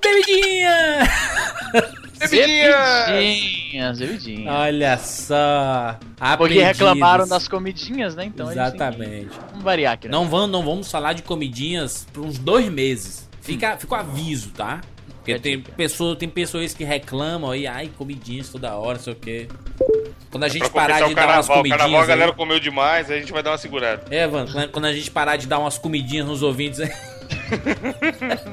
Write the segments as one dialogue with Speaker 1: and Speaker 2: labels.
Speaker 1: Bebidinha!
Speaker 2: Bebidinhas!
Speaker 1: Hum.
Speaker 2: Bebidinhas.
Speaker 1: Olha só.
Speaker 2: Porque
Speaker 1: Ah, aprendidos.
Speaker 2: reclamaram das comidinhas, né? Então a gente tem que-
Speaker 1: Exatamente.
Speaker 2: Vamos variar aqui, né?
Speaker 1: Não vamos, não vamos falar de comidinhas por uns dois meses. Fica, fica o aviso, tá? Porque
Speaker 2: É
Speaker 1: tem,
Speaker 2: Hum. dica.
Speaker 1: pessoa, tem pessoas que reclamam aí, ai, comidinhas toda hora, não sei o quê. Quando a gente
Speaker 3: É Pra
Speaker 1: parar
Speaker 3: compensar
Speaker 1: de
Speaker 3: o
Speaker 1: dar umas
Speaker 3: carnaval. O carnaval a
Speaker 1: comidinhas.
Speaker 3: galera
Speaker 1: aí-
Speaker 3: comeu demais, aí a gente vai dar uma segurada.
Speaker 1: É, Van, quando- quando a gente parar de dar umas comidinhas nos ouvintes. né?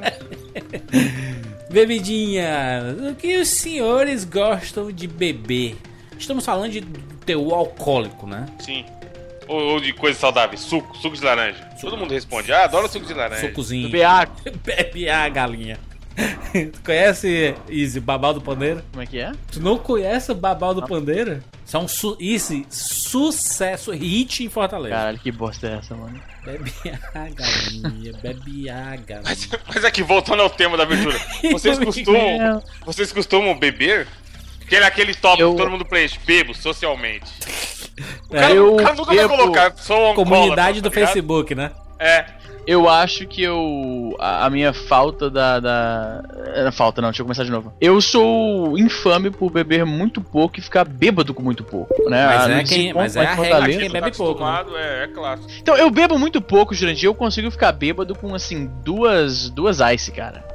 Speaker 1: aí- Bebidinha, o que os senhores gostam de beber? Estamos falando de teu alcoólico, né?
Speaker 3: Sim. Ou, ou de coisa saudável, suco, suco de laranja. Todo mundo responde, ah, adoro suco de laranja.
Speaker 1: Sucozinho.
Speaker 2: Beaco.
Speaker 1: Bebe a galinha. tu conhece, Izzy, o Babal do Pandeiro?
Speaker 2: Como é que é?
Speaker 1: Tu não conhece o Babal do Pandeiro? Isso é um su Izzy, sucesso, hit em Fortaleza.
Speaker 2: Caralho, que bosta é essa, mano?
Speaker 1: Bebe a galinha, bebe a galinha.
Speaker 3: Mas, mas aqui, voltando ao tema da abertura. Vocês costumam,
Speaker 2: Meu,
Speaker 3: vocês costumam beber? Aquele, aquele tópico
Speaker 2: Eu-
Speaker 3: que todo mundo preenche, bebo socialmente. O
Speaker 1: É,
Speaker 3: cara,
Speaker 2: eu
Speaker 3: o cara nunca vai
Speaker 2: bebo
Speaker 3: colocar, sou um
Speaker 1: Comunidade
Speaker 3: alcoólatra,
Speaker 1: do
Speaker 3: tá ligado?
Speaker 1: Facebook, né?
Speaker 3: É,
Speaker 2: Eu acho que eu. A, a minha falta da. da... eh, Falta não, deixa eu começar de novo. Eu sou infame por beber muito pouco e ficar bêbado com muito pouco, né?
Speaker 1: Mas
Speaker 2: Ah,
Speaker 1: é
Speaker 2: não se
Speaker 1: quem-
Speaker 2: encontra
Speaker 1: mas é
Speaker 2: mais
Speaker 1: a
Speaker 2: Fortaleza.
Speaker 1: regra, quem
Speaker 3: Tá
Speaker 1: bebe pouco, né?
Speaker 3: acostumado, É, é clássico.
Speaker 2: Então, eu bebo muito pouco durante eu consigo ficar bêbado com, assim, duas, duas ice, cara.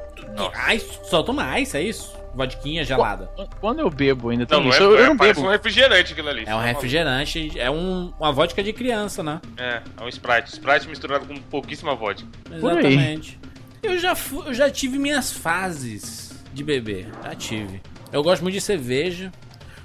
Speaker 1: Ice, só toma ice, é isso? Vodquinha gelada.
Speaker 2: Quando eu bebo ainda,
Speaker 3: Não,
Speaker 1: Então,
Speaker 2: também,
Speaker 3: não é,
Speaker 2: só eu, eu
Speaker 3: é,
Speaker 2: não
Speaker 3: parece
Speaker 2: bebo.
Speaker 3: um refrigerante aquilo ali. tá
Speaker 1: É um refrigerante, é um, uma vodka de criança, né?
Speaker 3: É, é um Sprite. Sprite misturado com pouquíssima vodka.
Speaker 2: Por aí.
Speaker 1: Exatamente. Eu já, fu- eu já tive minhas fases de beber. Já tive. Eu gosto muito de cerveja.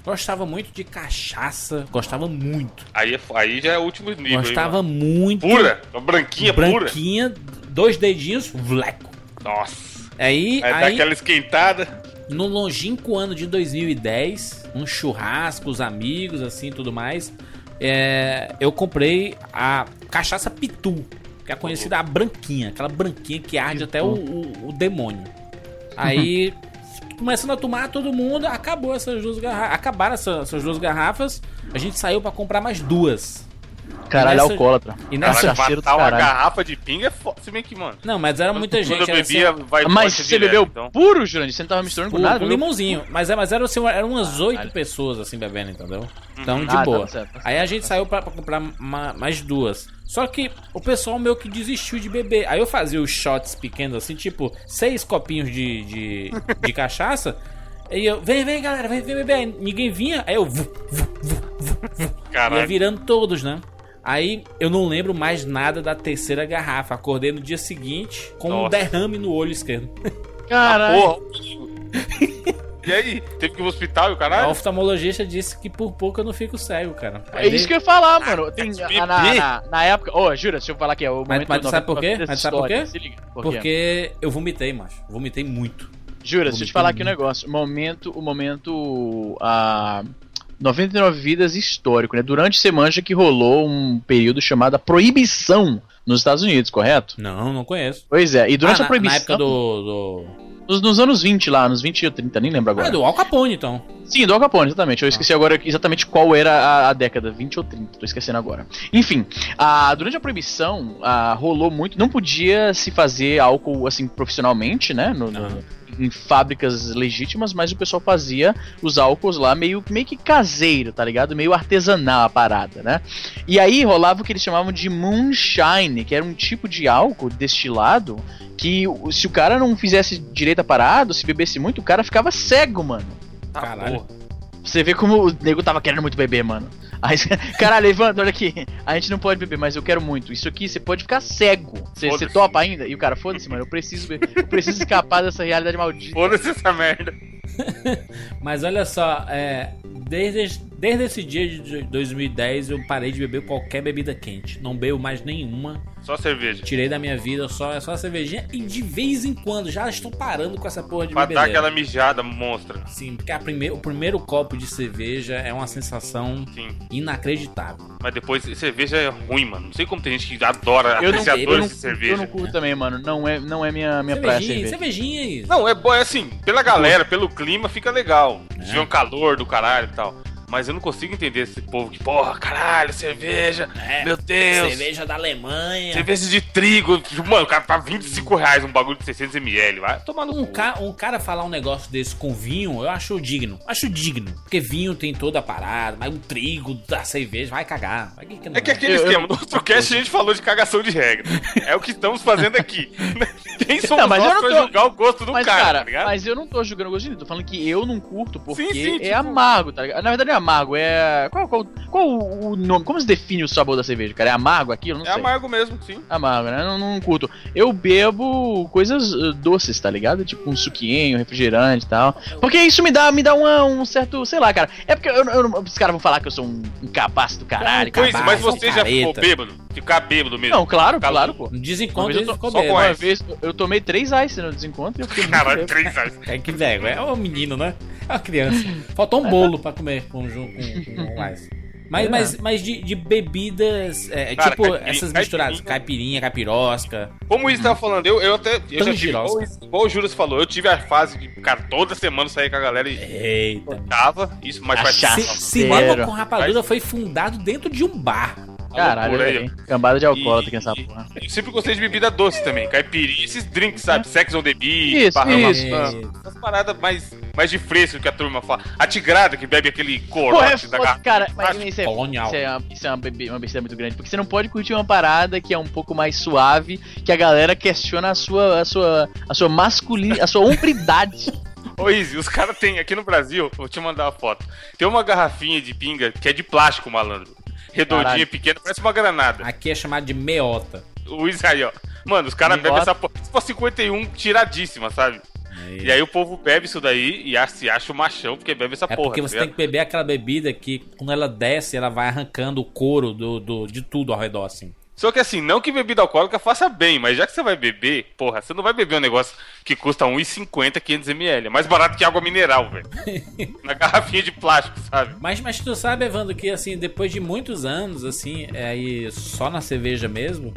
Speaker 1: Gostava muito de cachaça. Gostava muito.
Speaker 3: Aí, é f- aí já é o último nível. hein,
Speaker 1: gostava
Speaker 3: mano.
Speaker 1: muito.
Speaker 3: Pura? Uma branquinha, pura?
Speaker 1: branquinha, dois dedinhos, vleco.
Speaker 3: Nossa.
Speaker 1: Aí,
Speaker 3: Aí, dá
Speaker 1: aí
Speaker 3: aquela esquentada.
Speaker 1: no longínquo ano de 2010, um churrasco, os amigos, assim, tudo mais, é, eu comprei a cachaça Pitu, que é conhecida a branquinha, aquela branquinha que arde até o, o- o demônio. Aí, começando a tomar todo mundo, acabou essas duas garrafas, acabaram essa- essas duas garrafas, a gente saiu pra comprar mais duas.
Speaker 2: Caralho,
Speaker 1: nessa-
Speaker 2: alcoólatra.
Speaker 1: E nessa...
Speaker 3: Caralho,
Speaker 2: cachaceiro do
Speaker 3: matar uma
Speaker 2: caralho.
Speaker 3: garrafa de pinga é foda. Se bem que, mano.
Speaker 1: Não, mas era muita gente.
Speaker 3: Quando eu
Speaker 1: era assim,
Speaker 3: bebia, vai
Speaker 2: Mas
Speaker 3: vodka
Speaker 2: você
Speaker 3: direto,
Speaker 2: bebeu
Speaker 3: então.
Speaker 2: puro, Jurandir? Você não tava misturando
Speaker 1: Com,
Speaker 2: com nada?
Speaker 1: com
Speaker 2: viu?
Speaker 1: um limãozinho, mas, é- mas era, assim, eram umas oito
Speaker 2: Caralho.
Speaker 1: pessoas assim bebendo, entendeu? Então, de
Speaker 2: Ah, tá
Speaker 1: boa.
Speaker 2: certo, tá
Speaker 1: Aí a gente saiu pra, pra comprar ma- mais duas. Só que o pessoal meio que desistiu de beber. Aí eu fazia os shots pequenos, assim, tipo, seis copinhos de, de, de cachaça. E eu, vem, vem, galera, vem, vem beber. Aí ninguém vinha, aí eu vu, vu, vu, vu, vu. ia
Speaker 3: Caralho.
Speaker 1: virando todos, né? Aí eu não lembro mais nada da terceira garrafa. Acordei no dia seguinte com um
Speaker 3: Nossa.
Speaker 1: derrame no olho esquerdo.
Speaker 2: Caralho.
Speaker 3: Ah, Porra. E aí? Teve que ir pro hospital e o
Speaker 1: A
Speaker 3: caralho?
Speaker 1: oftalmologista disse que por pouco eu não fico cego, cara.
Speaker 2: É isso que eu ia falar, mano. Tem,
Speaker 3: Ah,
Speaker 2: na, na, na- na época. Ô, jura, deixa eu falar aqui. É o momento
Speaker 1: mas tu sabe por quê?
Speaker 2: 90%
Speaker 1: Mas tu sabe por quê?
Speaker 2: dessa história. Se liga. Por quê?
Speaker 1: Porque eu vomitei, macho. Vomitei muito.
Speaker 2: Jura, deixa eu te falar aqui um negócio. O momento. O momento. ah, 99 vidas histórico, né? Durante Semanja que rolou um período chamado a proibição nos Estados Unidos, correto?
Speaker 1: Não, não conheço.
Speaker 2: Pois é, e
Speaker 1: Ah,
Speaker 2: durante a
Speaker 1: na, na
Speaker 2: proibição.
Speaker 1: época do. do...
Speaker 2: nos, nos anos 20 lá, nos 20 ou 30, nem lembro agora.
Speaker 1: Ah, do Al Capone, então.
Speaker 2: Sim, do Al Capone, exatamente. Eu esqueci agora exatamente qual era a, a década, 20 ou 30, tô esquecendo agora. Enfim, ah, durante a proibição, ah, rolou muito. Não podia se fazer álcool assim profissionalmente, né? no- no-
Speaker 1: Aham.
Speaker 2: Em fábricas legítimas, mas o pessoal fazia os álcools lá meio, meio que caseiro, tá ligado? Meio artesanal a parada, né? E aí rolava o que eles chamavam de moonshine, que era um tipo de álcool destilado que o- se o cara não fizesse direito a parada, se bebesse muito, o cara ficava cego, mano.
Speaker 3: Tá,
Speaker 1: Caralho.
Speaker 3: porra.
Speaker 2: Você vê como o nego tava querendo muito beber, mano. Aí, você- caralho, Evandro, olha aqui. A gente não pode beber, mas eu quero muito. Isso aqui você pode ficar cego. Você, você
Speaker 3: Foda-se.
Speaker 2: topa ainda? E o cara, foda-se, mano, eu preciso, be- eu preciso escapar dessa realidade maldita.
Speaker 3: Foda-se essa merda.
Speaker 1: Mas olha só, é, desde, desde esse dia de 2010 eu parei de beber qualquer bebida quente. Não bebo mais nenhuma.
Speaker 3: Só cerveja.
Speaker 1: Tirei da minha vida só, é só a cervejinha. E de vez em quando, já estou parando com essa porra de
Speaker 3: Pra dar
Speaker 1: bebedeira.
Speaker 3: aquela mijada monstra.
Speaker 1: Sim, porque a primeiro- o primeiro copo de cerveja é uma sensação
Speaker 3: Sim.
Speaker 1: inacreditável.
Speaker 3: Mas depois, cerveja é ruim, mano. Não sei como tem gente que adora
Speaker 2: Eu não, eu,
Speaker 3: apreciadores
Speaker 2: não,
Speaker 3: de
Speaker 2: eu
Speaker 3: cerveja.
Speaker 2: não curto também, mano. Não é, não é minha, minha praia
Speaker 1: cervejinha,
Speaker 2: cerveja.
Speaker 1: cervejinha isso.
Speaker 3: É. Não, é bom, é assim, pela galera, pelo clima, fica legal. Se tiver um calor do caralho e tal. Mas eu não consigo entender esse povo que, porra, caralho, cerveja,
Speaker 2: É,
Speaker 3: meu Deus, cerveja.
Speaker 1: É, Cerveja da Alemanha.
Speaker 3: de trigo. Mano, o cara tá 25 reais um bagulho de 600ml, vai. Tomar no
Speaker 1: Um,
Speaker 3: cu.
Speaker 1: ca- um cara falar um negócio desse com vinho, eu acho digno. Acho digno. Porque vinho tem toda a parada, mas o trigo da cerveja vai cagar. Vai que que não
Speaker 3: É que aquele
Speaker 2: Eu- eu-
Speaker 3: esquema, no outro cast a gente falou de cagação de regra. É o que estamos fazendo aqui. Quem somos
Speaker 2: Não, mas eu
Speaker 3: nós
Speaker 2: não
Speaker 3: pra
Speaker 2: tô-
Speaker 3: julgar o gosto do
Speaker 2: mas,
Speaker 3: cara,
Speaker 2: cara,
Speaker 3: tá ligado?
Speaker 2: mas eu não tô julgando o gosto de ninguém, tô falando que eu não curto porque
Speaker 3: Sim, sim,
Speaker 2: é
Speaker 3: tipo-
Speaker 2: amargo, tá ligado? Na verdade não é amargo, é. Qual, qual, qual o o nome? Como se define o sabor da cerveja, cara? É amargo aquilo? Não
Speaker 3: É
Speaker 2: sei.
Speaker 3: amargo mesmo, sim.
Speaker 2: Amargo, né? Eu Não, não curto. Eu bebo coisas eh, doces, tá ligado? Tipo um suquinho, refrigerante e tal. Porque isso me dá, me dá uma- um certo, sei lá, cara. É porque eu, eu, os caras vão falar que eu sou um incapaz do caralho,
Speaker 1: Não,
Speaker 2: cara.
Speaker 3: Pois,
Speaker 1: Capaz,
Speaker 3: mas você já ficou
Speaker 1: careta.
Speaker 3: bêbado? Ficar bêbado mesmo?
Speaker 2: Não, claro,
Speaker 3: Calma.
Speaker 2: claro, pô.
Speaker 1: No
Speaker 2: Uma
Speaker 1: desencontro
Speaker 2: vez eu
Speaker 1: ele
Speaker 2: tô-
Speaker 1: ficou
Speaker 3: só
Speaker 1: bem.
Speaker 3: com
Speaker 2: Uma
Speaker 3: Mas-
Speaker 2: vez eu- eu tomei três ice no desencontro e eu fiquei muito
Speaker 3: Caralho,
Speaker 2: bêbado.
Speaker 3: três anos.
Speaker 1: É que velho, é um menino, né? É uma criança. Faltou um bolo pra comer com um junto com, com mais. Mas,
Speaker 3: É.
Speaker 1: mas, mas de, de bebidas, é,
Speaker 3: Cara,
Speaker 1: tipo
Speaker 3: caipirinha-
Speaker 1: essas misturadas, caipirinha, caipirosca.
Speaker 3: Como o Isa tava falando, eu, eu até. Eu já tive,
Speaker 1: Tangirosa.
Speaker 3: igual, o Isa- igual o Júlio falou, eu tive a fase de, cara, toda semana eu saía com a galera e
Speaker 1: Eita.
Speaker 3: cortava. Isso, mas faz
Speaker 2: Cachaça.
Speaker 1: Ci-
Speaker 3: parte.
Speaker 1: Cinema com rapadura foi fundado dentro de um bar.
Speaker 2: Caralho,
Speaker 3: loucura aí,
Speaker 2: velho. Cambada de alcoólatra
Speaker 3: E-
Speaker 2: aqui nessa porra.
Speaker 3: Eu sempre gostei de bebida doce também, caipirinha, esses drinks, sabe? Sex on the beach,
Speaker 2: Isso,
Speaker 3: parrama,
Speaker 2: isso.
Speaker 3: fã,
Speaker 1: É,
Speaker 3: essas paradas mais, mais de fresco que a turma fala. A tigrada que bebe aquele
Speaker 2: Porra, é
Speaker 3: corote da
Speaker 2: foda,
Speaker 3: garrafa.
Speaker 2: cara.
Speaker 3: Acho
Speaker 2: Mas isso é,
Speaker 1: Colonial.
Speaker 2: isso é, uma, isso é uma, bebe- uma besteira muito grande. Porque você não pode curtir uma parada que é um pouco mais suave, que a galera questiona a sua, a sua, a sua masculina, a sua hombridade.
Speaker 3: Ô, Izzy, os caras têm aqui no Brasil, vou te mandar uma foto. Tem uma garrafinha de pinga que é de plástico, malandro. Redondinha,
Speaker 2: Caralho.
Speaker 3: pequena, parece uma granada.
Speaker 1: Aqui é chamado de meota.
Speaker 3: O Izzy aí, ó. Mano, os caras bebem
Speaker 2: Bigode.
Speaker 3: essa porra. Tipo 51 tiradíssima, sabe? E aí o povo bebe isso daí e acha- se acha o machão porque bebe essa
Speaker 1: É
Speaker 3: porra.
Speaker 1: porque
Speaker 3: tá
Speaker 1: você tem que
Speaker 3: ligado?
Speaker 1: beber aquela bebida que, quando ela desce, ela vai arrancando o couro do, do- de tudo ao redor, assim.
Speaker 3: Só que assim, não que bebida alcoólica faça bem, mas já que você vai beber, porra, você não vai beber um negócio que custa 1,50, 500ml. É mais barato que água mineral, velho. Na garrafinha de plástico, sabe?
Speaker 1: Mas, mas tu sabe, Evandro, que assim, depois de muitos anos, assim, é, aí só na cerveja mesmo,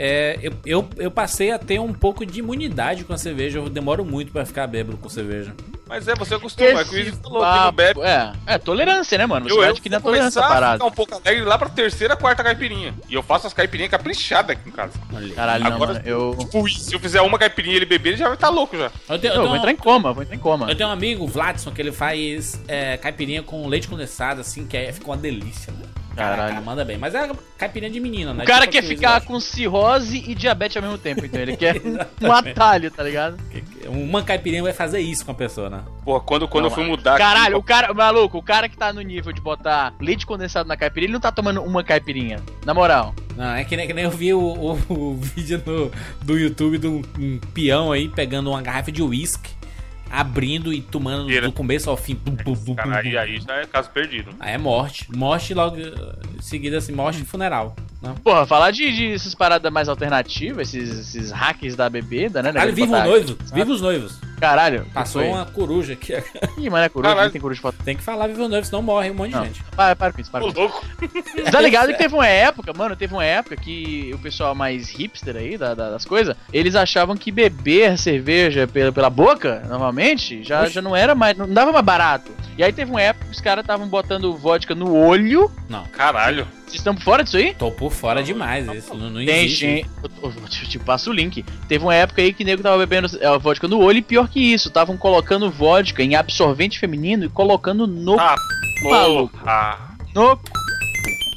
Speaker 1: é, eu, eu, eu passei a ter um pouco de imunidade com a cerveja. Eu demoro muito pra ficar bêbado com cerveja.
Speaker 3: Mas é, você acostuma, é que o Izzy falou que não bebe.
Speaker 2: é, é, tolerância, né, mano? Você
Speaker 3: Eu,
Speaker 2: vai
Speaker 3: eu
Speaker 2: adquirindo a
Speaker 3: vou
Speaker 2: tolerância
Speaker 3: começar
Speaker 2: à
Speaker 3: a
Speaker 2: parada.
Speaker 3: ficar um pouco alegre lá pra terceira, quarta caipirinha. E eu faço as caipirinhas caprichadas aqui em casa.
Speaker 1: Olha aí.
Speaker 2: Caralho, não,
Speaker 3: Agora-
Speaker 2: mano. Eu.
Speaker 3: Tipo, se eu fizer uma caipirinha e ele beber, ele já vai estar louco já.
Speaker 1: Eu tenho, um eu
Speaker 2: Eu
Speaker 1: tenho
Speaker 2: vou entrar em coma, vou entrar em coma.
Speaker 1: um, eu tenho um amigo, o Vladson, que ele faz é, caipirinha com leite condensado, assim, que é, fica uma delícia, né?
Speaker 2: Caralho.
Speaker 1: Cara, manda bem. Mas é caipirinha de menina, né?
Speaker 2: O cara
Speaker 1: Tipo
Speaker 2: quer
Speaker 1: aqueles
Speaker 2: ficar com cirrose e diabetes ao mesmo tempo, então ele quer um atalho, tá ligado?
Speaker 1: Uma caipirinha vai fazer isso com a pessoa, né?
Speaker 3: Porra, quando, quando
Speaker 2: Não,
Speaker 3: eu fui mudar. aqui,
Speaker 2: Caralho, o cara, maluco, o cara que tá no nível de botar leite condensado na caipirinha, ele não tá tomando uma caipirinha. Na moral.
Speaker 1: Não, é que nem, que nem eu vi o, o- o vídeo no- do YouTube de um, um peão aí pegando uma garrafa de uísque, abrindo e tomando
Speaker 3: Tira.
Speaker 1: do começo ao fim. Bum, bum, bum, bum, bum.
Speaker 3: Cara, e aí já é caso perdido.
Speaker 1: Aí é morte. Morte logo eh, em seguida, assim, morte e funeral. Né?
Speaker 2: Porra, falar de, de essas paradas mais alternativas, esses, esses hacks da bebida, né?
Speaker 1: Caralho,
Speaker 2: negócio de
Speaker 1: viva o
Speaker 2: botar-
Speaker 1: um noivo, viva os noivos.
Speaker 2: Caralho. que
Speaker 1: Passou
Speaker 2: foi?
Speaker 1: uma coruja aqui.
Speaker 2: Ih, mas não é coruja,
Speaker 3: Caralho.
Speaker 2: não tem coruja pra...
Speaker 1: Tem que falar viva o noivo, senão morre um monte de
Speaker 2: Não.
Speaker 1: gente.
Speaker 2: Para, para com isso,
Speaker 3: Ô,
Speaker 2: para com isso.
Speaker 3: louco.
Speaker 2: Você Tá ligado que teve uma época, mano, teve uma época que o pessoal mais hipster aí da- da- das coisas, eles achavam que beber cerveja pela, pela boca, normalmente, já,
Speaker 1: Oxi.
Speaker 2: já não era mais, não dava mais barato. E aí teve uma época que os caras estavam botando vodka no olho.
Speaker 3: Caralho.
Speaker 2: Vocês estão por fora disso aí?
Speaker 1: Tô por fora demais, isso não, não
Speaker 2: Tem
Speaker 1: existe.
Speaker 2: gente. Eu, eu te, te passo o link. Teve uma época aí que o nego tava bebendo é, vodka no olho e pior que isso, estavam colocando vodka em absorvente feminino e colocando no.
Speaker 3: Ah,
Speaker 2: Maluco.
Speaker 3: Porra. Ah,
Speaker 2: no c-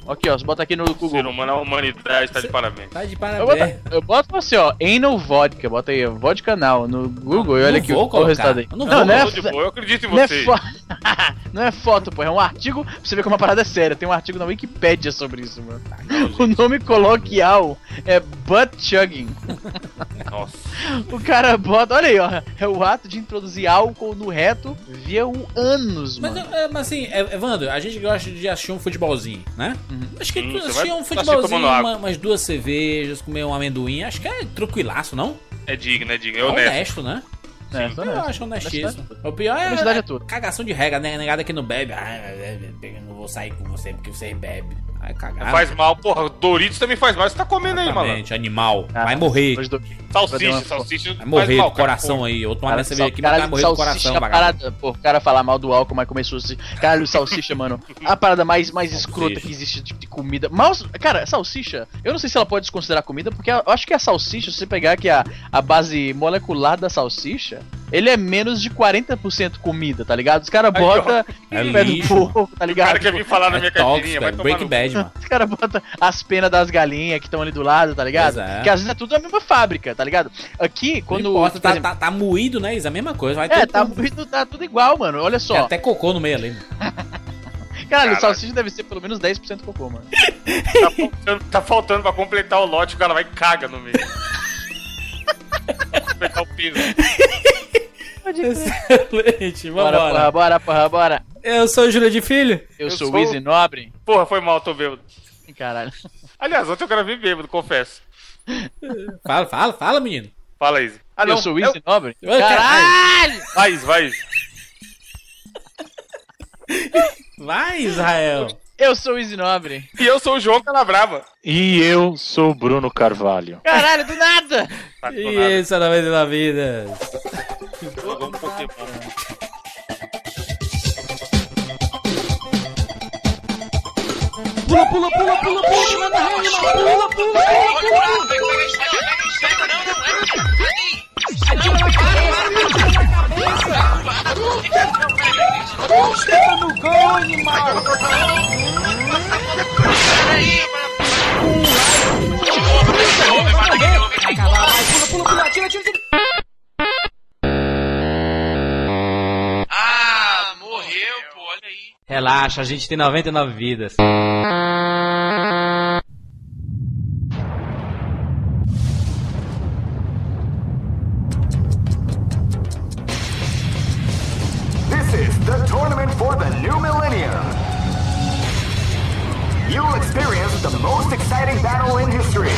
Speaker 2: Aqui, ó, você bota aqui no
Speaker 3: O ser
Speaker 2: Google.
Speaker 3: humano, a humanidade tá de parabéns.
Speaker 1: Tá de
Speaker 2: Eu boto,
Speaker 1: parabéns.
Speaker 2: eu boto pra você, ó, anal vodka, bota aí, ó, vodka now no Google e
Speaker 1: Não
Speaker 2: olha aqui
Speaker 1: vou
Speaker 2: o- o
Speaker 1: colocar.
Speaker 2: resultado aí.
Speaker 1: Eu não vou,
Speaker 2: não é,
Speaker 3: Falou de
Speaker 2: fo-
Speaker 3: boa, eu acredito em
Speaker 2: não é
Speaker 3: você.
Speaker 2: fo- não é foto, pô, é um artigo pra você ver como a parada é séria. Tem um artigo na Wikipédia sobre isso, mano.
Speaker 1: Tá
Speaker 2: O nome coloquial é butt chugging.
Speaker 3: Nossa.
Speaker 2: O cara bota, olha aí, ó. É o ato de introduzir álcool no reto via o ânus,
Speaker 1: Mas,
Speaker 2: mano.
Speaker 1: é, mas assim, é, Evandro, a gente gosta de assistir um futebolzinho, né?
Speaker 2: Uhum.
Speaker 1: Acho que
Speaker 3: Hum,
Speaker 1: tu
Speaker 3: você
Speaker 1: assistir
Speaker 3: vai
Speaker 1: um
Speaker 3: assistir
Speaker 1: futebolzinho,
Speaker 3: tomando água.
Speaker 1: uma- umas duas cervejas, comer um amendoim, acho que é tranquilaço, não?
Speaker 3: É digno, é digno. É
Speaker 1: É
Speaker 3: honesto.
Speaker 1: honesto, né?
Speaker 2: É, só
Speaker 1: Eu
Speaker 2: nessa.
Speaker 1: acho honestíssimo.
Speaker 2: Honestidade.
Speaker 1: O pior é,
Speaker 2: Honestidade é
Speaker 1: é
Speaker 2: tudo.
Speaker 1: cagação de regra, né? Negada que não bebe. Ah, eu não vou sair com você porque você bebe. Ai, cagada.
Speaker 3: Faz mal, porra. Doritos também faz mal. Você tá comendo aí, malandro.
Speaker 1: Exatamente, animal. Vai
Speaker 2: Ah,
Speaker 1: morrer.
Speaker 2: Depois do- Pra dar
Speaker 3: Salsicha,
Speaker 2: uma-
Speaker 3: salsicha.
Speaker 1: Vai
Speaker 3: faz
Speaker 1: morrer
Speaker 3: mal,
Speaker 1: do
Speaker 3: cara,
Speaker 1: coração
Speaker 3: porra.
Speaker 1: aí. Outro momento você veio
Speaker 2: sal-
Speaker 1: aqui, mas vai morrer do coração,
Speaker 2: salsicha, a
Speaker 1: vagabundo.
Speaker 2: parada, pô, o cara falar mal do álcool, mas começou assim. Caralho, salsicha, mano. A parada mais, mais escrota que existe de, de comida. Mal, cara, salsicha, eu não sei se ela pode desconsiderar comida, porque eu acho que a salsicha, se você pegar aqui a, a base molecular da salsicha, ele é menos de 40% comida, tá ligado? Os caras
Speaker 3: Aí, ó.
Speaker 2: botam
Speaker 1: É
Speaker 2: pé do
Speaker 1: lixo.
Speaker 2: porco, tá
Speaker 3: O cara
Speaker 2: ligado?
Speaker 3: quer vir falar na
Speaker 1: É
Speaker 3: minha
Speaker 1: tóxico,
Speaker 3: cadeirinha, vai
Speaker 1: é
Speaker 3: tomar
Speaker 1: Breaking
Speaker 3: no...
Speaker 1: Bad, mano.
Speaker 2: Os caras botam as penas das galinhas que estão ali do lado, tá ligado?
Speaker 1: Pois é.
Speaker 2: Que às vezes é tudo a mesma fábrica, tá ligado? Aqui, quando.
Speaker 1: não importa,
Speaker 2: por
Speaker 1: tá,
Speaker 2: exemplo,
Speaker 1: tá, tá moído, né, Isa? A mesma coisa. Vai
Speaker 2: é,
Speaker 1: tudo
Speaker 2: tá,
Speaker 1: com-
Speaker 2: tudo- tá tudo igual, mano. Olha
Speaker 1: Tem
Speaker 2: só.
Speaker 1: até cocô no meio ali. mano.
Speaker 2: Caralho,
Speaker 3: Caraca.
Speaker 2: salsicha deve ser pelo menos 10% cocô, mano.
Speaker 3: Tá faltando, tá faltando pra completar o lote, o cara vai e caga no meio. completar o piso.
Speaker 1: Excelente,
Speaker 2: Bora,
Speaker 1: vambora.
Speaker 2: porra, bora, porra, bora.
Speaker 1: Eu sou o Júlio de Filho.
Speaker 2: Eu,
Speaker 3: Eu
Speaker 2: sou o
Speaker 3: sou-
Speaker 2: Easy Nobre.
Speaker 3: Porra, foi mal, tô bêbado.
Speaker 2: Caralho.
Speaker 3: Aliás, ontem eu gravei bêbado, confesso.
Speaker 1: Fala, fala, fala, menino.
Speaker 3: Fala, Izzy. Ah,
Speaker 2: eu sou o Easy
Speaker 3: É-
Speaker 2: Nobre?
Speaker 1: Ô, caralho!
Speaker 3: Vai, Izzy, vai, Izzy.
Speaker 1: Vai, Israel.
Speaker 2: Eu sou o Easy Nobre.
Speaker 3: E eu sou o João Calabrava.
Speaker 4: E eu sou o Bruno Carvalho.
Speaker 2: Caralho, do nada!
Speaker 3: Tá, tô
Speaker 1: E
Speaker 3: nada.
Speaker 1: esse é o 90 da vida.
Speaker 3: Jogou um Pokémon.
Speaker 5: Relaxa, a gente tem 99 vidas.
Speaker 6: This is the tournament for the new millennium. You'll experience the most exciting battle in history.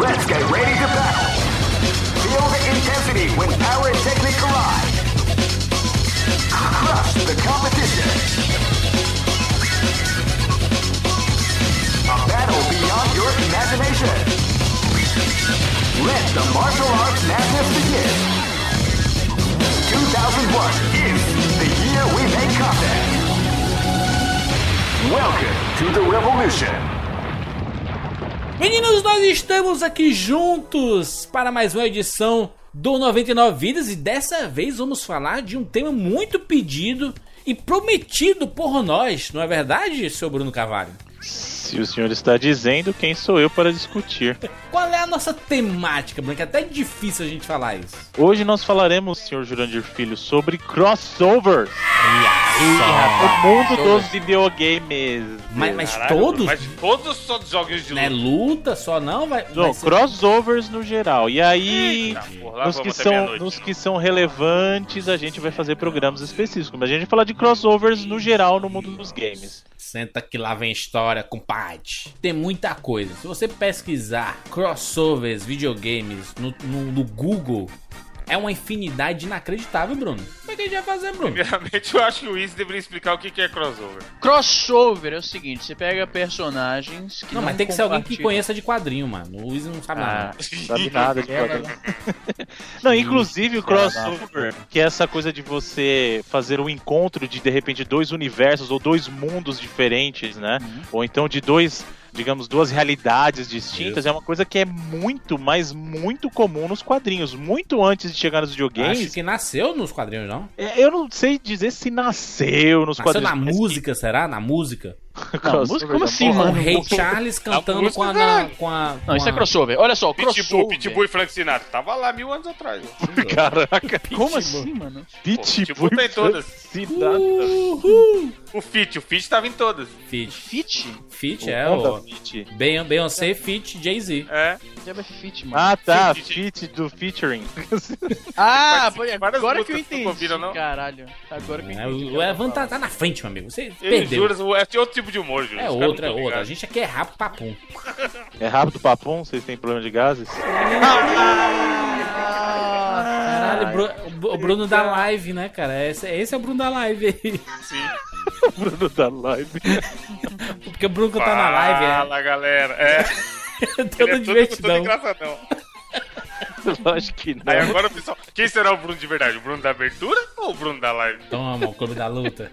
Speaker 6: Let's get ready to battle. Feel the intensity when power and technique collide. Crush the competition. A battle beyond your imagination. Let the martial arts madness begin. 2001 is the year we make contact. Welcome to the revolution.
Speaker 1: Meninos, nós estamos aqui juntos para mais uma edição do 99 Vidas e dessa vez vamos falar de um tema muito pedido e prometido por nós, não é verdade, seu Bruno Carvalho?
Speaker 4: Se o senhor está dizendo, quem sou eu para discutir?
Speaker 1: Qual é a nossa temática, Bruno? Que é até difícil a gente falar isso.
Speaker 4: Hoje nós falaremos, senhor Jurandir Filho, sobre crossovers.
Speaker 3: Ah,
Speaker 4: O mundo dos videogames.
Speaker 1: Mas, mas
Speaker 3: Caralho,
Speaker 1: todos?
Speaker 3: Mas todos só dos joguinhos de
Speaker 1: Não é
Speaker 3: luta.
Speaker 1: luta só não? Vai,
Speaker 4: Não,
Speaker 1: vai ser-
Speaker 4: Então, crossovers no geral. E aí,
Speaker 3: Eita, porra, lá
Speaker 4: nos, que
Speaker 3: vamos até
Speaker 4: são,
Speaker 3: meia-noite. né?
Speaker 4: nos que são relevantes, a gente vai fazer programas específicos. Mas a gente vai falar de crossovers no geral no mundo dos games.
Speaker 1: Senta que lá vem história, compadre. Tem muita coisa. Se você pesquisar crossovers, videogames no, no- no Google, é uma infinidade inacreditável, Bruno. Como é que a gente vai fazer, Bruno?
Speaker 3: Primeiramente, eu acho que o Izzy deveria explicar o que que é crossover.
Speaker 2: Crossover é o seguinte: você pega personagens que.
Speaker 1: Não, mas tem que ser alguém que conheça de quadrinho, mano. O Luiz não sabe
Speaker 2: Ah,
Speaker 1: nada.
Speaker 4: Sabe nada de
Speaker 2: Ela-
Speaker 4: quadrinho. Não, inclusive o crossover, que é essa coisa de você fazer um encontro de de repente dois universos ou dois mundos diferentes, né? Ou então de dois, digamos, duas realidades distintas, é uma coisa que é muito, mas muito comum nos quadrinhos, muito antes de chegar nos
Speaker 1: Acho
Speaker 4: videogames.
Speaker 1: que nasceu nos quadrinhos, não?
Speaker 4: É, Eu não sei dizer se nasceu nos
Speaker 1: Nasceu
Speaker 4: quadrinhos.
Speaker 1: na
Speaker 4: mas
Speaker 1: música, será? Na música?
Speaker 4: que
Speaker 2: Não,
Speaker 4: crossover
Speaker 2: música- como
Speaker 4: da
Speaker 2: assim,
Speaker 1: Com
Speaker 4: porra?
Speaker 1: o
Speaker 2: mano?
Speaker 1: Rei Charles cantando com a. Na, com a com
Speaker 2: Não, isso é
Speaker 1: a-
Speaker 2: crossover. Olha só,
Speaker 3: Pitbull,
Speaker 2: crossover.
Speaker 3: Pitbull e Frank Sinatra. Tava lá mil anos atrás.
Speaker 4: Caraca,
Speaker 3: é
Speaker 2: Como assim, mano?
Speaker 3: Pitbull
Speaker 4: Pitbull
Speaker 3: tem todas.
Speaker 4: Cidade.
Speaker 3: O Fit, o Fit tava em todas.
Speaker 1: Fit.
Speaker 2: Fit?
Speaker 1: Fit
Speaker 4: O
Speaker 1: é
Speaker 4: Honda
Speaker 1: o.
Speaker 4: Fit.
Speaker 1: Ben- Beyoncé, Fit, Jay-Z.
Speaker 3: É.
Speaker 2: Já vai fit, mano.
Speaker 4: Ah, tá,
Speaker 3: Fit.
Speaker 4: fit do featuring.
Speaker 3: Participa
Speaker 2: Ah, foi-
Speaker 3: de várias
Speaker 2: agora que eu
Speaker 3: lutas, não
Speaker 2: entendi.
Speaker 3: combina, não?
Speaker 2: Caralho. Agora que eu
Speaker 1: É,
Speaker 2: entendi.
Speaker 1: O
Speaker 2: que
Speaker 1: o
Speaker 2: ela
Speaker 1: Evan tá,
Speaker 2: fala.
Speaker 1: tá na frente, meu amigo. Você
Speaker 3: Eu
Speaker 1: perdeu.
Speaker 3: juro, é outro tipo de humor, Júlio.
Speaker 1: É
Speaker 3: Os caras
Speaker 1: outra, é
Speaker 3: não tá tão
Speaker 1: outra. A
Speaker 3: ligados.
Speaker 1: gente aqui é rápido papum.
Speaker 4: É rápido papum? Vocês têm problema de gases?
Speaker 2: Ah,
Speaker 1: Caralho, o Bru- o Bruno da live, né, cara? Esse, esse é o Bruno da live aí.
Speaker 3: Sim.
Speaker 4: o Bruno da live.
Speaker 1: Porque o Bruno tá na live, é.
Speaker 3: Fala, galera. É,
Speaker 1: Todo
Speaker 3: ele é tudo, tudo
Speaker 1: divertidão.
Speaker 3: engraçadão.
Speaker 4: Lógico que não.
Speaker 3: Aí agora, pessoal, quem será o Bruno de verdade? O Bruno da abertura ou o Bruno da live?
Speaker 1: Toma, o Então, clube da luta.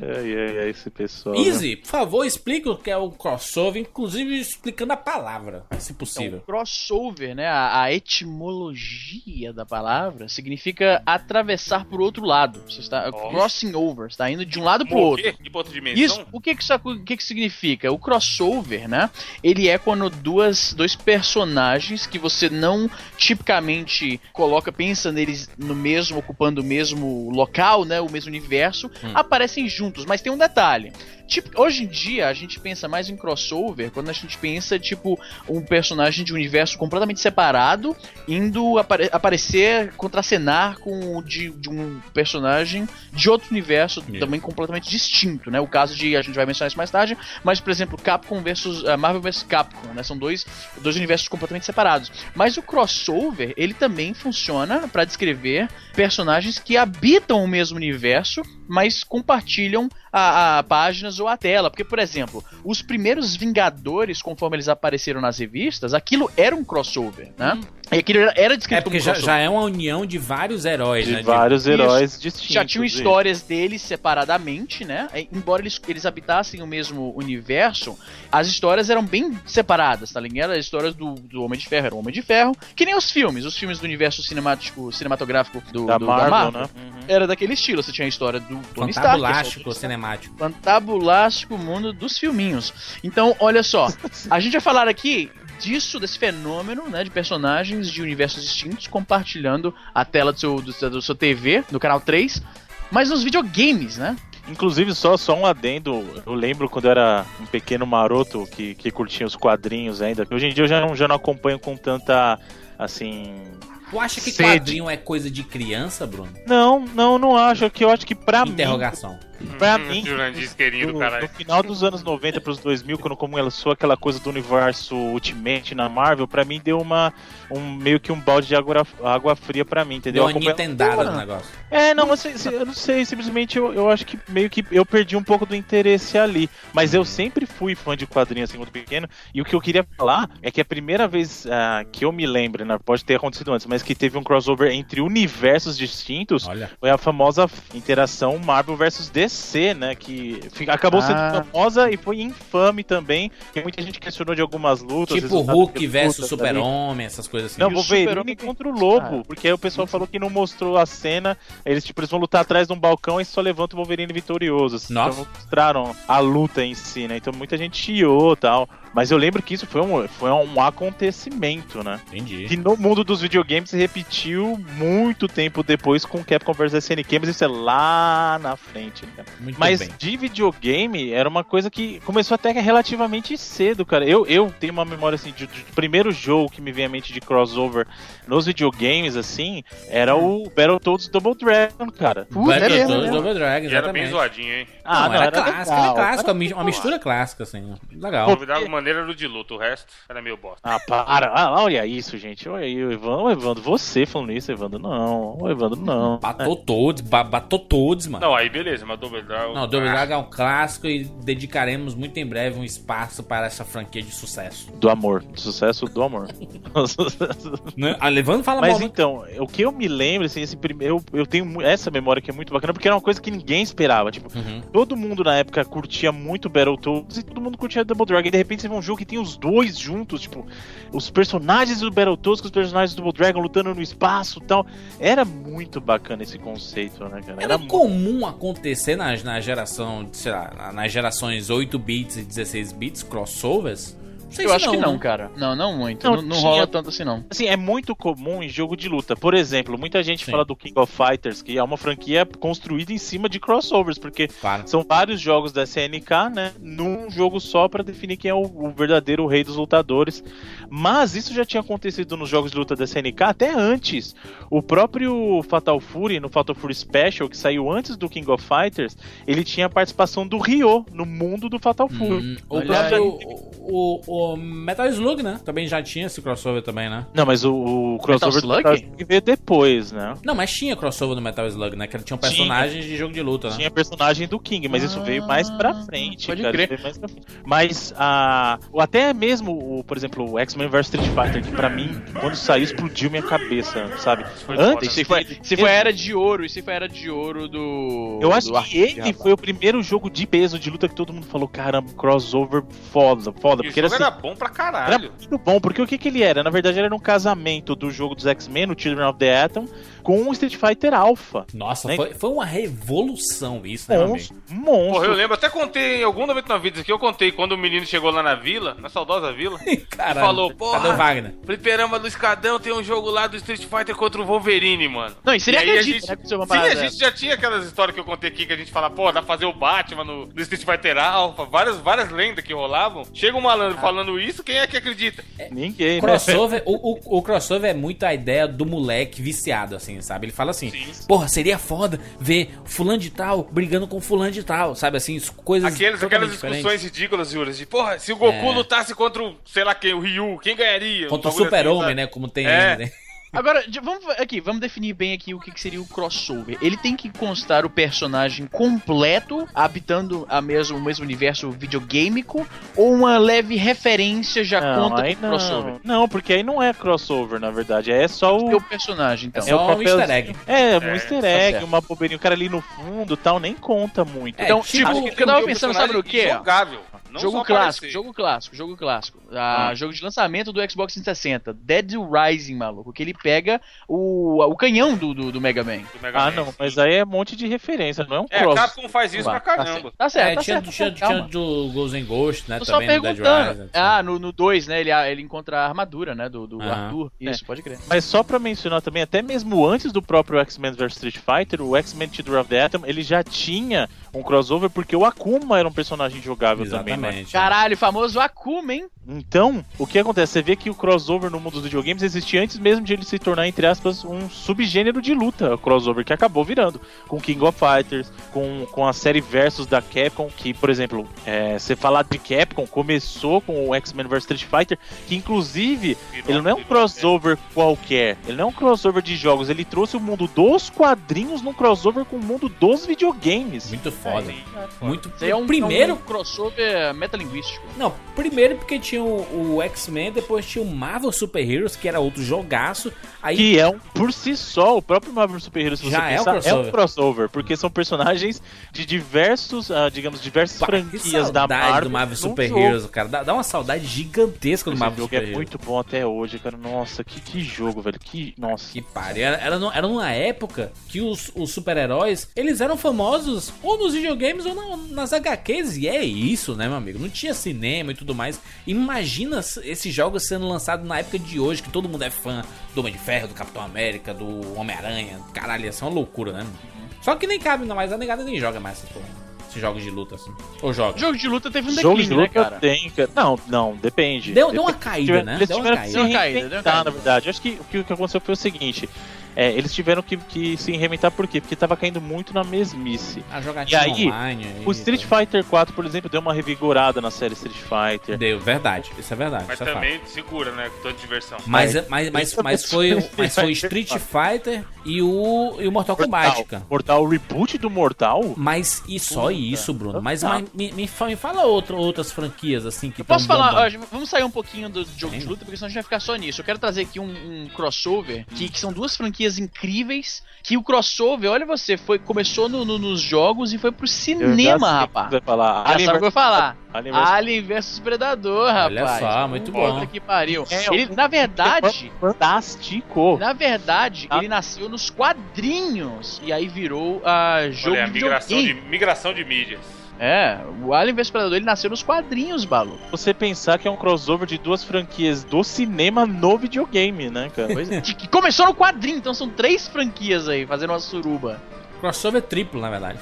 Speaker 4: Ai, ai, ai, esse pessoal. né?
Speaker 1: Easy, por favor, explica o que é o crossover, inclusive explicando a palavra, se
Speaker 2: Então,
Speaker 1: possível.
Speaker 2: crossover, né? A, a etimologia da palavra significa atravessar por outro lado. Você está
Speaker 3: Ó.
Speaker 2: crossing over, está indo de um lado pro outro.
Speaker 3: Morrer de outra dimensão?
Speaker 2: Isso, o que que isso o que que significa? O crossover, né? Ele é quando duas, dois personagens que você não tipicamente coloca, pensa neles no mesmo, ocupando o mesmo local, né? O mesmo universo, aparecem juntos. Mas tem um detalhe. Tipo, hoje em dia a gente pensa mais em crossover quando a gente pensa, tipo, um personagem de um universo completamente separado indo apare- aparecer, contracenar com o de, de um personagem de outro universo também completamente distinto, né? O caso de, a gente vai mencionar isso mais tarde, mas, por exemplo, Capcom versus eh, Marvel vs Capcom, né? São dois, dois universos completamente separados. Mas o crossover, ele também funciona pra descrever personagens que habitam o mesmo universo, mas compartilham a, a páginas ou a tela. Porque, por exemplo, os primeiros Vingadores, conforme eles apareceram nas revistas, aquilo era um crossover, né? E aquilo era, era descrito
Speaker 1: É porque
Speaker 2: como
Speaker 1: já,
Speaker 2: crossover.
Speaker 1: já é uma união de vários heróis, né?
Speaker 4: De
Speaker 1: de-
Speaker 4: vários heróis distintos.
Speaker 2: já um tinham
Speaker 4: e-
Speaker 2: histórias deles separadamente, né? E- Embora eles, eles habitassem o mesmo universo, as histórias eram bem separadas, tá ligado? As histórias do, do Homem de Ferro era o Homem de Ferro, que nem os filmes, os filmes do universo cinemático, cinematográfico do,
Speaker 4: Da
Speaker 2: do-
Speaker 4: Marvel, né?
Speaker 2: Era daquele estilo, você tinha a história do Tony Stark. é
Speaker 1: Fantabulástico,
Speaker 2: essa outra-
Speaker 1: cinemático.
Speaker 2: Fantabulástico mundo dos filminhos. Então, olha só, a gente vai falar aqui disso, desse fenômeno, né, de personagens de universos distintos compartilhando a tela do seu, do seu, do seu TV, do canal 3, mas nos videogames, né?
Speaker 4: Inclusive, só, só um adendo. Eu lembro quando eu era um pequeno maroto que, que curtia os quadrinhos ainda. Hoje em dia eu já não, já não acompanho com tanta. Assim.
Speaker 1: Tu acha que
Speaker 4: Sede.
Speaker 1: quadrinho é coisa de criança, Bruno?
Speaker 4: Não, não, não acho. É Que eu acho que pra mim.
Speaker 1: Interrogação.
Speaker 4: Pra
Speaker 3: Hum,
Speaker 4: mim,
Speaker 3: Jurandir isqueirinho
Speaker 4: No,
Speaker 3: do caralho.
Speaker 4: no final dos anos 90 pros 2000, quando como ela sou aquela coisa do universo Ultimate na Marvel, pra mim deu uma um meio que um balde de água, água fria pra mim,
Speaker 1: Deu
Speaker 4: entendeu?
Speaker 1: uma
Speaker 4: Acompanha-
Speaker 1: nintendada no
Speaker 4: Ah,
Speaker 1: negócio.
Speaker 4: É, não, assim, se- eu não sei, simplesmente eu, eu acho que meio que eu perdi um pouco do interesse ali, mas eu sempre fui fã de quadrinhos assim quando pequeno, e o que eu queria falar é que a primeira vez ah, que eu me lembro, né, pode ter acontecido antes, mas que teve um crossover entre universos distintos,
Speaker 1: Olha.
Speaker 4: foi a famosa interação Marvel versus DC, né? Que fi- acabou sendo
Speaker 2: Ah.
Speaker 4: famosa e foi infame também. que muita gente questionou de algumas lutas.
Speaker 1: Tipo
Speaker 4: resultado de
Speaker 1: Hulk
Speaker 4: lutas
Speaker 1: versus
Speaker 4: ali.
Speaker 1: Super-Homem, essas coisas assim.
Speaker 4: Não,
Speaker 2: E o
Speaker 4: Wolverine
Speaker 2: Super-Homem-
Speaker 4: contra o Lobo,
Speaker 2: Ah.
Speaker 4: porque aí o pessoal falou que não mostrou a cena, eles tipo, eles vão lutar atrás de um balcão e só levanta o Wolverine vitorioso. assim,
Speaker 1: Nossa.
Speaker 4: Então não mostraram a luta em si, né? Então muita gente chiou e tal. Mas eu lembro que isso foi um, foi um acontecimento, né?
Speaker 1: Entendi.
Speaker 4: que no mundo dos videogames se repetiu muito tempo depois com Capcom vs SNK, mas isso é lá na frente. né?
Speaker 1: Muito
Speaker 4: Mas
Speaker 1: bem.
Speaker 4: de videogame era uma coisa que começou até que relativamente cedo, cara. Eu, eu tenho uma memória assim de, de- do primeiro jogo que me vem à mente de crossover nos videogames assim, era o Battletoads Double Dragon, cara.
Speaker 2: Puta, é mesmo,
Speaker 1: Battletoads,
Speaker 2: né?
Speaker 1: Double Dragon,
Speaker 3: E era bem
Speaker 1: exatamente.
Speaker 3: zoadinho, hein?
Speaker 1: Ah, não, era, clássico,
Speaker 4: legal,
Speaker 1: era clássico,
Speaker 4: era
Speaker 1: uma mi- uma
Speaker 4: legal.
Speaker 1: mistura clássica, assim. Legal.
Speaker 3: O da maneira era o de luto, o resto era meio bosta.
Speaker 4: Ah, para. Ah, olha isso, gente. Olha aí, o Evandro, o Evandro, você falando isso, Evandro, não. O Evandro, não.
Speaker 1: Batou todos, ba- batou todos, mano.
Speaker 3: Não, aí beleza, mas Double Dragon. Ah,
Speaker 1: Não, Double Dragon é um clássico e dedicaremos muito em breve um espaço para essa franquia de sucesso.
Speaker 4: Do amor. Sucesso do amor.
Speaker 1: Né? A Levando fala
Speaker 4: Mas
Speaker 1: mal, né?
Speaker 4: então, o que eu me lembro, assim, esse primeiro. Eu, eu tenho mu- essa memória que é muito bacana, porque era uma coisa que ninguém esperava. Tipo,
Speaker 1: Uhum.
Speaker 4: todo mundo na época curtia muito Battletoads e todo mundo curtia Double Dragon. E de repente você vê um jogo que tem os dois juntos, tipo, os personagens do Battletoads com os personagens do Double Dragon lutando no espaço e tal. Era muito bacana esse conceito, né, cara?
Speaker 1: Era
Speaker 4: muito-
Speaker 1: comum acontecer na, na geração, sei lá, na- nas gerações 8 bits e 16 bits, crossovers? Não sei
Speaker 2: Eu
Speaker 1: se
Speaker 2: acho que não,
Speaker 1: né?
Speaker 2: cara. Não, não muito.
Speaker 4: Não,
Speaker 2: Não, não
Speaker 4: tinha-
Speaker 2: rola tanto assim, não.
Speaker 4: Assim, é muito comum em jogo de luta. Por exemplo, muita gente
Speaker 1: Sim.
Speaker 4: fala do King of Fighters, que é uma franquia construída em cima de crossovers, porque
Speaker 1: Claro.
Speaker 4: São vários jogos da CNK, né? Num jogo só pra definir quem é o, o verdadeiro rei dos lutadores. Mas isso já tinha acontecido nos jogos de luta da CNK até antes. O próprio Fatal Fury, no Fatal Fury Special, que saiu antes do King of Fighters, ele tinha a participação do Ryo no mundo do Fatal Fury.
Speaker 1: Hum, o
Speaker 2: Olha
Speaker 1: próprio. O, o, o Metal Slug, né? Também já tinha esse crossover também, né?
Speaker 4: Não, mas o, o
Speaker 2: Metal
Speaker 4: crossover
Speaker 2: Slug?
Speaker 4: do Metal Slug veio depois, né?
Speaker 1: Não, mas tinha crossover no Metal Slug, né? Que ele tinha personagens de jogo de luta, né?
Speaker 4: Tinha personagem do King, mas isso
Speaker 2: Ah,
Speaker 4: veio mais pra frente.
Speaker 2: pode
Speaker 4: cara,
Speaker 2: crer.
Speaker 4: isso veio mais pra frente. Mas a. ou até mesmo, o, por exemplo, o X-Men vs Street Fighter, que pra mim, quando saiu, explodiu minha cabeça, sabe?
Speaker 3: Foi foda.
Speaker 4: Antes.
Speaker 2: Se foi,
Speaker 4: dele-
Speaker 2: se foi a era de ouro, se foi a era de ouro do.
Speaker 4: Eu acho
Speaker 2: do
Speaker 4: que
Speaker 2: Arcade
Speaker 4: ele
Speaker 2: Rabat.
Speaker 4: foi o primeiro jogo de peso de luta que todo mundo falou: caramba, um crossover foda, foda.
Speaker 3: E o
Speaker 4: Porque
Speaker 3: jogo
Speaker 4: era assim,
Speaker 3: era bom pra
Speaker 4: Era
Speaker 3: caralho.
Speaker 4: muito bom, porque o que, que ele era? Na verdade, ele era um casamento do jogo dos X-Men, o Children of the Atom, com o Street Fighter Alpha.
Speaker 1: Nossa,
Speaker 4: Nem-
Speaker 1: foi, foi uma revolução isso, né, meu amigo?
Speaker 4: Monstro, monstro.
Speaker 3: Porra, eu lembro, até contei em algum momento na vida isso aqui, eu contei quando o menino chegou lá na vila, na saudosa vila.
Speaker 1: Caralho.
Speaker 3: Falou, porra.
Speaker 1: Cadê o Wagner?
Speaker 3: Fliperama do Escadão tem um jogo lá do Street Fighter contra o Wolverine, mano.
Speaker 2: Não, e seria
Speaker 3: E aí a
Speaker 2: acredito,
Speaker 3: gente-
Speaker 2: né? que isso é uma
Speaker 3: Sim, a
Speaker 2: parada-
Speaker 3: gente já tinha aquelas histórias que eu contei aqui que a gente fala, pô, dá pra fazer o Batman no, no Street Fighter Alpha, várias, várias lendas que rolavam. Chega um malandro falando isso, quem é que acredita?
Speaker 4: Ninguém, né?
Speaker 1: Crossover, o, o- o crossover é muito a ideia do moleque viciado, assim, sabe? Ele fala assim, porra, seria foda ver fulano de tal brigando com fulano de tal, sabe? Assim, as coisas
Speaker 3: Aqueles,
Speaker 1: totalmente
Speaker 3: aquelas
Speaker 1: diferentes.
Speaker 3: discussões ridículas, Juras, de porra, se o Goku
Speaker 1: É.
Speaker 3: lutasse contra o, sei lá quem, o Ryu, quem ganharia?
Speaker 1: Contra o
Speaker 3: Um bagulho
Speaker 1: super-homem,
Speaker 3: assim, sabe?
Speaker 1: né? Como tem...
Speaker 3: É.
Speaker 1: né?
Speaker 2: Agora, de- vamos aqui, vamos definir bem aqui o que, que seria o crossover. Ele tem que constar o personagem completo, habitando a mesmo, o mesmo universo videogameico, ou uma leve referência já
Speaker 4: Não,
Speaker 2: conta
Speaker 4: aí
Speaker 2: com
Speaker 4: não.
Speaker 2: crossover?
Speaker 4: não, porque aí não é crossover, na verdade. aí É só
Speaker 2: Porque
Speaker 4: o.
Speaker 2: o personagem, então.
Speaker 1: É só um
Speaker 4: papelzinho.
Speaker 1: easter egg.
Speaker 4: É, um easter egg,
Speaker 2: certo.
Speaker 4: uma bobeirinha. O cara ali no fundo e tal, nem conta muito.
Speaker 1: É,
Speaker 2: então,
Speaker 1: tipo-
Speaker 2: tipo,
Speaker 1: Acho
Speaker 2: o que eu tava pensando, sabe o quê?
Speaker 3: Jogável. um Não
Speaker 2: jogo
Speaker 3: só
Speaker 2: clássico,
Speaker 3: aparecer.
Speaker 2: jogo clássico, jogo clássico. Ah, Jogo de lançamento do Xbox 360. Dead Rising, maluco. Que ele pega o, o canhão do, do, do Mega Man.
Speaker 3: Do Mega
Speaker 4: Ah,
Speaker 3: Man,
Speaker 4: não,
Speaker 3: sim.
Speaker 4: mas aí é um monte de referência, não é um
Speaker 3: É,
Speaker 4: cross.
Speaker 3: Capcom faz isso pra caramba.
Speaker 2: Tá certo,
Speaker 1: É,
Speaker 2: tá
Speaker 1: tinha,
Speaker 2: certo.
Speaker 1: tinha,
Speaker 2: calma.
Speaker 1: tinha do Ghost and Ghost, né?
Speaker 2: Tô só
Speaker 1: também no Dead
Speaker 2: perguntando.
Speaker 1: Rising. assim.
Speaker 2: ah, no 2, né? Ele, ele encontra a armadura, né? Do, do
Speaker 1: Aham.
Speaker 2: Arthur. Isso, pode crer.
Speaker 4: Mas só pra mencionar também, até mesmo antes do próprio X-Men vs Street Fighter, o X-Men Children of the Atom, ele já tinha um crossover porque o Akuma era um personagem jogável também, né?
Speaker 1: Exatamente.
Speaker 2: Caralho, famoso Akuma, hein?
Speaker 4: Então, o que acontece? Você vê que o crossover no mundo dos videogames existia antes mesmo de ele se tornar, entre aspas, um subgênero de luta, o crossover que acabou virando. Com King of Fighters, com, com a série Versus da Capcom, que, por exemplo, é, você falar de Capcom, começou com o X-Men vs Street Fighter, que inclusive ele não é um crossover qualquer, ele não é um crossover de jogos, ele trouxe o mundo dos quadrinhos num crossover com o mundo dos videogames.
Speaker 1: Muito foda. Muito
Speaker 2: Isso aí é um,
Speaker 1: Primeiro.
Speaker 2: é um crossover metalinguístico.
Speaker 1: Não, primeiro porque tinha o, o X-Men, depois tinha o Marvel Super Heroes, que era outro jogaço. Aí
Speaker 4: Que é um, por si só, o próprio Marvel Super Heroes, se
Speaker 1: Já
Speaker 4: você
Speaker 1: é um
Speaker 4: pensar, é um
Speaker 1: crossover.
Speaker 4: crossover, porque são personagens de diversos, ah, digamos, diversas
Speaker 1: Pá, que
Speaker 4: franquias
Speaker 1: saudade
Speaker 4: da Marvel.
Speaker 1: do Marvel
Speaker 4: num
Speaker 1: Super
Speaker 4: jogo.
Speaker 1: Heroes, cara. Dá, dá uma saudade gigantesca do
Speaker 4: Esse
Speaker 1: Marvel
Speaker 4: jogo
Speaker 1: Super
Speaker 4: é
Speaker 1: Heroes.
Speaker 4: muito bom até hoje, cara. Nossa, que, que jogo, velho. Que. Nossa.
Speaker 1: Que pariu. Era, era, nu- era numa época que os, os super-heróis, eles eram famosos ou nos videogames ou na- nas HQs. E é isso, né, meu amigo? Não tinha cinema e tudo mais. Imagina s- esses jogos sendo lançados na época de hoje, que todo mundo é fã do Homem de Ferro, do Capitão América, do Homem-Aranha. Caralho, essa é uma loucura, né? Só que nem cabe, não, mas a negada nem joga mais essas porra. Esses jogos de luta, assim. Ou joga.
Speaker 2: Jogo de luta teve um
Speaker 4: Jogo de
Speaker 2: declínio, né,
Speaker 4: luta
Speaker 2: cara?
Speaker 4: tem, cara. Não, não, depende.
Speaker 1: Deu, deu uma
Speaker 4: Eles
Speaker 1: caída,
Speaker 4: tiveram-
Speaker 1: né?
Speaker 4: Eles
Speaker 1: Deu uma
Speaker 4: tiveram que
Speaker 1: caída.
Speaker 4: se
Speaker 2: Deu uma caída, deu uma
Speaker 4: reinventar,
Speaker 2: caída.
Speaker 4: na verdade. Eu Acho que o que o que aconteceu foi o seguinte: é, eles tiveram que, que se reinventar por quê? Porque tava caindo muito na mesmice.
Speaker 1: A jogatina
Speaker 4: E aí,
Speaker 1: online. aí,
Speaker 4: O Street Fighter 4, por exemplo, deu uma revigorada na série Street Fighter.
Speaker 1: Deu, verdade. Isso é verdade.
Speaker 3: Mas
Speaker 1: isso é fato.
Speaker 3: também segura, né? Com tanta diversão.
Speaker 1: Mas, mas, mas,
Speaker 4: Isso
Speaker 1: mas,
Speaker 4: é
Speaker 1: foi,
Speaker 4: possível.
Speaker 1: mas foi Street Fighter e o, e o Mortal Kombat, cara.
Speaker 4: Mortal, o reboot do Mortal?
Speaker 1: Mas e só
Speaker 4: Puta.
Speaker 1: isso, Bruno? Mas,
Speaker 4: Tá.
Speaker 1: mas me, me fa- me fala outra, outras franquias assim que tão
Speaker 2: Posso falar,
Speaker 1: bombando.
Speaker 2: ó, vamos sair um pouquinho do jogo de
Speaker 1: Sim.
Speaker 2: luta, porque senão a gente vai ficar só nisso. Eu quero trazer aqui um, um crossover, que, que são duas franquias incríveis, que o crossover, olha você, foi, começou no- no- nos jogos e foi pro
Speaker 4: Eu já
Speaker 2: cinema,
Speaker 4: sei o que
Speaker 2: rapaz.
Speaker 4: Vai falar.
Speaker 2: Já sabe o que eu vou falar.
Speaker 4: Alien vs-
Speaker 2: Alien versus Predador, rapaz.
Speaker 1: Olha só, muito
Speaker 2: Puta
Speaker 1: bom.
Speaker 2: que pariu.
Speaker 4: É,
Speaker 2: Ele,
Speaker 4: um-
Speaker 2: na verdade,
Speaker 4: Fantástico.
Speaker 2: Na verdade,
Speaker 3: Tá.
Speaker 4: Ah.
Speaker 2: ele nasceu nos quadrinhos e aí virou ah, jogo
Speaker 3: Olha, a
Speaker 2: de
Speaker 3: migração de,
Speaker 2: videogame.
Speaker 3: migração de mídias.
Speaker 2: É, o Alien vs Predador, ele nasceu nos quadrinhos, Balu.
Speaker 4: Você pensar que é um crossover de duas franquias do cinema no videogame, né, cara?
Speaker 2: Pois é. Que- que começou no quadrinho, então são três franquias aí fazendo uma suruba.
Speaker 1: Crossover triplo, na verdade.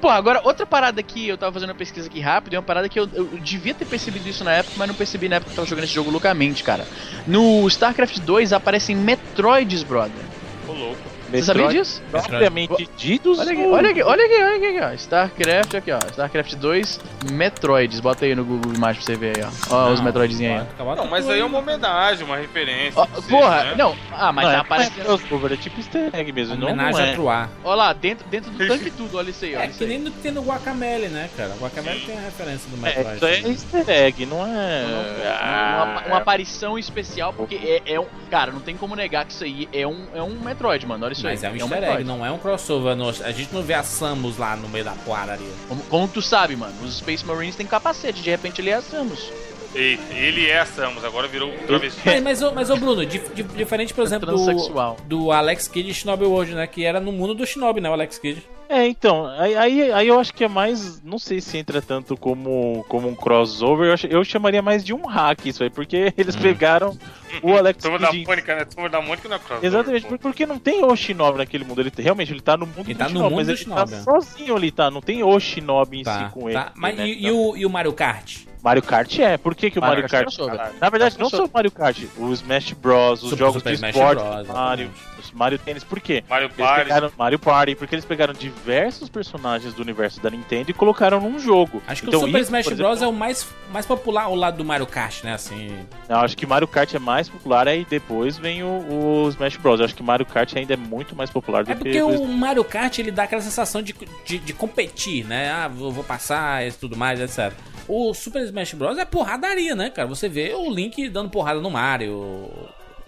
Speaker 2: Pô, agora outra parada que eu tava fazendo uma pesquisa aqui rápido, é uma parada que eu, eu devia ter percebido isso na época, mas não percebi na época que eu tava jogando esse jogo loucamente, cara. No StarCraft 2 aparecem Metroids, brother.
Speaker 3: Ô, louco.
Speaker 2: Você sabia disso?
Speaker 4: Propriamente ditos.
Speaker 2: Olha aqui, olha aqui, olha aqui, olha aqui, olha aqui, ó. StarCraft aqui, ó. StarCraft 2 Metroids. Bota aí no Google Imagens pra você ver aí, ó. Ó, Ah, os Metroidzinhos aí.
Speaker 3: Não, mas aí é uma homenagem, uma referência.
Speaker 2: Ó,
Speaker 3: pra vocês,
Speaker 2: porra,
Speaker 3: né?
Speaker 2: não. Ah, mas
Speaker 4: Não,
Speaker 2: tá
Speaker 4: é-
Speaker 2: aparecendo.
Speaker 4: é, os cover, é tipo easter egg mesmo. Não, não
Speaker 1: Homenagem
Speaker 4: é.
Speaker 1: a Troar.
Speaker 2: Ó lá, dentro, dentro do tanque tudo, olha isso aí, olha
Speaker 1: É,
Speaker 2: isso
Speaker 1: que
Speaker 2: aí.
Speaker 1: nem no que tem no Guacamele, né, cara? O Guacamele tem a referência do
Speaker 4: É,
Speaker 1: Metroid. né?
Speaker 4: isso é
Speaker 1: também.
Speaker 4: easter egg, não é.
Speaker 2: Uma, uma- uma aparição especial, porque é, é um. Cara, não tem como negar que isso aí é um, é um Metroid, mano. Olha isso
Speaker 1: Mas é
Speaker 2: aí.
Speaker 1: um easter egg,
Speaker 2: Metroid.
Speaker 1: não é um crossover. não- A gente não vê a Samus lá no meio da poararia.
Speaker 2: Como, como tu sabe, mano, os Space Marines têm capacete, de repente ele é a Samus.
Speaker 3: Ei, ele é a Samus, agora virou um travesti.
Speaker 1: Mas, mas, ô- mas ô, Bruno, dif- dif- diferente,
Speaker 4: É
Speaker 1: por exemplo,
Speaker 2: Transsexual.
Speaker 1: do, do Alex Kidd e Shinobi World, né? Que era no mundo do Shinobi, né? O Alex Kidd.
Speaker 4: É, então, aí, aí, aí eu acho que é mais. Não sei se entra tanto como, como um crossover, eu, ach- eu chamaria mais de um hack isso aí, porque eles pegaram o Alex
Speaker 3: Turma da
Speaker 4: Kidd.
Speaker 3: Mônica, né? Turma da Mônica não é crossover,
Speaker 4: Exatamente,
Speaker 3: pô.
Speaker 4: por- porque não tem o Shinobi naquele mundo. Ele tem- realmente ele tá no mundo
Speaker 1: Ele
Speaker 4: do
Speaker 1: tá no
Speaker 4: Shinobi,
Speaker 1: mundo
Speaker 4: mas
Speaker 1: do
Speaker 4: ele tá
Speaker 1: Shinobi.
Speaker 4: sozinho ali, tá? Não tem o Shinobi em
Speaker 1: Tá,
Speaker 4: si com ele.
Speaker 1: tá. Mas
Speaker 4: né?
Speaker 1: e, e o, e o Mario Kart?
Speaker 4: Mario Kart é. Por que, que o Mario, Kart. é um
Speaker 2: crossover.
Speaker 4: Na verdade, não só
Speaker 2: crossover.
Speaker 4: o Mario Kart, o Smash Bros, os
Speaker 1: Super-
Speaker 4: jogos
Speaker 1: Super
Speaker 4: de
Speaker 1: Smash
Speaker 4: esporte,
Speaker 1: Bros,
Speaker 4: Mario, os Mario Tênis, por quê?
Speaker 3: Mario
Speaker 4: Eles
Speaker 3: Party.
Speaker 4: pegaram Mario Party, porque eles pegaram diversos personagens do universo da Nintendo e colocaram num jogo.
Speaker 1: Acho que
Speaker 4: Então,
Speaker 1: o Super
Speaker 4: isso,
Speaker 1: Smash
Speaker 4: por
Speaker 1: Bros.
Speaker 4: exemplo,
Speaker 1: é o mais, mais popular ao lado do Mario Kart, né? Assim,
Speaker 4: eu acho que Mario Kart é mais popular, aí depois vem o, o Smash Bros. Eu acho que Mario Kart ainda é muito mais popular do
Speaker 1: É
Speaker 4: que
Speaker 1: porque
Speaker 4: o
Speaker 1: o Mario Kart ele dá aquela sensação de, de, de competir, né? Ah, vou, vou passar e tudo mais, etc. O Super Smash Bros. é porradaria, né, cara? Você vê o Link dando porrada no Mario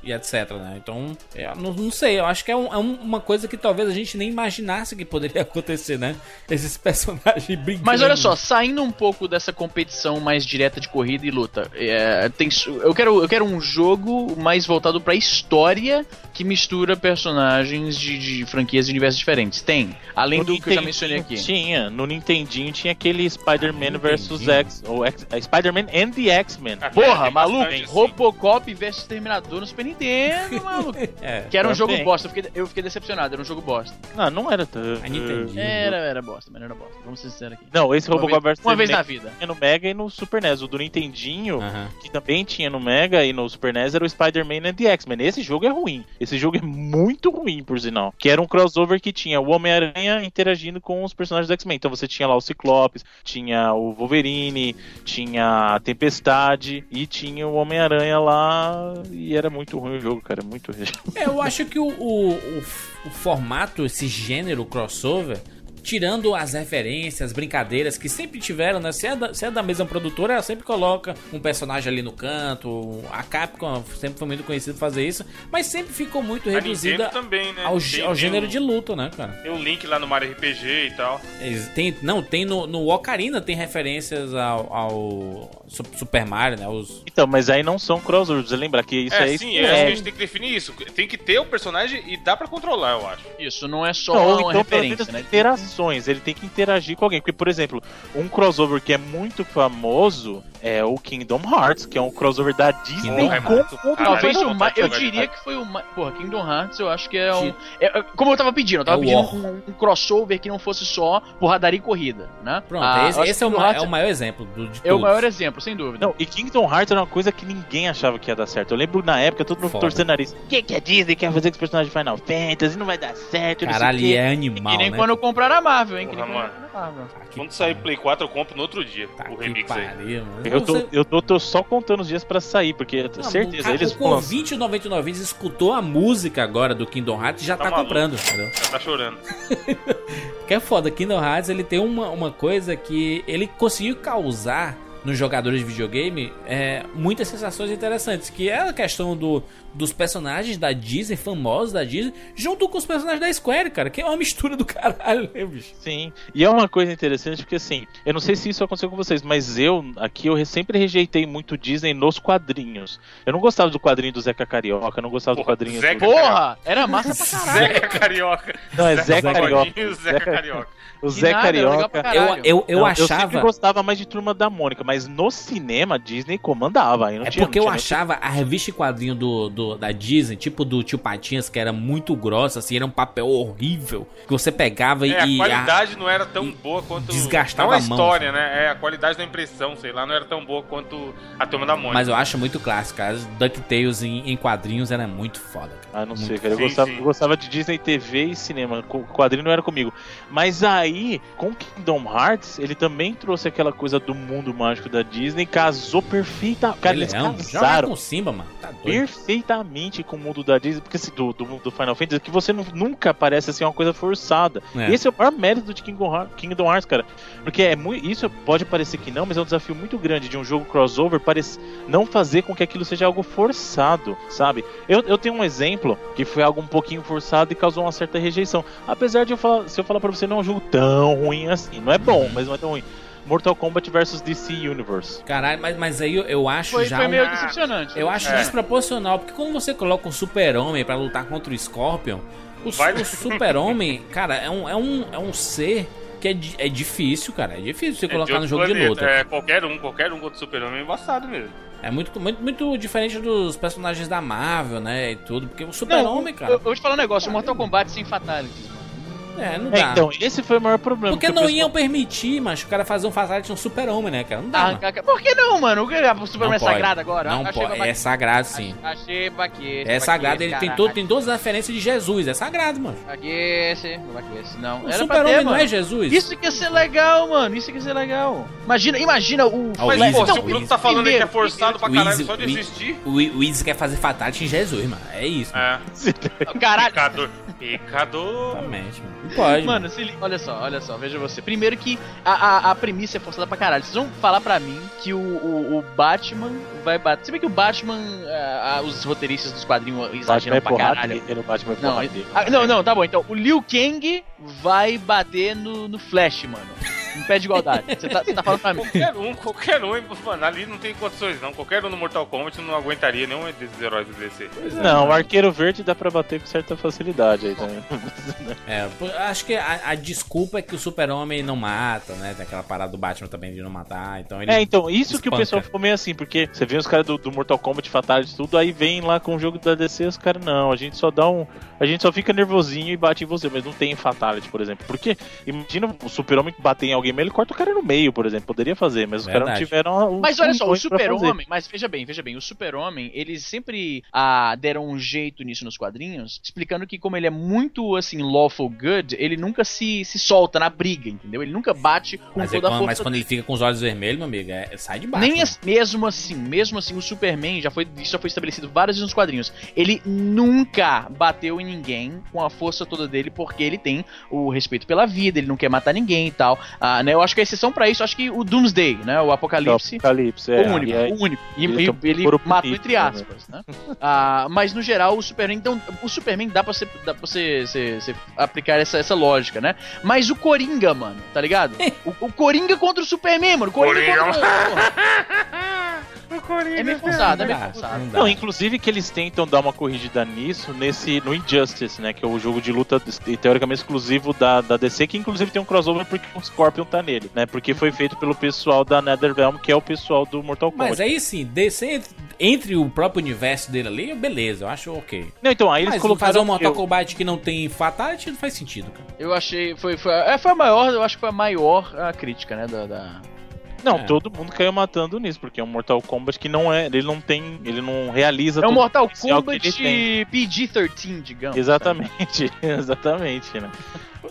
Speaker 1: e etc, né? Então, eu não, não sei, eu acho que é, um- é um- uma coisa que talvez a gente nem imaginasse que poderia acontecer, né? Esses personagens brincando.
Speaker 2: Mas olha só, saindo um pouco dessa competição mais direta de corrida e luta, é, tem su- eu, quero, eu quero um jogo mais voltado pra história que mistura personagens de, de franquias de universos diferentes. Tem, além
Speaker 4: No
Speaker 2: do que eu já
Speaker 4: Nintendinho
Speaker 2: mencionei aqui.
Speaker 4: Tinha, no Nintendinho tinha aquele Spider-Man
Speaker 1: Ah,
Speaker 4: vs
Speaker 1: Nintendinho.
Speaker 4: X, ou X- é, Spider-Man and the X-Men.
Speaker 3: Até
Speaker 2: Porra,
Speaker 3: tem
Speaker 2: maluco,
Speaker 3: bastante, assim.
Speaker 2: Robocop versus Terminador no Super Nintendo, maluco.
Speaker 1: É.
Speaker 2: Que era um
Speaker 4: Também.
Speaker 2: jogo bosta, eu fiquei, eu fiquei decepcionado, era um jogo bosta.
Speaker 4: Não, Ah, não era tanto.
Speaker 1: A É Nintendinho.
Speaker 2: Era, era bosta, mas era bosta, vamos ser sinceros aqui.
Speaker 4: Não, esse
Speaker 2: Uma
Speaker 4: Robocop
Speaker 2: vez-
Speaker 4: vs
Speaker 2: uma vez
Speaker 4: Terminator
Speaker 2: na vida.
Speaker 4: tinha no Mega e no Super NES. O do Nintendinho,
Speaker 1: Aham.
Speaker 4: que também tinha no Mega e no Super NES, era o Spider-Man and the X-Men. Esse jogo é ruim. Esse jogo é muito ruim, por sinal. Que era um crossover que tinha o Homem-Aranha interagindo com os personagens do X-Men. Então você tinha lá o Ciclopes, tinha o Wolverine, tinha a Tempestade e tinha o Homem-Aranha lá. E era muito ruim o jogo, cara. Muito ruim.
Speaker 1: É, eu acho que o, o, o, o formato, esse gênero crossover, tirando as referências, as brincadeiras que sempre tiveram, né? Se é, da, se é da mesma produtora, ela sempre coloca um personagem ali no canto. A Capcom sempre foi muito conhecida por fazer isso, mas sempre ficou muito
Speaker 3: A Nintendo
Speaker 1: reduzida
Speaker 3: também, né?
Speaker 1: ao,
Speaker 3: Tem-
Speaker 1: gê- ao
Speaker 3: tem
Speaker 1: gênero
Speaker 3: um-
Speaker 1: de luta, né, cara?
Speaker 3: Tem um link lá no Mario RPG e tal.
Speaker 1: Eles- Tem, não, tem no, no Ocarina tem referências ao, ao Su- Super Mario, né? Os,
Speaker 4: Então, mas aí não são crossovers. Você lembra que isso
Speaker 3: é,
Speaker 4: aí
Speaker 3: sim, é, acho que
Speaker 1: um
Speaker 3: a gente tem que definir isso. Tem que ter o personagem e dá pra controlar, eu acho.
Speaker 2: Isso não é só
Speaker 4: Não, ou
Speaker 2: uma
Speaker 4: então pelo
Speaker 2: referência,
Speaker 4: menos
Speaker 2: né?
Speaker 4: interações, ele tem que interagir com alguém. Porque, por exemplo, um crossover que é muito famoso é o Kingdom Hearts, que é um crossover da Disney
Speaker 1: Kingdom é
Speaker 4: com
Speaker 3: Hearts.
Speaker 4: com-
Speaker 1: tá,
Speaker 3: Caralho,
Speaker 2: Talvez
Speaker 3: isso
Speaker 2: o
Speaker 1: um
Speaker 3: é
Speaker 2: mais. Eu
Speaker 3: fantástico,
Speaker 2: diria
Speaker 3: velho.
Speaker 2: que foi o mais. Porra, Kingdom Hearts eu acho que é um.
Speaker 1: Sim.
Speaker 2: é- é- como eu tava pedindo, eu tava
Speaker 1: É o
Speaker 2: pedindo
Speaker 1: War.
Speaker 2: um, um crossover que não fosse só porradaria e corrida, né?
Speaker 1: pronto,
Speaker 2: Ah,
Speaker 1: esse,
Speaker 2: eu acho
Speaker 1: esse
Speaker 2: que
Speaker 1: é, o
Speaker 2: Kingdom
Speaker 1: ma- é
Speaker 2: Hearts
Speaker 1: o maior exemplo do, de
Speaker 2: é o
Speaker 1: todos.
Speaker 2: maior exemplo, sem dúvida.
Speaker 4: Não, e Kingdom Hearts era uma coisa que ninguém achava que ia dar certo. Eu lembro na época todo mundo
Speaker 1: Foda.
Speaker 4: torcendo o nariz. O que, que a Disney quer fazer com os personagens de Final Fantasy? Não vai dar certo. não sei o
Speaker 1: Caralho,
Speaker 4: quê."
Speaker 1: é
Speaker 2: que
Speaker 1: animal,
Speaker 2: nem
Speaker 1: né?
Speaker 2: quando eu comprar a Marvel, hein?
Speaker 3: Porra,
Speaker 2: que nem quando eu
Speaker 3: mano.
Speaker 2: comprar a Marvel.
Speaker 1: Tá, que
Speaker 3: Quando sair Play 4, eu compro no outro dia
Speaker 1: Tá
Speaker 3: o
Speaker 1: que
Speaker 3: remix aí.
Speaker 1: pariu, mano.
Speaker 4: Eu, tô,
Speaker 1: Você-
Speaker 4: eu tô, tô só contando os dias pra sair, porque eu
Speaker 1: Não,
Speaker 4: tenho certeza.
Speaker 1: o,
Speaker 4: eles
Speaker 1: o
Speaker 4: vão lançar.
Speaker 1: ouvinte do 99 vezes escutou a música agora do Kingdom Hearts e já tá,
Speaker 3: Tá maluco.
Speaker 1: comprando, entendeu?
Speaker 3: Já tá chorando.
Speaker 1: Que é foda, Kingdom Hearts ele tem uma, uma coisa que ele conseguiu causar nos jogadores de videogame é, muitas sensações interessantes, que é a questão do, dos personagens da Disney, famosos da Disney, junto com os personagens da Square, cara, que é uma mistura do caralho, né, bicho?
Speaker 4: Sim, e é uma coisa interessante porque assim, eu não sei se isso aconteceu com vocês, mas eu aqui eu re- sempre rejeitei muito Disney nos quadrinhos. Eu não gostava do quadrinho do Zeca Carioca, eu não gostava do
Speaker 3: Porra,
Speaker 4: quadrinho
Speaker 3: Zeca-
Speaker 4: do...
Speaker 2: Porra! Era massa pra caralho.
Speaker 3: Zeca Carioca.
Speaker 4: Não, é Zeca
Speaker 3: Pagodinho
Speaker 4: Carioca.
Speaker 3: e o Zeca Carioca.
Speaker 4: O
Speaker 2: Que
Speaker 4: Zé
Speaker 2: nada, era legal pra
Speaker 4: Carioca.
Speaker 1: Eu,
Speaker 2: caralho.
Speaker 1: eu, eu
Speaker 4: Não, Eu sempre
Speaker 1: achava.
Speaker 4: gostava mais de Turma da Mônica, mas no cinema a Disney comandava. aí não
Speaker 1: É
Speaker 4: tinha-
Speaker 1: porque
Speaker 4: não
Speaker 1: eu
Speaker 4: tinha nem-
Speaker 1: achava a revista e quadrinho do, do do, da Disney, tipo do Tio Patinhas, que era muito grossa, assim, era um papel horrível, que você pegava
Speaker 3: É, a
Speaker 1: e...
Speaker 3: qualidade não era tão
Speaker 1: e
Speaker 3: boa quanto.
Speaker 1: desgastava
Speaker 3: não
Speaker 1: a mão,
Speaker 3: história,
Speaker 1: sabe?
Speaker 3: né? É, a qualidade da impressão, sei lá, não era tão boa quanto a turma da Mônica.
Speaker 1: Mas eu acho muito clássico, cara. As DuckTales em, em quadrinhos era muito foda, cara.
Speaker 4: Ah, não sei,
Speaker 1: Muito
Speaker 4: cara. Eu
Speaker 3: Sim,
Speaker 4: gostava,
Speaker 3: sim.
Speaker 4: eu gostava de Disney TV e cinema. Co- Quadrinho não era comigo. Mas aí, com Kingdom Hearts, ele também trouxe aquela coisa do mundo mágico da Disney. Casou perfeita. Cara, eles
Speaker 1: Leão, joga
Speaker 4: casaram
Speaker 1: com Simba, mano. Tá doido.
Speaker 4: perfeitamente com o mundo da Disney. Porque esse do, do mundo do Final Fantasy, que você nu- nunca parece assim uma coisa forçada.
Speaker 1: É.
Speaker 4: E esse é o maior mérito de Kingdom Hearts, Kingdom Hearts, cara. Porque é muito. Isso pode parecer que não, mas é um desafio muito grande de um jogo crossover parece não fazer com que aquilo seja algo forçado, sabe? Eu, eu tenho um exemplo que foi algo um pouquinho forçado e causou uma certa rejeição. Apesar de eu falar, se eu falar pra você, não é um jogo tão ruim assim. Não é
Speaker 2: Uhum.
Speaker 4: bom, mas não é tão ruim. Mortal Kombat vs DC Universe.
Speaker 1: Caralho, mas, mas aí eu, eu acho
Speaker 2: Foi,
Speaker 1: já...
Speaker 2: foi
Speaker 1: um-
Speaker 2: meio decepcionante. né?
Speaker 1: Eu acho
Speaker 3: É.
Speaker 1: desproporcional, porque quando você coloca o super-homem pra lutar contra o Scorpion, o, su-
Speaker 3: Vai-
Speaker 1: o super-homem, cara, é um, é, um, é um ser que é, di- é difícil, cara. É difícil você
Speaker 3: É de
Speaker 1: colocar no
Speaker 3: outro
Speaker 1: jogo de
Speaker 3: planeta.
Speaker 1: luta. É,
Speaker 3: É, qualquer um, qualquer um contra o super-homem é embaçado mesmo.
Speaker 1: muito, muito, muito diferente dos personagens da Marvel, né, e tudo, porque o super-homem,
Speaker 2: Eu,
Speaker 1: cara,
Speaker 2: eu vou te falar um negócio, o Mortal Kombat sem fatalities, mano.
Speaker 1: é, não
Speaker 4: É,
Speaker 1: dá.
Speaker 4: então, esse foi o maior problema.
Speaker 1: porque
Speaker 4: que o
Speaker 1: não
Speaker 4: pessoal-
Speaker 1: iam permitir, mas o cara fazer um fatality um super-homem, né, cara? Não dá,
Speaker 2: Ah,
Speaker 1: mano.
Speaker 2: cara, por que não, mano? O que- O Superman é
Speaker 1: pode.
Speaker 2: sagrado agora?
Speaker 1: Não
Speaker 2: Achei
Speaker 1: pode.
Speaker 2: babaquice.
Speaker 1: É sagrado, sim.
Speaker 2: Achei baquete.
Speaker 1: É sagrado, ele tem, todo, tem todas as referências de Jesus, é sagrado, mano.
Speaker 2: Baquete, baquete. é Não,
Speaker 1: O
Speaker 2: era pra ter,
Speaker 1: super-homem não
Speaker 2: mano.
Speaker 1: é Jesus.
Speaker 2: Isso que ia ser legal, mano. Isso que ia ser legal. Imagina, imagina o.
Speaker 1: Ah, o
Speaker 3: Mas,
Speaker 1: Wizard,
Speaker 3: pô, se
Speaker 1: o
Speaker 3: o Bruno
Speaker 1: Wizard.
Speaker 3: tá falando aí que é
Speaker 2: Primeiro,
Speaker 3: forçado pra
Speaker 1: primeiro.
Speaker 3: caralho só de
Speaker 1: Wizard,
Speaker 3: existir.
Speaker 1: O Wi- o Wiz quer fazer fatality em Jesus, mano. É isso. mano.
Speaker 3: É.
Speaker 2: Caralho.
Speaker 3: Pecador. Pecador.
Speaker 1: Exatamente, mano. Não pode.
Speaker 2: Mano, se li... olha só, olha só, veja você. Primeiro que a, a, a premissa é forçada pra caralho. Vocês vão falar pra mim que o, o, o Batman vai bater. Se bem que o Batman, ah, ah, os roteiristas dos quadrinhos
Speaker 4: Batman
Speaker 2: exageram
Speaker 4: é
Speaker 2: pra caralho.
Speaker 4: porradeiro, Batman é
Speaker 2: Não,
Speaker 4: porradeiro.
Speaker 2: ah, não, não, tá bom. Então, o Liu Kang vai bater no, no Flash, mano. Em pé de igualdade. Você tá, você tá falando pra mim.
Speaker 3: Qualquer um, qualquer um, hein, mano, ali não tem condições não. Qualquer um no Mortal Kombat não aguentaria nenhum desses heróis do DC.
Speaker 4: Não, o arqueiro verde dá pra bater com certa facilidade aí também.
Speaker 1: É, pô, acho que a, a desculpa é que o super-homem não mata, né? Tem aquela parada do Batman também de não matar. Então ele.
Speaker 4: É, então, isso que o
Speaker 1: Espanca.
Speaker 4: pessoal ficou meio assim, porque você vê os caras do, do Mortal Kombat Fatality e tudo, aí vem lá com o jogo da DC, os caras, não, a gente só dá um. A gente só fica nervosinho e bate em você, mas não tem Fatality, por exemplo. Porque, imagina o super-homem bater em alguém, mas ele corta o cara no meio, por exemplo. Poderia fazer, mas os caras não
Speaker 1: Verdade.
Speaker 4: tiveram. a- os
Speaker 2: Mas olha só, o
Speaker 4: pulmões pra fazer.
Speaker 2: Super-Homem, mas veja bem, veja bem, o Super-Homem, eles sempre ah, deram um jeito nisso nos quadrinhos, explicando que como ele é muito, assim, lawful good, ele nunca se, se solta na briga, entendeu? Ele nunca bate com
Speaker 1: mas, é
Speaker 2: toda a
Speaker 1: quando,
Speaker 2: força.
Speaker 1: mas quando ele fica com os olhos vermelhos, meu amigo, é- é- sai de baixo.
Speaker 2: Nem
Speaker 1: mano.
Speaker 2: as- mesmo assim, mesmo assim, o Superman já foi, isso já foi estabelecido várias vezes nos quadrinhos. Ele nunca bateu em ninguém com a força toda dele, porque ele tem o respeito pela vida, ele não quer matar ninguém e tal. Ah, né, eu acho que a exceção pra isso, eu acho que o Doomsday, né? O Apocalipse.
Speaker 4: Apocalipse,
Speaker 2: É,
Speaker 4: é.
Speaker 2: o único,
Speaker 4: e aí-
Speaker 2: o único. E,
Speaker 4: ele
Speaker 2: e-
Speaker 4: tá
Speaker 2: ele
Speaker 4: puro
Speaker 2: matou
Speaker 4: pepino,
Speaker 2: entre aspas, né? Ah, mas no geral o Superman, então o Superman dá pra você, dá pra você, você- você aplicar essa, essa lógica, né? Mas o Coringa, mano, tá ligado? O, o Coringa contra o Superman, mano. o Coringa,
Speaker 3: Coringa.
Speaker 2: contra o porra.
Speaker 3: O Coringa.
Speaker 2: É meio forçado, é
Speaker 1: Não
Speaker 2: meio
Speaker 1: dá,
Speaker 2: forçado.
Speaker 1: né? não dá.
Speaker 4: Não, inclusive que eles tentam dar uma corrigida nisso nesse no Injustice, né? Que é o jogo de luta e teoricamente exclusivo da, da DC, que inclusive tem um crossover porque o Scorpion tá nele, né? Porque foi feito pelo pessoal da Netherrealm, que é o pessoal do Mortal Kombat.
Speaker 1: Mas aí sim, descer entre, entre o próprio universo dele ali, beleza, eu acho ok.
Speaker 4: Não, então, aí eles
Speaker 1: é- Mas
Speaker 4: colocaram
Speaker 1: fazer um
Speaker 4: que
Speaker 1: Mortal
Speaker 4: eu-
Speaker 1: Kombat que não tem fatality não faz sentido, cara.
Speaker 2: Eu achei, foi, foi, é, foi a maior, eu acho que foi a maior a crítica, né? Da, da-
Speaker 4: Não,
Speaker 1: É.
Speaker 4: todo mundo caiu matando nisso, porque é um Mortal Kombat que não é, ele não tem, ele não realiza
Speaker 2: É um
Speaker 4: todo
Speaker 2: Mortal
Speaker 4: o potencial que
Speaker 2: Kombat
Speaker 4: ele tem.
Speaker 2: PG-13, digamos.
Speaker 4: Exatamente, exatamente, né?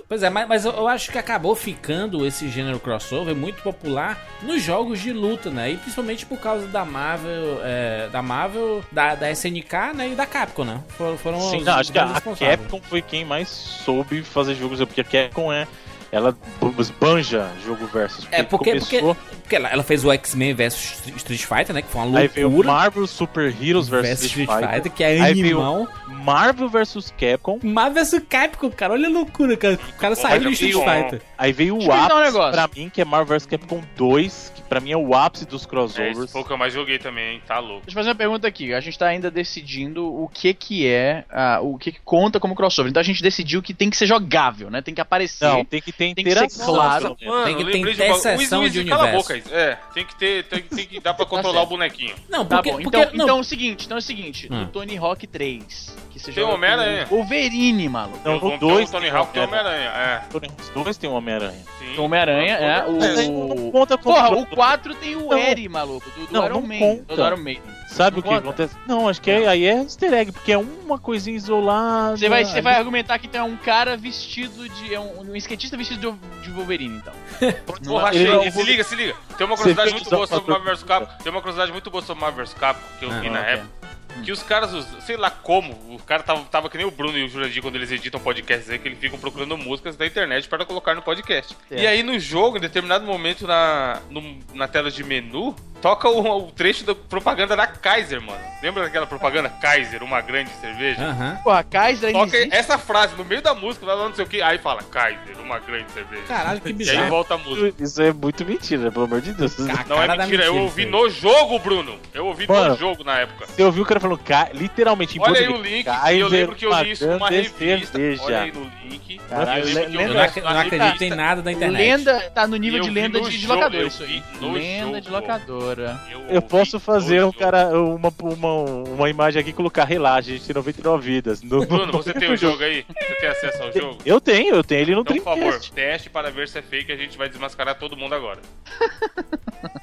Speaker 1: Pois é, mas, mas eu- eu acho que acabou ficando esse gênero crossover muito popular nos jogos de luta, né? E principalmente por causa da Marvel, é, da Marvel, da, da SNK, né? E da Capcom, né? Foram, foram
Speaker 4: Sim,
Speaker 1: os-
Speaker 4: não,
Speaker 1: os
Speaker 4: acho que a, a
Speaker 1: responsáveis.
Speaker 4: Capcom foi quem mais soube fazer jogos, porque a Capcom é. Ela bu- esbanja jogo versus.
Speaker 1: É, porque-
Speaker 4: começou,
Speaker 1: Porque ela, ela fez o X-Men versus Street Fighter, né? Que foi uma
Speaker 4: aí veio
Speaker 1: loucura.
Speaker 4: Marvel Super Heroes versus Street Fighter,
Speaker 1: que é
Speaker 4: Aí veio-
Speaker 1: animal.
Speaker 4: Marvel versus Capcom,
Speaker 1: Marvel vs Capcom, cara, olha a loucura, cara. O cara saiu do
Speaker 3: olha,
Speaker 1: Street
Speaker 3: bom.
Speaker 1: Fighter.
Speaker 4: aí veio
Speaker 2: Deixa
Speaker 4: o
Speaker 2: eu perguntar um
Speaker 4: ápice
Speaker 2: negócio.
Speaker 4: pra mim, que é Marvel vs Capcom 2, que pra mim é o ápice dos
Speaker 3: É,
Speaker 4: crossovers.
Speaker 3: esse foi o que eu mais joguei também, hein? Tá louco.
Speaker 2: Deixa eu fazer uma pergunta aqui. A gente tá ainda decidindo o que que é, ah, o que que conta como crossover. Então a gente decidiu que tem que ser jogável, né? Tem que aparecer.
Speaker 4: não, tem que ter ter
Speaker 2: Tem que ser
Speaker 4: interação.
Speaker 2: claro.
Speaker 4: pelo menos.
Speaker 3: Mano,
Speaker 1: Tem que ter
Speaker 3: lembrei de um bagulho.
Speaker 1: interseção
Speaker 3: Wiz, Wiz,
Speaker 1: de
Speaker 3: cala a
Speaker 1: universo. Tá
Speaker 3: boca. Wiz. É, tem que ter, tem, tem que dar pra controlar
Speaker 2: certo.
Speaker 3: o bonequinho.
Speaker 1: Não,
Speaker 2: Tá
Speaker 1: porque.
Speaker 2: bom,
Speaker 1: porque
Speaker 2: então,
Speaker 1: não,
Speaker 2: então é o seguinte, então é o seguinte,
Speaker 1: Hum.
Speaker 2: do Tony Hawk 3, que você
Speaker 3: Tem
Speaker 2: joga
Speaker 3: o Homem-Aranha.
Speaker 2: com o Wolverine, maluco.
Speaker 4: Não,
Speaker 3: Vão
Speaker 4: o
Speaker 3: ter
Speaker 4: dois
Speaker 3: o Tony
Speaker 4: tem
Speaker 3: Hawk e o
Speaker 4: Homem-Aranha.
Speaker 3: Homem-Aranha.
Speaker 4: Os dois tem o Homem-Aranha.
Speaker 3: É, sim.
Speaker 2: O Homem-Aranha é
Speaker 4: Mas
Speaker 2: o...
Speaker 4: não conta como
Speaker 2: Porra, o
Speaker 4: jogador.
Speaker 2: 4 tem o
Speaker 4: Não.
Speaker 2: Eri, maluco, do, do
Speaker 4: Não,
Speaker 2: Iron
Speaker 4: não
Speaker 2: Man.
Speaker 4: conta.
Speaker 2: Do Iron Man.
Speaker 4: Sabe
Speaker 2: Não
Speaker 4: o que
Speaker 2: conta?
Speaker 4: acontece? Não, acho que é- aí é easter egg, porque é uma coisinha isolada.
Speaker 2: Você vai, você vai argumentar que tem um cara vestido de. é Um, um skatista vestido de, de Wolverine, então.
Speaker 3: Porra,
Speaker 4: Ele
Speaker 3: achei.
Speaker 4: não-
Speaker 3: Se liga, se liga. Tem uma
Speaker 4: Você
Speaker 3: curiosidade
Speaker 4: fez
Speaker 3: muito
Speaker 4: usar
Speaker 3: boa
Speaker 4: o
Speaker 3: sobre
Speaker 4: fator-
Speaker 3: Marvel vs. Capcom. Tem uma curiosidade muito boa sobre Marvel vs. Capcom que eu vi na
Speaker 1: ok.
Speaker 3: época. Que os caras, us- sei lá como, o cara tava, tava que nem o Bruno e o Jurandir quando eles editam podcasts aí, que eles ficam procurando músicas da internet para colocar no podcast.
Speaker 2: É.
Speaker 3: E aí no jogo, em determinado momento na, no- na tela de menu, toca o, o trecho da propaganda da Kaiser, mano. Lembra daquela propaganda Kaiser, uma grande cerveja?
Speaker 1: Aham.
Speaker 2: Pô, a Kaiser ainda
Speaker 3: Toca
Speaker 2: existe.
Speaker 3: essa frase no meio da música, lá não sei o que, aí fala Kaiser, uma grande cerveja.
Speaker 1: Caralho, que
Speaker 3: e aí
Speaker 1: bizarro.
Speaker 3: volta a música.
Speaker 4: Isso é muito mentira, pelo amor de Deus.
Speaker 1: A
Speaker 3: Não é
Speaker 1: cara
Speaker 3: mentira,
Speaker 1: da
Speaker 3: eu
Speaker 1: mentira,
Speaker 3: ouvi
Speaker 1: isso aí.
Speaker 3: no jogo, Bruno. Eu ouvi
Speaker 4: Mano.
Speaker 3: no jogo na época.
Speaker 4: Você ouviu o cara falando ca... literalmente em
Speaker 3: Olha aí
Speaker 4: português,
Speaker 3: o link, e eu
Speaker 4: Kaiser,
Speaker 3: lembro que eu li isso numa
Speaker 4: Madame
Speaker 3: revista.
Speaker 4: Cerveja.
Speaker 3: Olha aí no link.
Speaker 2: Caralho,
Speaker 3: eu lembro que eu
Speaker 1: Eu
Speaker 2: lembra-
Speaker 3: vi
Speaker 1: não, ac-
Speaker 3: isso
Speaker 1: não
Speaker 3: na
Speaker 1: acredito em
Speaker 3: revista.
Speaker 1: nada da internet.
Speaker 2: Lenda. Tá no nível
Speaker 3: Eu
Speaker 2: de
Speaker 3: vi
Speaker 2: lenda
Speaker 3: no
Speaker 2: de, de
Speaker 3: jogo,
Speaker 2: locadora,
Speaker 3: eu
Speaker 2: isso aí.
Speaker 3: vi no
Speaker 2: Lenda de
Speaker 3: jogo.
Speaker 2: locadora.
Speaker 4: Eu
Speaker 3: ouvi
Speaker 4: posso fazer
Speaker 3: no
Speaker 4: um
Speaker 3: jogo.
Speaker 4: cara, uma, uma, uma imagem aqui e colocar relaxa, gente tem 99 vidas. No-
Speaker 3: Bruno, você tem o jogo aí? Você tem acesso ao jogo?
Speaker 4: Eu tenho, eu tenho ele no
Speaker 3: Então, por favor,
Speaker 4: Dreamcast.
Speaker 3: teste para ver se é fake a gente vai desmascarar todo mundo agora.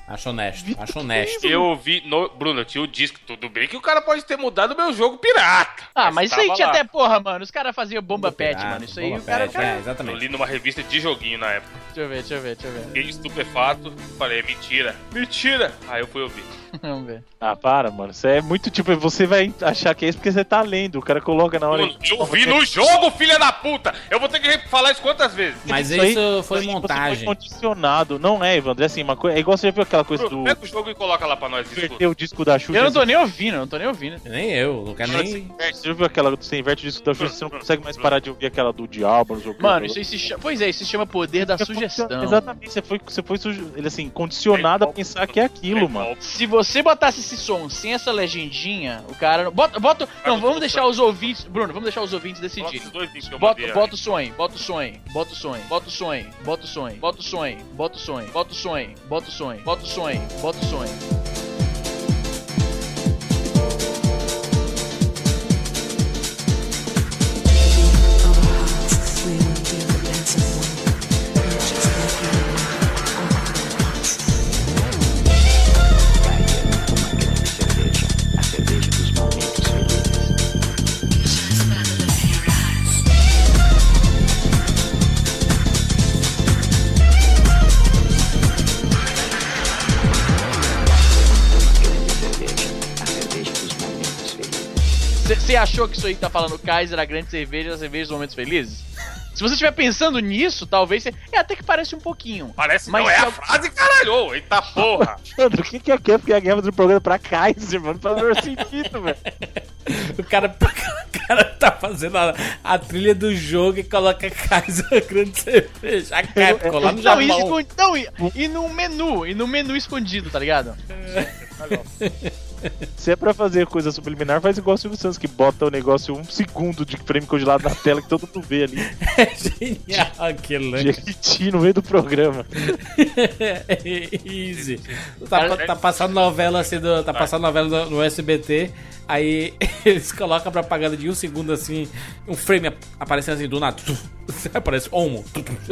Speaker 1: Acho honesto, acho honesto.
Speaker 3: Eu ouvi no. Bruno, eu tinha o disco. Tudo bem que o cara pode ter mudado meu jogo pirata.
Speaker 2: Ah, mas isso aí
Speaker 3: tava
Speaker 2: tinha
Speaker 3: lá.
Speaker 2: até porra, mano. Os caras faziam bomba pet,
Speaker 1: Pirata,
Speaker 2: mano. Isso aí
Speaker 1: bomba
Speaker 2: o cara.
Speaker 1: pet,
Speaker 2: cara-
Speaker 1: é,
Speaker 3: Eu
Speaker 1: exatamente.
Speaker 3: li numa revista de joguinho na época.
Speaker 2: Deixa eu ver, deixa eu ver, deixa eu ver.
Speaker 3: Fiquei estupefato. Falei, "É mentira. Mentira! Aí eu fui ouvir.
Speaker 2: Vamos ver.
Speaker 4: Ah, para, mano. Isso é muito tipo, você vai achar que é isso porque você tá lendo. O cara coloca na hora.
Speaker 3: Bruno, eu vi no jogo, filha da puta! Eu vou ter que re- falar isso quantas vezes?
Speaker 1: Mas
Speaker 4: Isso aí-
Speaker 1: isso foi
Speaker 4: Tipo, Você
Speaker 1: montagem.
Speaker 4: foi condicionado. Não é, Evandro. É assim, uma coisa. É igual você já viu aquela coisa
Speaker 3: Bruno,
Speaker 4: do.
Speaker 3: pega o jogo e coloca lá pra nós.
Speaker 4: Inverter
Speaker 3: Escuta.
Speaker 4: o disco da Xuxa.
Speaker 2: Eu não tô nem ouvindo, eu não tô nem ouvindo.
Speaker 1: Nem eu, não quero nem.
Speaker 4: Você já viu aquela do você inverte o disco da Xuxa, você não consegue mais parar de ouvir aquela do diabo, não sei o quê.
Speaker 2: Mano, isso aí se chama. Pois é, isso se chama poder da
Speaker 4: Você foi-
Speaker 2: sugestão.
Speaker 4: Exatamente, você foi, você foi suge- ele, assim, condicionado a pensar que é aquilo, mano.
Speaker 2: Se você botasse esse som sem essa legendinha, o cara. não- Bota, bota. Não,
Speaker 3: um
Speaker 2: vamos deixar os ouvintes. Bruno, vamos deixar os ouvintes decidirem. Bota, bota o sonho, bota o sonho, bota o sonho, bota o sonho, bota o sonho, bota o sonho, bota o sonho, bota o sonho, bota o sonho, bota o sonho, bota o sonho. Você achou que isso aí que tá falando Kaiser, a grande cerveja, a cerveja dos momentos felizes? Se você estiver pensando nisso, talvez você. É, até que parece um pouquinho.
Speaker 3: Parece
Speaker 2: Mas
Speaker 3: não, é
Speaker 2: se
Speaker 3: a
Speaker 2: eu-
Speaker 3: frase, caralho! Ô, Eita porra!
Speaker 4: Mano, o que que é que é porque a guerra do programa pra Kaiser, mano? Faz o menor sentido, velho.
Speaker 1: O cara, o cara tá fazendo a, a trilha do jogo e coloca a casa grande cerveja. A Capcom lá no é
Speaker 2: Não, e,
Speaker 1: Japão.
Speaker 2: escon- não e, e no menu, e no menu escondido, tá ligado?
Speaker 4: Se é pra fazer coisa subliminar, faz igual o Silvio Santos, que bota o negócio um segundo de frame congelado na tela que todo mundo vê ali.
Speaker 1: É genial aquilo, né?
Speaker 4: Jequiti no meio do programa.
Speaker 1: Easy. Tá, tá passando novela assim, do, tá passando novela no, no SBT, aí eles colocam a propaganda de um segundo assim, um frame ap- aparecendo assim do nada. Aparece homo.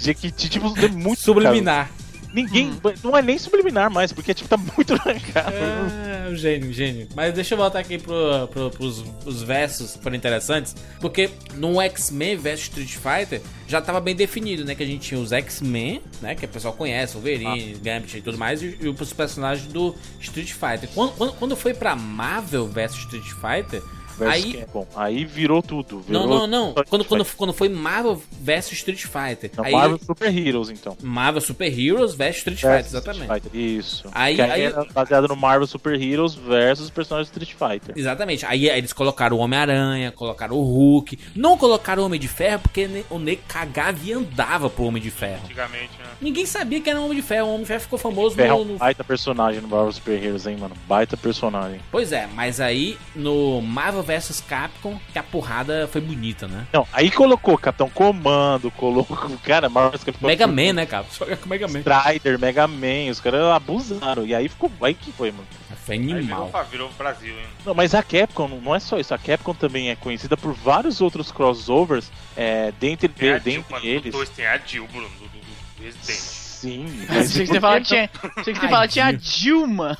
Speaker 4: Jequiti, tipo, é muito
Speaker 1: Subliminar.
Speaker 4: cara. Ninguém. Não é nem subliminar mais, porque tipo, tá muito na cara.
Speaker 1: Uhum. É, um gênio, um gênio. Mas deixa eu voltar aqui pro, pro, pros, pros versos que foram interessantes. Porque no X-Men versus Street Fighter já tava bem definido, né? Que a gente tinha os X-Men, né? Que o pessoal conhece,
Speaker 4: Ah.
Speaker 1: Wolverine, Gambit e tudo mais, e, e os personagens do Street Fighter. Quando, quando, quando foi pra Marvel versus Street Fighter, aí
Speaker 4: Aí... é Bom, aí virou tudo. Virou
Speaker 1: não, não, não. Quando,
Speaker 4: só Street
Speaker 1: quando, quando foi Marvel vs Street Fighter.
Speaker 4: Não,
Speaker 1: aí
Speaker 4: Marvel Super Heroes, então.
Speaker 1: Marvel Super Heroes vs Street Fighter,
Speaker 4: Versus
Speaker 1: exatamente.
Speaker 4: Street Fighter, Isso.
Speaker 1: Aí-
Speaker 4: Que
Speaker 1: aí-
Speaker 4: era baseado no Marvel Super Heroes versus os personagens do Street Fighter.
Speaker 1: Exatamente. Aí, aí eles colocaram o Homem-Aranha, colocaram o Hulk. Não colocaram o Homem de Ferro porque ne- o Nego cagava e andava pro Homem de Ferro.
Speaker 3: Antigamente, né?
Speaker 1: Ninguém sabia que era o Homem de Ferro. O Homem de Ferro ficou famoso
Speaker 4: Ferro
Speaker 1: no,
Speaker 4: é um
Speaker 1: no-
Speaker 4: baita personagem no Marvel Super Heroes, hein, mano? Baita personagem.
Speaker 1: Pois é, mas aí no Marvel versus Capcom, que a porrada foi bonita, né?
Speaker 4: Não, aí colocou Capitão Comando, colocou. Cara, Marvel's Capitão
Speaker 1: Mega Man, né, cara? Só com Mega Man.
Speaker 4: Strider, Mega Man, os caras abusaram. E aí ficou. Aí que foi, mano.
Speaker 1: Foi
Speaker 3: Aí virou,
Speaker 1: animal.
Speaker 3: virou Brasil, hein?
Speaker 4: Não, mas a Capcom não- não é só isso. A Capcom também é conhecida por vários outros crossovers, é, dentre,
Speaker 3: Tem a Dil,
Speaker 4: dentre
Speaker 3: mano.
Speaker 4: eles.
Speaker 3: Eles... Dois, tem a Dil, Bruno, do, do, do Resident.
Speaker 4: Sim. mas
Speaker 2: Achei que você falar tinha, achei que você falar tinha a Dilma.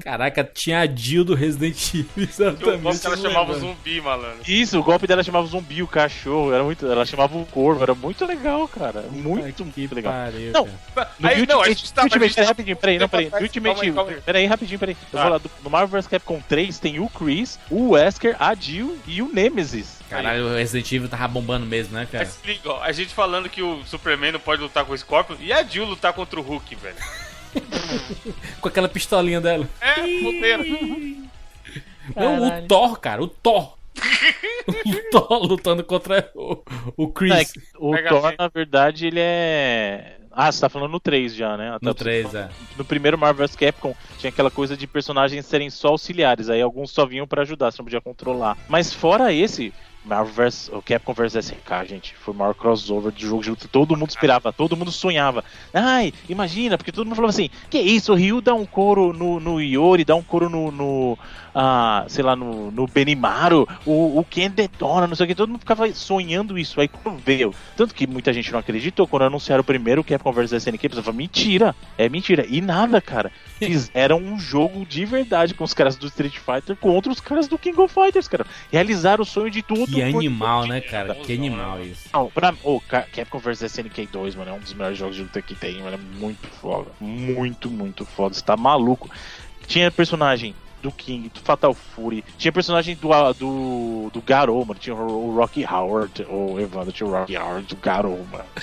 Speaker 1: Caraca, tinha a Jill do Resident Evil,
Speaker 3: Eu
Speaker 1: exatamente.
Speaker 3: posso que ela
Speaker 1: eu
Speaker 3: chamava
Speaker 1: lembro.
Speaker 3: zumbi, malandro.
Speaker 4: Isso, o golpe dela chamava o zumbi, o cachorro, era muito, ela chamava o corvo, era muito legal, cara. Muito,
Speaker 1: Ai, que
Speaker 4: muito legal.
Speaker 1: pariu,
Speaker 4: Não,
Speaker 1: cara.
Speaker 4: No
Speaker 3: Aí,
Speaker 4: Ultimate,
Speaker 3: não, a gente tá- a
Speaker 4: Ultimate,
Speaker 3: gente tá-
Speaker 4: peraí, rapidinho, peraí, não, peraí.
Speaker 3: Calma
Speaker 4: No
Speaker 3: aí,
Speaker 4: Ultimate,
Speaker 3: calma aí.
Speaker 4: peraí, rapidinho, peraí. Eu
Speaker 3: Ah.
Speaker 4: vou lá, do- no Marvel vs Capcom 3 tem o Chris, o Wesker, a Jill e o Nemesis.
Speaker 1: Caralho, o Resident Evil tava bombando mesmo, né,
Speaker 4: É.
Speaker 1: cara?
Speaker 3: Mas se liga, ó, a gente falando que o Superman não pode lutar com o Scorpion e a Jill lutar contra o Hulk, velho.
Speaker 1: Com aquela pistolinha dela.
Speaker 3: É, puteira.
Speaker 1: Não, o Thor, cara, o Thor. o Thor lutando contra o, o Chris.
Speaker 4: Não, é que o
Speaker 3: Pega
Speaker 4: Thor,
Speaker 3: assim.
Speaker 4: na verdade, ele é. Ah, você tá falando no 3 já, né?
Speaker 1: No 3, é.
Speaker 4: No primeiro Marvel vs Capcom tinha aquela coisa de personagens serem só auxiliares, aí alguns só vinham pra ajudar, você não podia controlar. Mas fora esse, Marvel vs o Capcom vs SNK, gente, foi o maior crossover do jogo de luta. Todo mundo esperava, todo mundo sonhava. Ai, imagina, porque todo mundo falava assim: que isso, o Ryu dá um couro no, no Iori, dá um couro no. no ah, sei lá, no, no Benimaru, o, o Ken detona, não sei o que, todo mundo ficava sonhando isso. Aí quando veio, tanto que muita gente não acreditou, quando anunciaram o primeiro Capcom vs SNK, pessoal falou: mentira, é mentira. E nada, cara. Fizeram um jogo de verdade com os caras do Street Fighter contra os caras do King of Fighters, cara. Realizaram o sonho de tudo.
Speaker 1: Que
Speaker 4: por-
Speaker 1: animal, né, cara? Que
Speaker 3: Bonzão,
Speaker 1: animal isso.
Speaker 4: Não, pra... Ô, Ca- Capcom vs SNK 2, mano, é um dos melhores jogos de luta que tem, mano. É muito foda. Muito, muito foda. Você tá maluco. Tinha personagem do King, do Fatal Fury, tinha personagem do, a- do, do Garou, mano. Tinha o o Rocky Howard, o Evandro, tinha o Rocky Howard, o Garou, mano.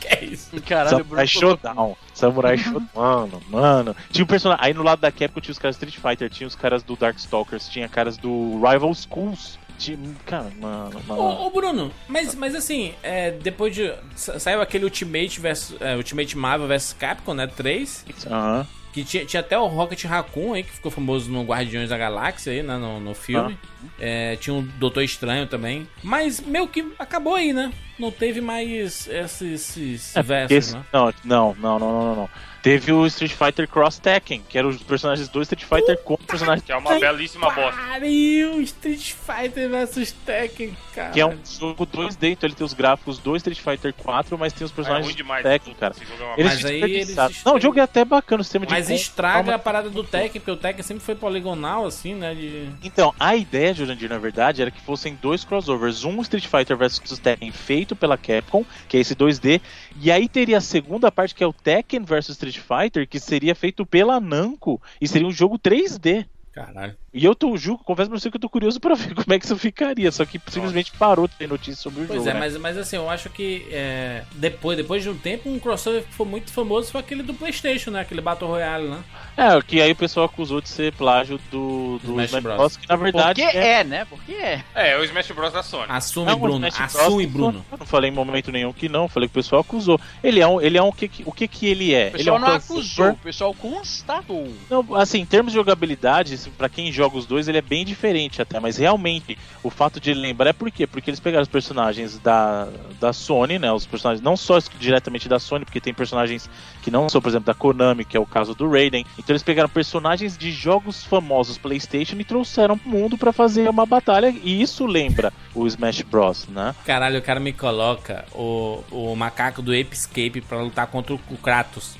Speaker 1: Que é isso?
Speaker 2: Caralho, Bruno.
Speaker 4: Samurai Showdown. Samurai Showdown. Mano, mano. Tinha um personagem. Aí no lado da Capcom tinha os caras do Street Fighter, tinha os caras do Darkstalkers, tinha caras do Rival Schools. Tinha... Cara, mano, mano.
Speaker 1: Ô, ô, Bruno, mas, mas assim, é, depois de. sa- Saiu aquele Ultimate versus, é, Ultimate Marvel vs Capcom, né? 3.
Speaker 4: Aham.
Speaker 1: Que tinha, tinha até o Rocket Raccoon aí, que ficou famoso no Guardiões da Galáxia aí, né? No, no filme.
Speaker 4: Ah.
Speaker 1: É, tinha um Doutor Estranho também. Mas meio que acabou aí, né? Não teve mais esses, esses versos,
Speaker 4: É, Esse-
Speaker 1: né?
Speaker 4: não, não, não, não, não, não, não. Teve o Street Fighter Cross Tekken, que eram os personagens do Street Fighter com os personagens.
Speaker 3: Que é uma belíssima bosta.
Speaker 1: Pariu, Street Fighter versus Tekken, cara.
Speaker 4: Que é um jogo 2D, então ele tem os gráficos do Street Fighter 4, mas tem os
Speaker 3: É ruim
Speaker 4: personagens do
Speaker 3: demais.
Speaker 4: Tekken,
Speaker 3: esse
Speaker 4: cara.
Speaker 3: jogo é uma
Speaker 4: Eles
Speaker 1: Mas aí
Speaker 4: desperdiçaram.
Speaker 1: eles
Speaker 4: Não, o jogo é até bacana, o sistema de
Speaker 1: Mas
Speaker 4: combo,
Speaker 1: estraga
Speaker 4: calma.
Speaker 1: a parada do Tekken, porque o Tekken sempre foi poligonal, assim, né? de-
Speaker 4: Então, a ideia, Jurandir, na verdade, era que fossem dois crossovers. Um Street Fighter vs Tekken feito pela Capcom, que é esse 2D. E aí teria a segunda parte, que é o Tekken vs Street Fighter, que seria feito pela Namco. E seria um jogo 3D.
Speaker 1: Caralho.
Speaker 4: E eu tô, juro, confesso pra você que eu tô curioso pra ver como é que isso ficaria. Só que simplesmente parou de ter notícias sobre o
Speaker 1: Pois
Speaker 4: jogo.
Speaker 1: é,
Speaker 4: né?
Speaker 1: mas, mas assim, eu acho que é, depois, depois de um tempo, um crossover que foi muito famoso foi aquele do Playstation, né? Aquele Battle Royale, né?
Speaker 4: É, o que aí o pessoal acusou de ser plágio do, do
Speaker 1: Smash
Speaker 4: Smash
Speaker 1: Bros.
Speaker 4: Bros. Que na verdade.
Speaker 2: Porque é. né? Porque é.
Speaker 3: bosta. É, é o Smash Bros da Sony.
Speaker 1: Assume,
Speaker 4: Não, o
Speaker 1: Bruno.
Speaker 4: Smash Bros.
Speaker 1: Assume,
Speaker 4: não-
Speaker 1: Bruno.
Speaker 4: Eu não falei em momento nenhum que não, falei que o pessoal acusou. Ele é um. Ele é um o que, que- o que, que ele é?
Speaker 2: O
Speaker 4: ele é
Speaker 2: pessoal
Speaker 4: um
Speaker 2: não
Speaker 4: crossover-
Speaker 2: acusou, o pessoal constatou.
Speaker 4: Não, assim, em termos de jogabilidade, se- pra quem joga os dois, ele é bem diferente até, mas realmente o fato de ele lembrar é por quê? Porque eles pegaram os personagens da, da Sony, né? Os personagens não só os diretamente da Sony, porque tem personagens que não são, por exemplo, da Konami, que é o caso do Raiden. Então eles pegaram personagens de jogos famosos PlayStation e trouxeram pro mundo pra fazer uma batalha, e isso lembra o Smash Bros, né?
Speaker 1: Caralho, o cara me coloca o, o macaco do Ape Escape pra lutar contra o Kratos.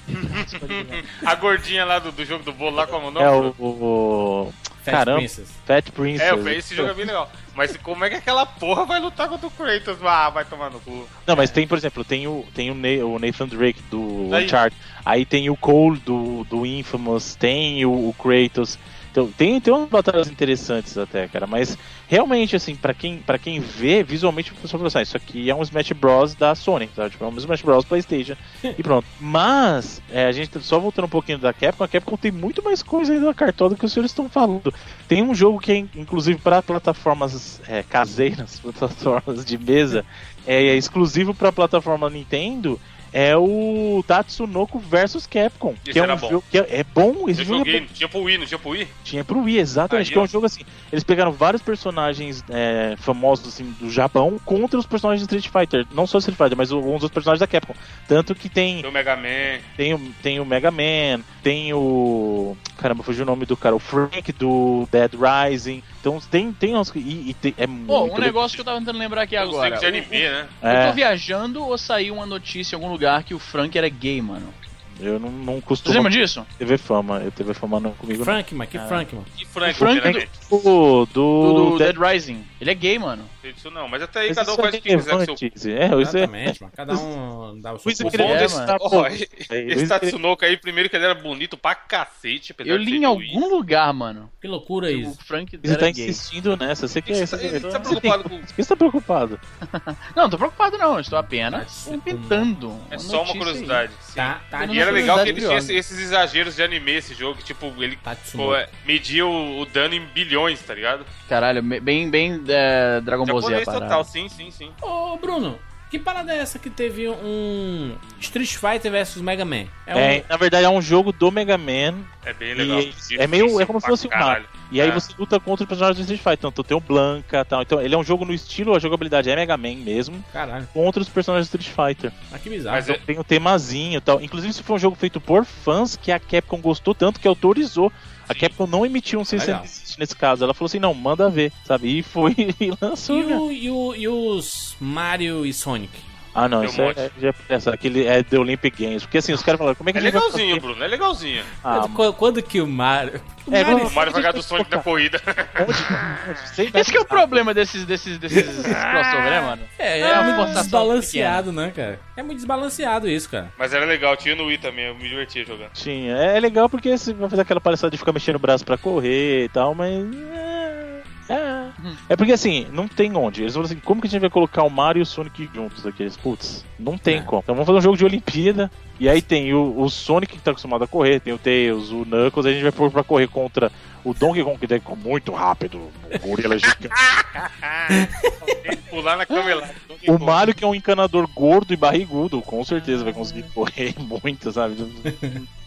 Speaker 3: A gordinha lá do, do jogo do bolo lá, como o nome?
Speaker 4: é o, o
Speaker 1: Fat
Speaker 4: Caramba.
Speaker 1: Princess.
Speaker 4: Fat Princess.
Speaker 3: É, eu falei, esse jogo é bem legal. Mas como é que aquela porra vai lutar contra o Kratos? Ah, vai tomar no cu.
Speaker 4: Não, mas tem, por exemplo, tem o, tem o, Na- o Nathan Drake do
Speaker 3: Aí.
Speaker 4: Uncharted, aí tem o Cole do, do Infamous, tem o, o Kratos. Então, tem, tem umas batalhas interessantes até, cara, mas realmente, assim, pra quem, pra quem vê, visualmente o pessoal fala assim, "Ah, isso aqui é um Smash Bros da Sony, sabe? Tipo, é um Smash Bros Playstation e pronto. Mas, é, a gente tá só voltando um pouquinho da Capcom, a Capcom tem muito mais coisa aí da cartola do que os senhores estão falando. Tem um jogo que é, in- inclusive, pra plataformas é, caseiras, plataformas de mesa, é, exclusivo pra plataforma Nintendo é o Tatsunoko versus Capcom.
Speaker 3: Esse
Speaker 4: que é um
Speaker 3: era bom.
Speaker 4: jogo que é, é bom, esse
Speaker 3: Eu
Speaker 4: jogo é
Speaker 3: joguei,
Speaker 4: bom.
Speaker 3: não tinha pro Wii, não tinha pro Wii.
Speaker 4: Tinha pro Wii, exatamente.
Speaker 3: Aí,
Speaker 4: que é um
Speaker 3: ó.
Speaker 4: jogo assim. Eles pegaram vários personagens é, famosos assim, do Japão contra os personagens de Street Fighter. Não só Street Fighter, mas o- uns dos personagens da Capcom. Tanto que tem,
Speaker 3: Tem o Mega Man.
Speaker 4: tem, o, tem o Mega Man, tem o. Caramba, fugiu o nome do cara. O Frank do Dead Rising. Então tem, tem uns. E, e tem- é
Speaker 2: Pô,
Speaker 4: muito
Speaker 2: um negócio que eu tava tentando lembrar aqui
Speaker 3: tem uns
Speaker 2: agora.
Speaker 3: jogos de anime, né?
Speaker 4: legal.
Speaker 2: Eu tô
Speaker 4: É,
Speaker 2: viajando ou saiu uma notícia em algum lugar que o Frank era gay, mano?
Speaker 4: eu não, não
Speaker 2: Vocês
Speaker 4: costumo
Speaker 2: lembram disso?
Speaker 4: TV Fama. Eu TV Fama não comigo. não. né,
Speaker 1: Frank, mano, que Frank, mano.
Speaker 3: E Frank,
Speaker 2: O Frank é do-
Speaker 3: sinceramente,
Speaker 4: O
Speaker 2: Do,
Speaker 4: do.
Speaker 2: do Dead Rising. Ele é gay, mano.
Speaker 3: não sei disso não. Mas até aí
Speaker 2: é
Speaker 3: cada um faz o que quiser com seu cu.
Speaker 4: quiser. É, isso é.
Speaker 1: Exatamente, mano. Cada um dá o seu.
Speaker 4: Luiz
Speaker 1: cu.
Speaker 3: O
Speaker 4: Incrível.
Speaker 3: bom
Speaker 2: É,
Speaker 3: desse
Speaker 2: mano.
Speaker 3: Ó,
Speaker 4: Aí,
Speaker 3: Esse
Speaker 4: Luiz-
Speaker 3: Tatsunoko aí, primeiro que ele era bonito pra cacete, apesar
Speaker 2: Eu
Speaker 3: de
Speaker 2: li
Speaker 3: ser
Speaker 2: em
Speaker 3: do
Speaker 2: algum lugar, mano.
Speaker 4: é?
Speaker 1: Que loucura
Speaker 2: que O
Speaker 1: isso.
Speaker 2: Frank
Speaker 4: Você
Speaker 2: era
Speaker 4: tá
Speaker 2: gay.
Speaker 4: insistindo nessa, você quer.
Speaker 3: Ele
Speaker 4: você
Speaker 3: tá- ele
Speaker 4: quer-
Speaker 3: tá
Speaker 4: você
Speaker 3: preocupado
Speaker 4: tem-
Speaker 3: com-
Speaker 4: Por que você tá preocupado?
Speaker 2: Não, não tô preocupado não, eu estou
Speaker 1: Vai
Speaker 2: apenas
Speaker 1: se
Speaker 2: comentando.
Speaker 3: É só uma
Speaker 2: notícia aí.
Speaker 3: curiosidade.
Speaker 1: Tá, tá.
Speaker 2: Ele
Speaker 3: E era legal que ele tinha
Speaker 2: Curiosidade
Speaker 3: esse- esses exageros de anime, esse jogo, que, tipo, ele pô,
Speaker 1: Tatsunoko.
Speaker 3: é, media o, o dano em bilhões, tá ligado?
Speaker 2: Caralho, me- bem, bem é, Dragon Ball Z a
Speaker 3: Japonês
Speaker 2: parada.
Speaker 3: total, sim, sim, sim.
Speaker 1: é. Ô, Bruno, que parada é essa que teve um Street Fighter versus Mega Man? É um...
Speaker 4: É, na verdade é um jogo do Mega Man.
Speaker 3: É bem
Speaker 4: E
Speaker 3: legal.
Speaker 4: é- é meio- é como se
Speaker 3: Difícil
Speaker 4: fosse um
Speaker 3: pra caralho.
Speaker 4: E aí
Speaker 3: É.
Speaker 4: você luta contra os personagens do Street Fighter. Então tu tem o Blanca e tal. Então ele é um jogo no estilo, a jogabilidade é Mega Man mesmo,
Speaker 1: Caralho,
Speaker 4: contra os personagens do Street Fighter.
Speaker 1: mas que bizarro.
Speaker 3: Mas é,
Speaker 4: Tem o temazinho e tal. Inclusive, isso foi um jogo feito por fãs que a Capcom gostou tanto que autorizou. A
Speaker 3: Sim.
Speaker 4: Capcom não emitiu um cease and
Speaker 1: Legal.
Speaker 4: desist nesse caso. Ela falou assim: não, manda ver, sabe? E foi e lançou.
Speaker 1: E,
Speaker 4: né?
Speaker 1: o- e o- e os Mario e Sonic?
Speaker 4: Ah, não,
Speaker 3: Tem um
Speaker 4: isso é,
Speaker 3: monte.
Speaker 4: é, japonês, aquele é The Olympic Games. Porque assim, os caras falaram: como é que
Speaker 3: é
Speaker 4: a gente vai
Speaker 3: legalzinho,
Speaker 4: fazer?
Speaker 3: Bruno, é legalzinho.
Speaker 4: Ah,
Speaker 1: Qu- quando, que o Mario. O
Speaker 4: É,
Speaker 1: Mario
Speaker 3: O Mario vai ganhar do
Speaker 4: Onde-
Speaker 3: Sonic da corrida.
Speaker 4: onde- onde- sei lá.
Speaker 2: Esse que é o problema desses, desses, desses crossover, né, mano?
Speaker 1: é, é
Speaker 2: Ah,
Speaker 1: muito
Speaker 2: forçação
Speaker 1: desbalanceado, né, cara? É muito desbalanceado isso, cara.
Speaker 3: Mas era legal, tinha no Wii também, eu me divertia jogando.
Speaker 4: Tinha. É legal porque você vai fazer aquela palhaçada de ficar mexendo o braço pra correr e tal, mas. é, É,
Speaker 2: Hum.
Speaker 4: É porque assim, não tem onde. Eles falam assim: como que a gente vai colocar o Mario e o Sonic juntos aqui? Eles, putz, não tem
Speaker 1: É.
Speaker 4: como. Então vamos fazer um jogo de Olimpíada. E aí tem o, o Sonic que tá acostumado a correr, tem o Tails, o Knuckles, aí a gente vai pôr pra correr contra o Donkey Kong, que daí ficou muito rápido, o gorila gigante.
Speaker 3: Ah, Pular na então câmera lá.
Speaker 4: O Mario, que é um encanador gordo e barrigudo, com certeza vai conseguir correr muito, sabe?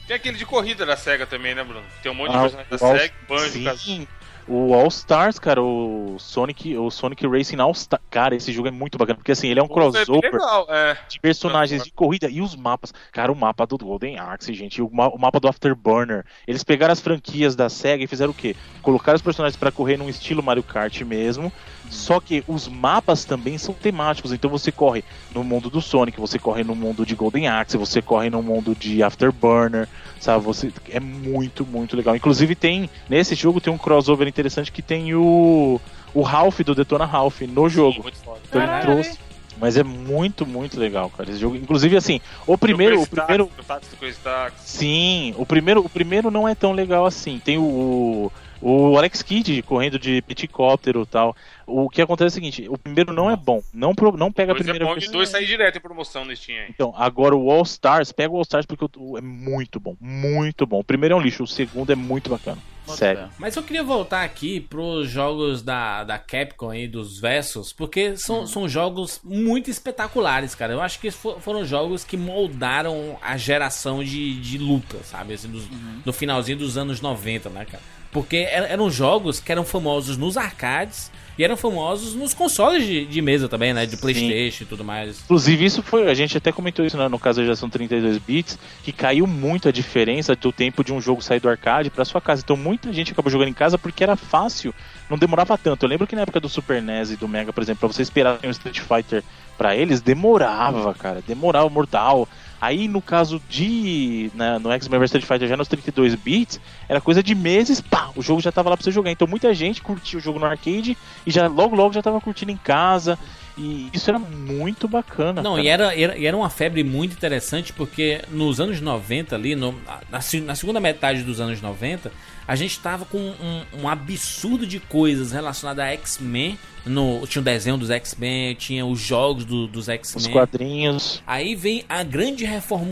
Speaker 3: Tem aquele de corrida da SEGA também, né, Bruno? Tem um monte de
Speaker 4: Ah,
Speaker 3: personagem da
Speaker 4: o All-
Speaker 3: SEGA, Banjo, cara.
Speaker 4: Sim. O All Stars, cara, o Sonic, o Sonic Racing All Stars. Cara, esse jogo é muito bacana, porque assim, ele é um
Speaker 3: É
Speaker 4: crossover
Speaker 3: legal, é.
Speaker 4: de personagens de corrida e os mapas. Cara, o mapa do Golden Axe, gente, e o, ma- o mapa do Afterburner. Eles pegaram as franquias da SEGA e fizeram o quê? Colocaram os personagens pra correr num estilo Mario Kart mesmo. Só que os mapas também são temáticos. Então você corre no mundo do Sonic, você corre no mundo de Golden Axe, você corre no mundo de Afterburner, sabe? Você é muito, muito legal. Inclusive tem nesse jogo tem um crossover interessante que tem o o Ralph do Detona Ralph no jogo.
Speaker 3: Muito foda.
Speaker 4: Então ele
Speaker 1: Caralho.
Speaker 4: trouxe. Mas é muito, muito legal, cara, esse jogo. Inclusive assim, o primeiro, o
Speaker 3: Crazy Taxi,
Speaker 4: primeiro
Speaker 3: do Taxi, do Crazy Taxi.
Speaker 4: Sim, o primeiro, o primeiro não é tão legal assim. Tem o, o Alex Kidd correndo de helicóptero e tal. O que acontece é o seguinte, o primeiro não é bom. Não, pro- não pega a
Speaker 3: Dois é
Speaker 4: primeira
Speaker 3: bom de
Speaker 4: pessoa.
Speaker 3: dois sair direto em promoção no Steam aí.
Speaker 4: Então, agora o All Stars, pega o All Stars porque o- o- é muito bom, muito bom. O primeiro é um lixo, o segundo é muito bacana. Sério.
Speaker 1: Mas eu queria voltar aqui pros jogos da, da Capcom aí, dos Versus, porque são, são jogos muito espetaculares, cara. Eu acho que fo- foram jogos que moldaram a geração de, de luta, sabe? Assim, dos- No finalzinho dos anos 90, né, cara? Porque er- eram jogos que eram famosos nos arcades e eram famosos nos consoles de, de mesa também, né? De
Speaker 4: Sim.
Speaker 1: Playstation e tudo mais.
Speaker 4: Inclusive, isso foi. A gente até comentou isso né, no caso da geração 32 bits, que caiu muito a diferença do tempo de um jogo sair do arcade pra sua casa. Então, muita gente acabou jogando em casa porque era fácil, não demorava tanto. Eu lembro que na época do Super NES e do Mega, por exemplo, pra você esperar um Street Fighter pra eles, demorava, cara. Demorava, mortal. Aí, no caso de. né, no X-Men vs Street Fighter, já nos 32 bits, era coisa de meses, pá, o jogo já tava lá pra você jogar. Então, muita gente curtia o jogo no arcade e já logo, logo já tava curtindo em casa. E isso era muito bacana.
Speaker 1: Não,
Speaker 4: cara.
Speaker 1: e é era, era, e era uma febre muito interessante porque nos anos 90 ali, no- na, se- na segunda metade dos anos 90, a gente tava com um, um absurdo de coisas relacionadas a X-Men. no- Tinha o desenho dos X-Men, tinha os jogos do- dos
Speaker 4: Os
Speaker 1: X-Men.
Speaker 4: quadrinhos.
Speaker 1: Aí vem a grande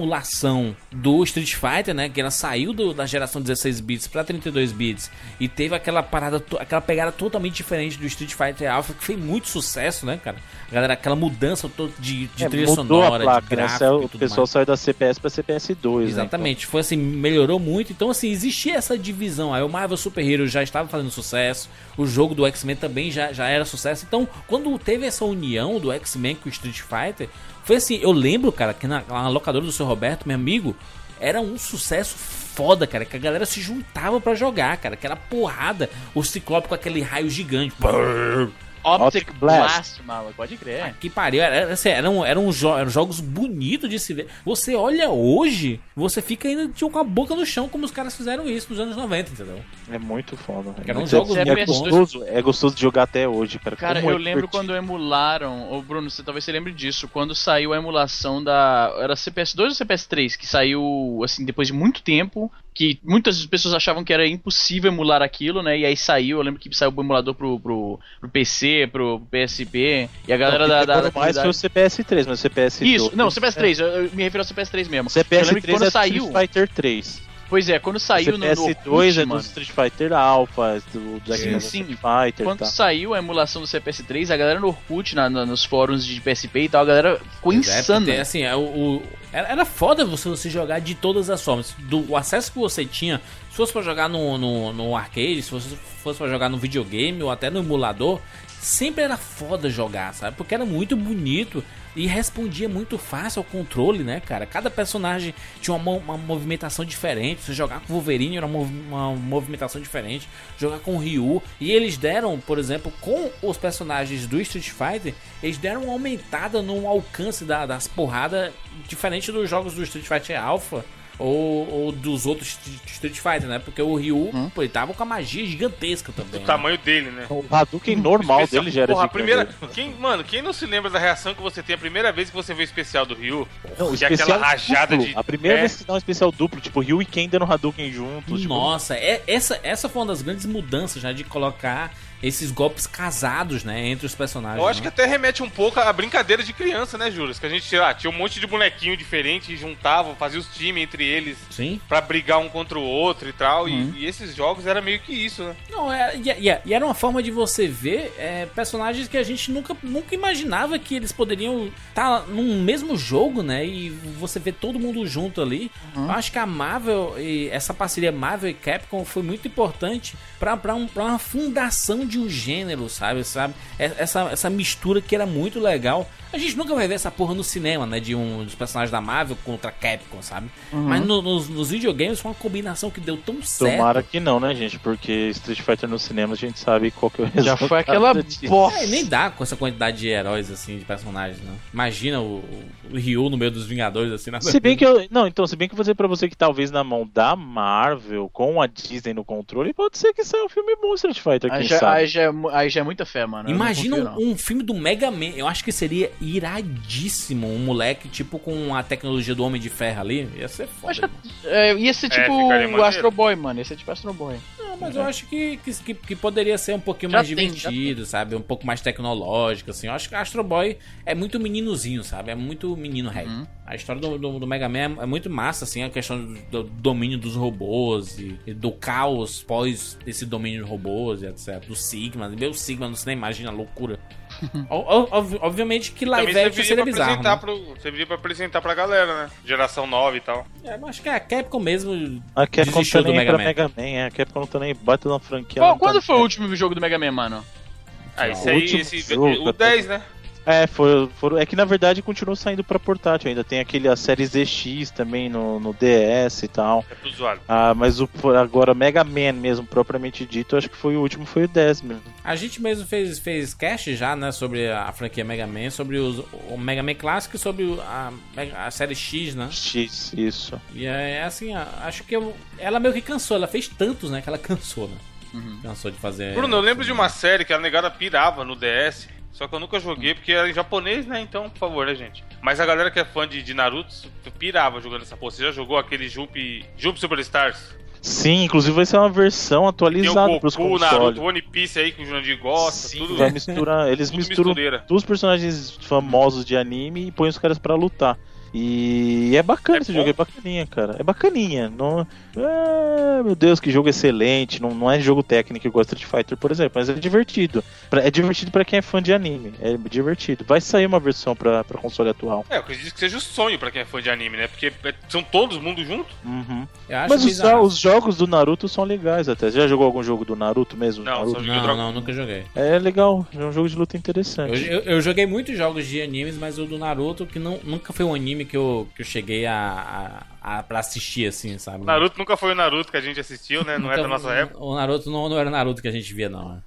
Speaker 1: reformulação do Street Fighter, né? Que ela saiu do- da geração 16 bits pra 32 bits e teve aquela parada, to- aquela pegada totalmente diferente do Street Fighter Alpha que fez muito sucesso, né, cara? galera, aquela mudança toda de, de
Speaker 4: É,
Speaker 1: trilha
Speaker 4: mudou
Speaker 1: sonora,
Speaker 4: a placa,
Speaker 1: de
Speaker 4: né?
Speaker 1: gráfico
Speaker 4: Saiu-
Speaker 1: e
Speaker 4: O
Speaker 1: tudo
Speaker 4: pessoal
Speaker 1: mais.
Speaker 4: saiu da CPS pra CPS 2,
Speaker 1: Exatamente, foi assim, melhorou muito. Então, assim, existia essa divisão. Aí o Marvel Super Hero já estava fazendo sucesso, o jogo do X-Men também já, já era sucesso. Então, quando teve essa união do X-Men com o Street Fighter, foi assim, eu lembro, cara, que na, lá na locadora do seu Roberto, meu amigo, era um sucesso foda, cara, que a galera se juntava pra jogar, cara, que era porrada, o Ciclope com aquele raio gigante. Brrr.
Speaker 2: Optic
Speaker 4: Optic Blast.
Speaker 2: Blast, maluco, pode crer.
Speaker 1: É. Que pariu, era, era, assim, eram, eram, jo- eram jogos bonitos de se ver. Você olha hoje, você fica ainda tipo, com a boca no chão, como os caras fizeram isso nos anos 90, entendeu?
Speaker 4: então. É muito foda. velho.
Speaker 1: Eram
Speaker 4: Muito
Speaker 1: jogos
Speaker 4: é
Speaker 2: muito
Speaker 4: gostoso, é gostoso de jogar até hoje, cara.
Speaker 2: Cara,
Speaker 4: Como é
Speaker 2: eu lembro
Speaker 4: divertido.
Speaker 2: quando emularam, ô Bruno, você talvez você lembre disso, quando saiu a emulação da. Era CPS2 ou CPS3, que saiu, assim, depois de muito tempo, que muitas pessoas achavam que era impossível emular aquilo, né? E aí saiu, eu lembro que saiu o emulador pro, pro, pro PC, pro PSP, e a galera
Speaker 4: Não,
Speaker 2: da.
Speaker 4: quem
Speaker 2: da, da
Speaker 4: demorou mais foi o
Speaker 2: comunidade-
Speaker 4: CPS 3, mas o CPS
Speaker 2: Isso,
Speaker 4: 2,
Speaker 2: não, CPS3, eu, eu me refiro ao CPS3 mesmo. eu
Speaker 4: CPS
Speaker 2: lembro que
Speaker 4: 3 é
Speaker 2: quando
Speaker 4: do
Speaker 2: saiu.
Speaker 4: Street Fighter 3.
Speaker 2: Pois é, quando saiu no,
Speaker 4: CPS
Speaker 2: no
Speaker 4: 2 é do
Speaker 2: mano.
Speaker 4: Street Fighter Alpha, do, do X-Men
Speaker 2: sim.
Speaker 4: Street Fighter tá? e
Speaker 2: Quando
Speaker 4: tal.
Speaker 2: saiu a emulação do CPS3, a galera no Orkut, na, na- nos fóruns de PSP e tal, a galera ficou
Speaker 1: Mas é,
Speaker 2: insana.
Speaker 1: porque, assim, é, o, o- era, era foda você, você jogar de todas as formas. Do, o acesso que você tinha, se fosse pra jogar no, no, no arcade, se fosse, fosse pra jogar no videogame ou até no emulador, sempre era foda jogar, sabe? Porque era muito bonito e respondia muito fácil ao controle, né, cara? Cada personagem tinha uma, mo- uma movimentação diferente. Você jogar com o Wolverine era uma, mov- uma movimentação diferente. Jogar com o Ryu. E eles deram, por exemplo, com os personagens do Street Fighter, eles deram uma aumentada no alcance da- das porradas, diferente dos jogos do Street Fighter Alpha. Ou, ou dos outros Street Fighter, né? Porque o Ryu, pô, ele tava com a magia gigantesca também.
Speaker 3: O
Speaker 1: né?
Speaker 3: tamanho dele, né?
Speaker 4: O
Speaker 2: Hum,
Speaker 4: Hadouken normal
Speaker 3: Especial.
Speaker 4: dele já era
Speaker 3: Porra, a
Speaker 4: gigante.
Speaker 3: primeira. Quem, mano, quem não se lembra da reação que você tem a primeira vez que você vê o especial do Ryu?
Speaker 4: Não, o
Speaker 3: Que é aquela
Speaker 4: especial
Speaker 3: rajada
Speaker 4: duplo.
Speaker 3: de-
Speaker 4: A primeira
Speaker 3: é.
Speaker 4: vez que dá um especial duplo, tipo Ryu e Ken dando Hadouken juntos.
Speaker 3: né?
Speaker 4: tipo,
Speaker 1: Nossa, é- essa, essa foi uma das grandes mudanças, né? De colocar esses golpes casados, né? Entre os
Speaker 4: Ah,
Speaker 1: personagens.
Speaker 3: Eu acho que
Speaker 1: né?
Speaker 3: até remete um pouco à brincadeira de criança, né, Juras? Que a gente ah, tinha um monte de bonequinho diferente e juntavam, fazia os times entre eles
Speaker 1: Sim.
Speaker 3: pra brigar um contra o outro e tal. E-
Speaker 4: Uhum.
Speaker 3: E, esses jogos era meio que isso, né?
Speaker 1: Não, é, e, e- e era uma forma de você ver é, personagens que a gente nunca, nunca imaginava que eles poderiam estar num mesmo jogo, né? E você ver todo mundo junto ali. Eu acho que a Marvel, e essa parceria Marvel e Capcom foi muito importante pra, pra, um- pra uma fundação de um gênero, sabe? sabe? É- Essa, essa mistura que era muito legal. A gente nunca vai ver essa porra no cinema, né? De um dos personagens da Marvel contra Capcom, sabe? Mas no- nos, nos videogames foi uma combinação que deu tão certo.
Speaker 4: Tomara
Speaker 3: é?
Speaker 4: que não, né, gente? Porque Street Fighter no cinema a gente sabe qual que é o
Speaker 2: Já
Speaker 4: resultado.
Speaker 2: foi aquela
Speaker 4: disso.
Speaker 1: É,
Speaker 2: bosta.
Speaker 1: e nem dá com essa quantidade de heróis, assim, de personagens, né? Imagina o, o Ryu no meio dos Vingadores, assim, nada
Speaker 4: Se bem que eu. Não, então, se bem que eu vou dizer pra você que talvez na mão da Marvel, com a Disney no controle, pode ser que saia um filme bom Street Fighter, quem
Speaker 2: Aí já,
Speaker 4: sabe.
Speaker 2: aí, já é, mu- aí já é muita fé, mano. eu não
Speaker 1: Imagina
Speaker 2: confio, não.
Speaker 1: um, um filme do Mega Man. Eu acho que seria iradíssimo um moleque, tipo, com a tecnologia do Homem de Ferro ali. Ia ser
Speaker 2: Mas
Speaker 1: foda.
Speaker 2: já- é, ia ser tipo
Speaker 3: ficaria
Speaker 2: o
Speaker 3: maneiro.
Speaker 2: Astro Boy, mano. Ia ser tipo Astro Boy.
Speaker 1: Não, mas eu acho que, que, que- que poderia ser um pouquinho
Speaker 2: Uhum. Já
Speaker 1: mais
Speaker 2: tem, já
Speaker 1: divertido, sabe? Um pouco mais tecnológico, assim. Eu acho que Astro Boy é muito meninozinho, sabe? É muito menino rei.
Speaker 2: Uhum.
Speaker 1: A história do, do, do Mega Man é, é muito massa, assim, a questão do, do domínio dos robôs e, e do caos pós esse domínio dos robôs e etc. Do Sigma. Meu Sigma no cinema, imagina a loucura. O- o- ob- obviamente que live action seria bizarro.
Speaker 3: apresentar
Speaker 1: Né?
Speaker 3: pro, serviria pra apresentar pra galera, né? Geração 9 e tal.
Speaker 1: É, mas acho que é a Capcom mesmo.
Speaker 4: A Capcom
Speaker 1: Desistiu do
Speaker 4: também
Speaker 1: Mega
Speaker 4: tá pra
Speaker 1: Man.
Speaker 4: Mega Man, é. A Capcom não tá nem bate na franquia.
Speaker 2: Qual-
Speaker 4: não tá-
Speaker 2: quando foi o último jogo do Mega Man, mano?
Speaker 3: Ah,
Speaker 1: Não,
Speaker 3: esse
Speaker 4: o
Speaker 3: aí,
Speaker 4: último
Speaker 3: esse,
Speaker 4: jogo,
Speaker 3: o 10, né?
Speaker 4: É, foi, foram- é que na verdade continuou saindo pra portátil ainda. Tem aquele, a série ZX também no, no DS e tal.
Speaker 3: É pro usuário.
Speaker 4: Ah, mas o, agora Mega Man mesmo, propriamente dito, acho que foi o último, foi o 10 mesmo.
Speaker 1: A gente mesmo fez, fez cast já, né, sobre a franquia Mega Man, sobre os, o Mega Man clássico e sobre o- a, a série X, né?
Speaker 4: X, isso.
Speaker 1: E é é assim, a- acho que eu- ela meio que cansou, ela fez tantos, né, que ela cansou, né? Cansou de fazer.
Speaker 3: É, Bruno, eu lembro de uma série que a negada pirava no DS. Só que eu nunca joguei porque era em japonês, né? Então, por favor, né, gente? Mas a galera que é fã de, de Naruto pirava jogando essa porra. Você já jogou aquele Jump, Jump Superstars?
Speaker 4: Sim, inclusive vai ser uma versão
Speaker 3: Tem o
Speaker 4: atualizada pros
Speaker 3: Goku, Naruto,
Speaker 4: consoles.
Speaker 3: One Piece aí que o Jurandir gosta,
Speaker 4: Sim,
Speaker 3: tudo.
Speaker 4: vai misturar, eles
Speaker 3: tudo
Speaker 4: misturam
Speaker 3: mistureira.
Speaker 4: dos personagens famosos de anime e põem os caras pra lutar. E é bacana
Speaker 3: É
Speaker 4: esse
Speaker 3: bom?
Speaker 4: jogo, é bacaninha, cara. É bacaninha. Não... Ah, meu Deus, que jogo excelente. Não, não é jogo técnico igual Street Fighter, por exemplo, mas é divertido. Pra- É divertido pra quem é fã de anime. É divertido. Vai sair uma versão pra, pra console atual.
Speaker 3: É, eu acredito que seja o sonho pra quem é fã de anime, né? Porque é- são todos mundo junto?
Speaker 4: Uhum.
Speaker 1: Eu acho
Speaker 4: Mas os,
Speaker 1: bizarro.
Speaker 4: os jogos do Naruto são legais até. Você já jogou algum jogo do Naruto mesmo?
Speaker 3: Não,
Speaker 4: Naruto?
Speaker 3: só joguei o
Speaker 1: Não,
Speaker 3: Dragon
Speaker 1: não, nunca joguei.
Speaker 4: É legal, é um jogo de luta
Speaker 1: Eu,
Speaker 4: interessante.
Speaker 1: eu- eu joguei muitos jogos de animes, mas o do Naruto, que não, nunca foi um anime que eu, que eu cheguei a, a, a- pra assistir, assim, sabe?
Speaker 3: Naruto nunca foi o Naruto que a gente assistiu, né? Não é
Speaker 1: Nunca-
Speaker 3: da nossa época.
Speaker 1: O Naruto não, não era o Naruto que a gente via, não. né?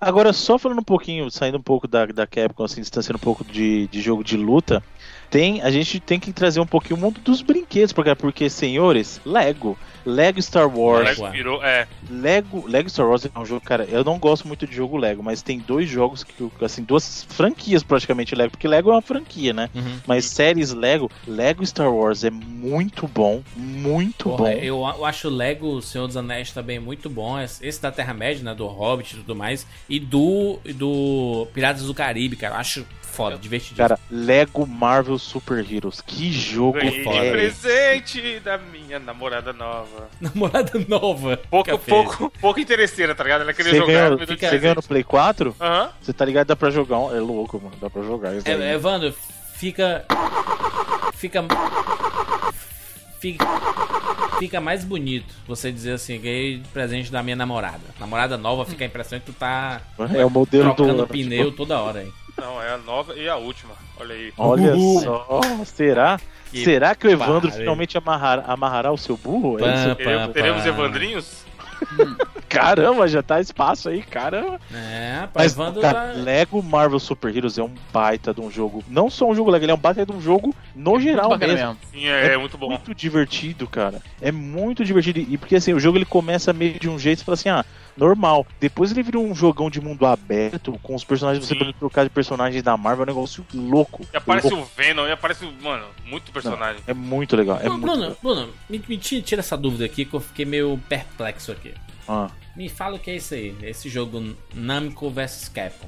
Speaker 4: Agora, só falando um pouquinho, saindo um pouco da, da Capcom, assim, distanciando um pouco de, de jogo de luta, tem, a gente tem que trazer um pouquinho o mundo dos brinquedos, porque, porque senhores, Lego. Lego Star
Speaker 3: O
Speaker 4: Wars.
Speaker 1: Lego.
Speaker 3: Lego virou. É,
Speaker 4: Lego, Lego Star Wars é um jogo, cara, eu não gosto muito de jogo Lego, mas tem dois jogos que, eu- assim, duas franquias praticamente Lego, porque Lego é uma franquia, né?
Speaker 1: Uhum.
Speaker 4: Mas séries Lego, Lego Star Wars é muito bom, muito
Speaker 1: Porra,
Speaker 4: bom.
Speaker 1: eu, eu acho o Lego o Senhor dos Anéis também muito bom. Esse esse da Terra-média, né? Do Hobbit e tudo mais. E do, e do Piratas do Caribe, cara. Eu acho foda, divertidíssimo.
Speaker 4: Cara, Lego Marvel Super Heroes, que jogo
Speaker 3: ganhei
Speaker 1: foda.
Speaker 3: de
Speaker 4: é
Speaker 3: presente da minha namorada nova.
Speaker 1: Namorada nova.
Speaker 3: Pouco,
Speaker 1: Fica feio.
Speaker 3: pouco, pouco interesseira, tá ligado? Ela queria
Speaker 4: Você
Speaker 3: jogar.
Speaker 4: ganhou,
Speaker 3: me deu de
Speaker 4: você ganhou no
Speaker 3: presente.
Speaker 4: Play 4?
Speaker 3: Aham.
Speaker 4: Você tá ligado? Dá pra jogar. um- É louco, mano. Dá pra jogar. Isso
Speaker 1: É,
Speaker 4: daí.
Speaker 1: Evandro, fica. Fica. Fica. Fica mais bonito você dizer assim, ganhei de presente da minha namorada. Namorada nova fica a impressão que tu tá
Speaker 4: É o modelo
Speaker 1: trocando
Speaker 4: do.
Speaker 1: pneu toda hora, hein?
Speaker 3: Não, é a nova e a última. Olha aí.
Speaker 4: Olha
Speaker 1: Uhul.
Speaker 4: só. Será? Será que o Evandro
Speaker 1: pare.
Speaker 4: finalmente amarrar- amarrará o seu burro? É isso?
Speaker 1: Pam,
Speaker 3: Teremos,
Speaker 1: pam.
Speaker 3: teremos Evandrinhos?
Speaker 4: Caramba, já tá espaço aí, caramba.
Speaker 1: É, rapaz,
Speaker 4: Mas,
Speaker 1: Evandro tá.
Speaker 4: cara, Lego Marvel Super Heroes é um baita de um jogo. Não só um jogo Lego, ele é um baita de um jogo no geral
Speaker 2: bacana
Speaker 4: mesmo.
Speaker 3: Sim, é,
Speaker 4: É
Speaker 3: é muito bom.
Speaker 4: muito divertido, cara. É muito divertido. E porque assim, o jogo ele começa meio de um jeito, você fala assim, ah, normal. Depois ele vira um jogão de mundo aberto, com os personagens, você
Speaker 3: Sim.
Speaker 4: pode trocar de personagens da Marvel, é um negócio louco.
Speaker 3: E aparece
Speaker 4: Louco.
Speaker 3: o Venom, e aparece, o- mano, muito personagem.
Speaker 4: É muito legal. É
Speaker 1: Ô,
Speaker 4: muito
Speaker 1: Bruno, Bruno, me, me tira, tira essa dúvida aqui que eu fiquei meio perplexo aqui.
Speaker 4: Ah,
Speaker 1: Me fala o que é isso aí, esse jogo Namco vs Capcom.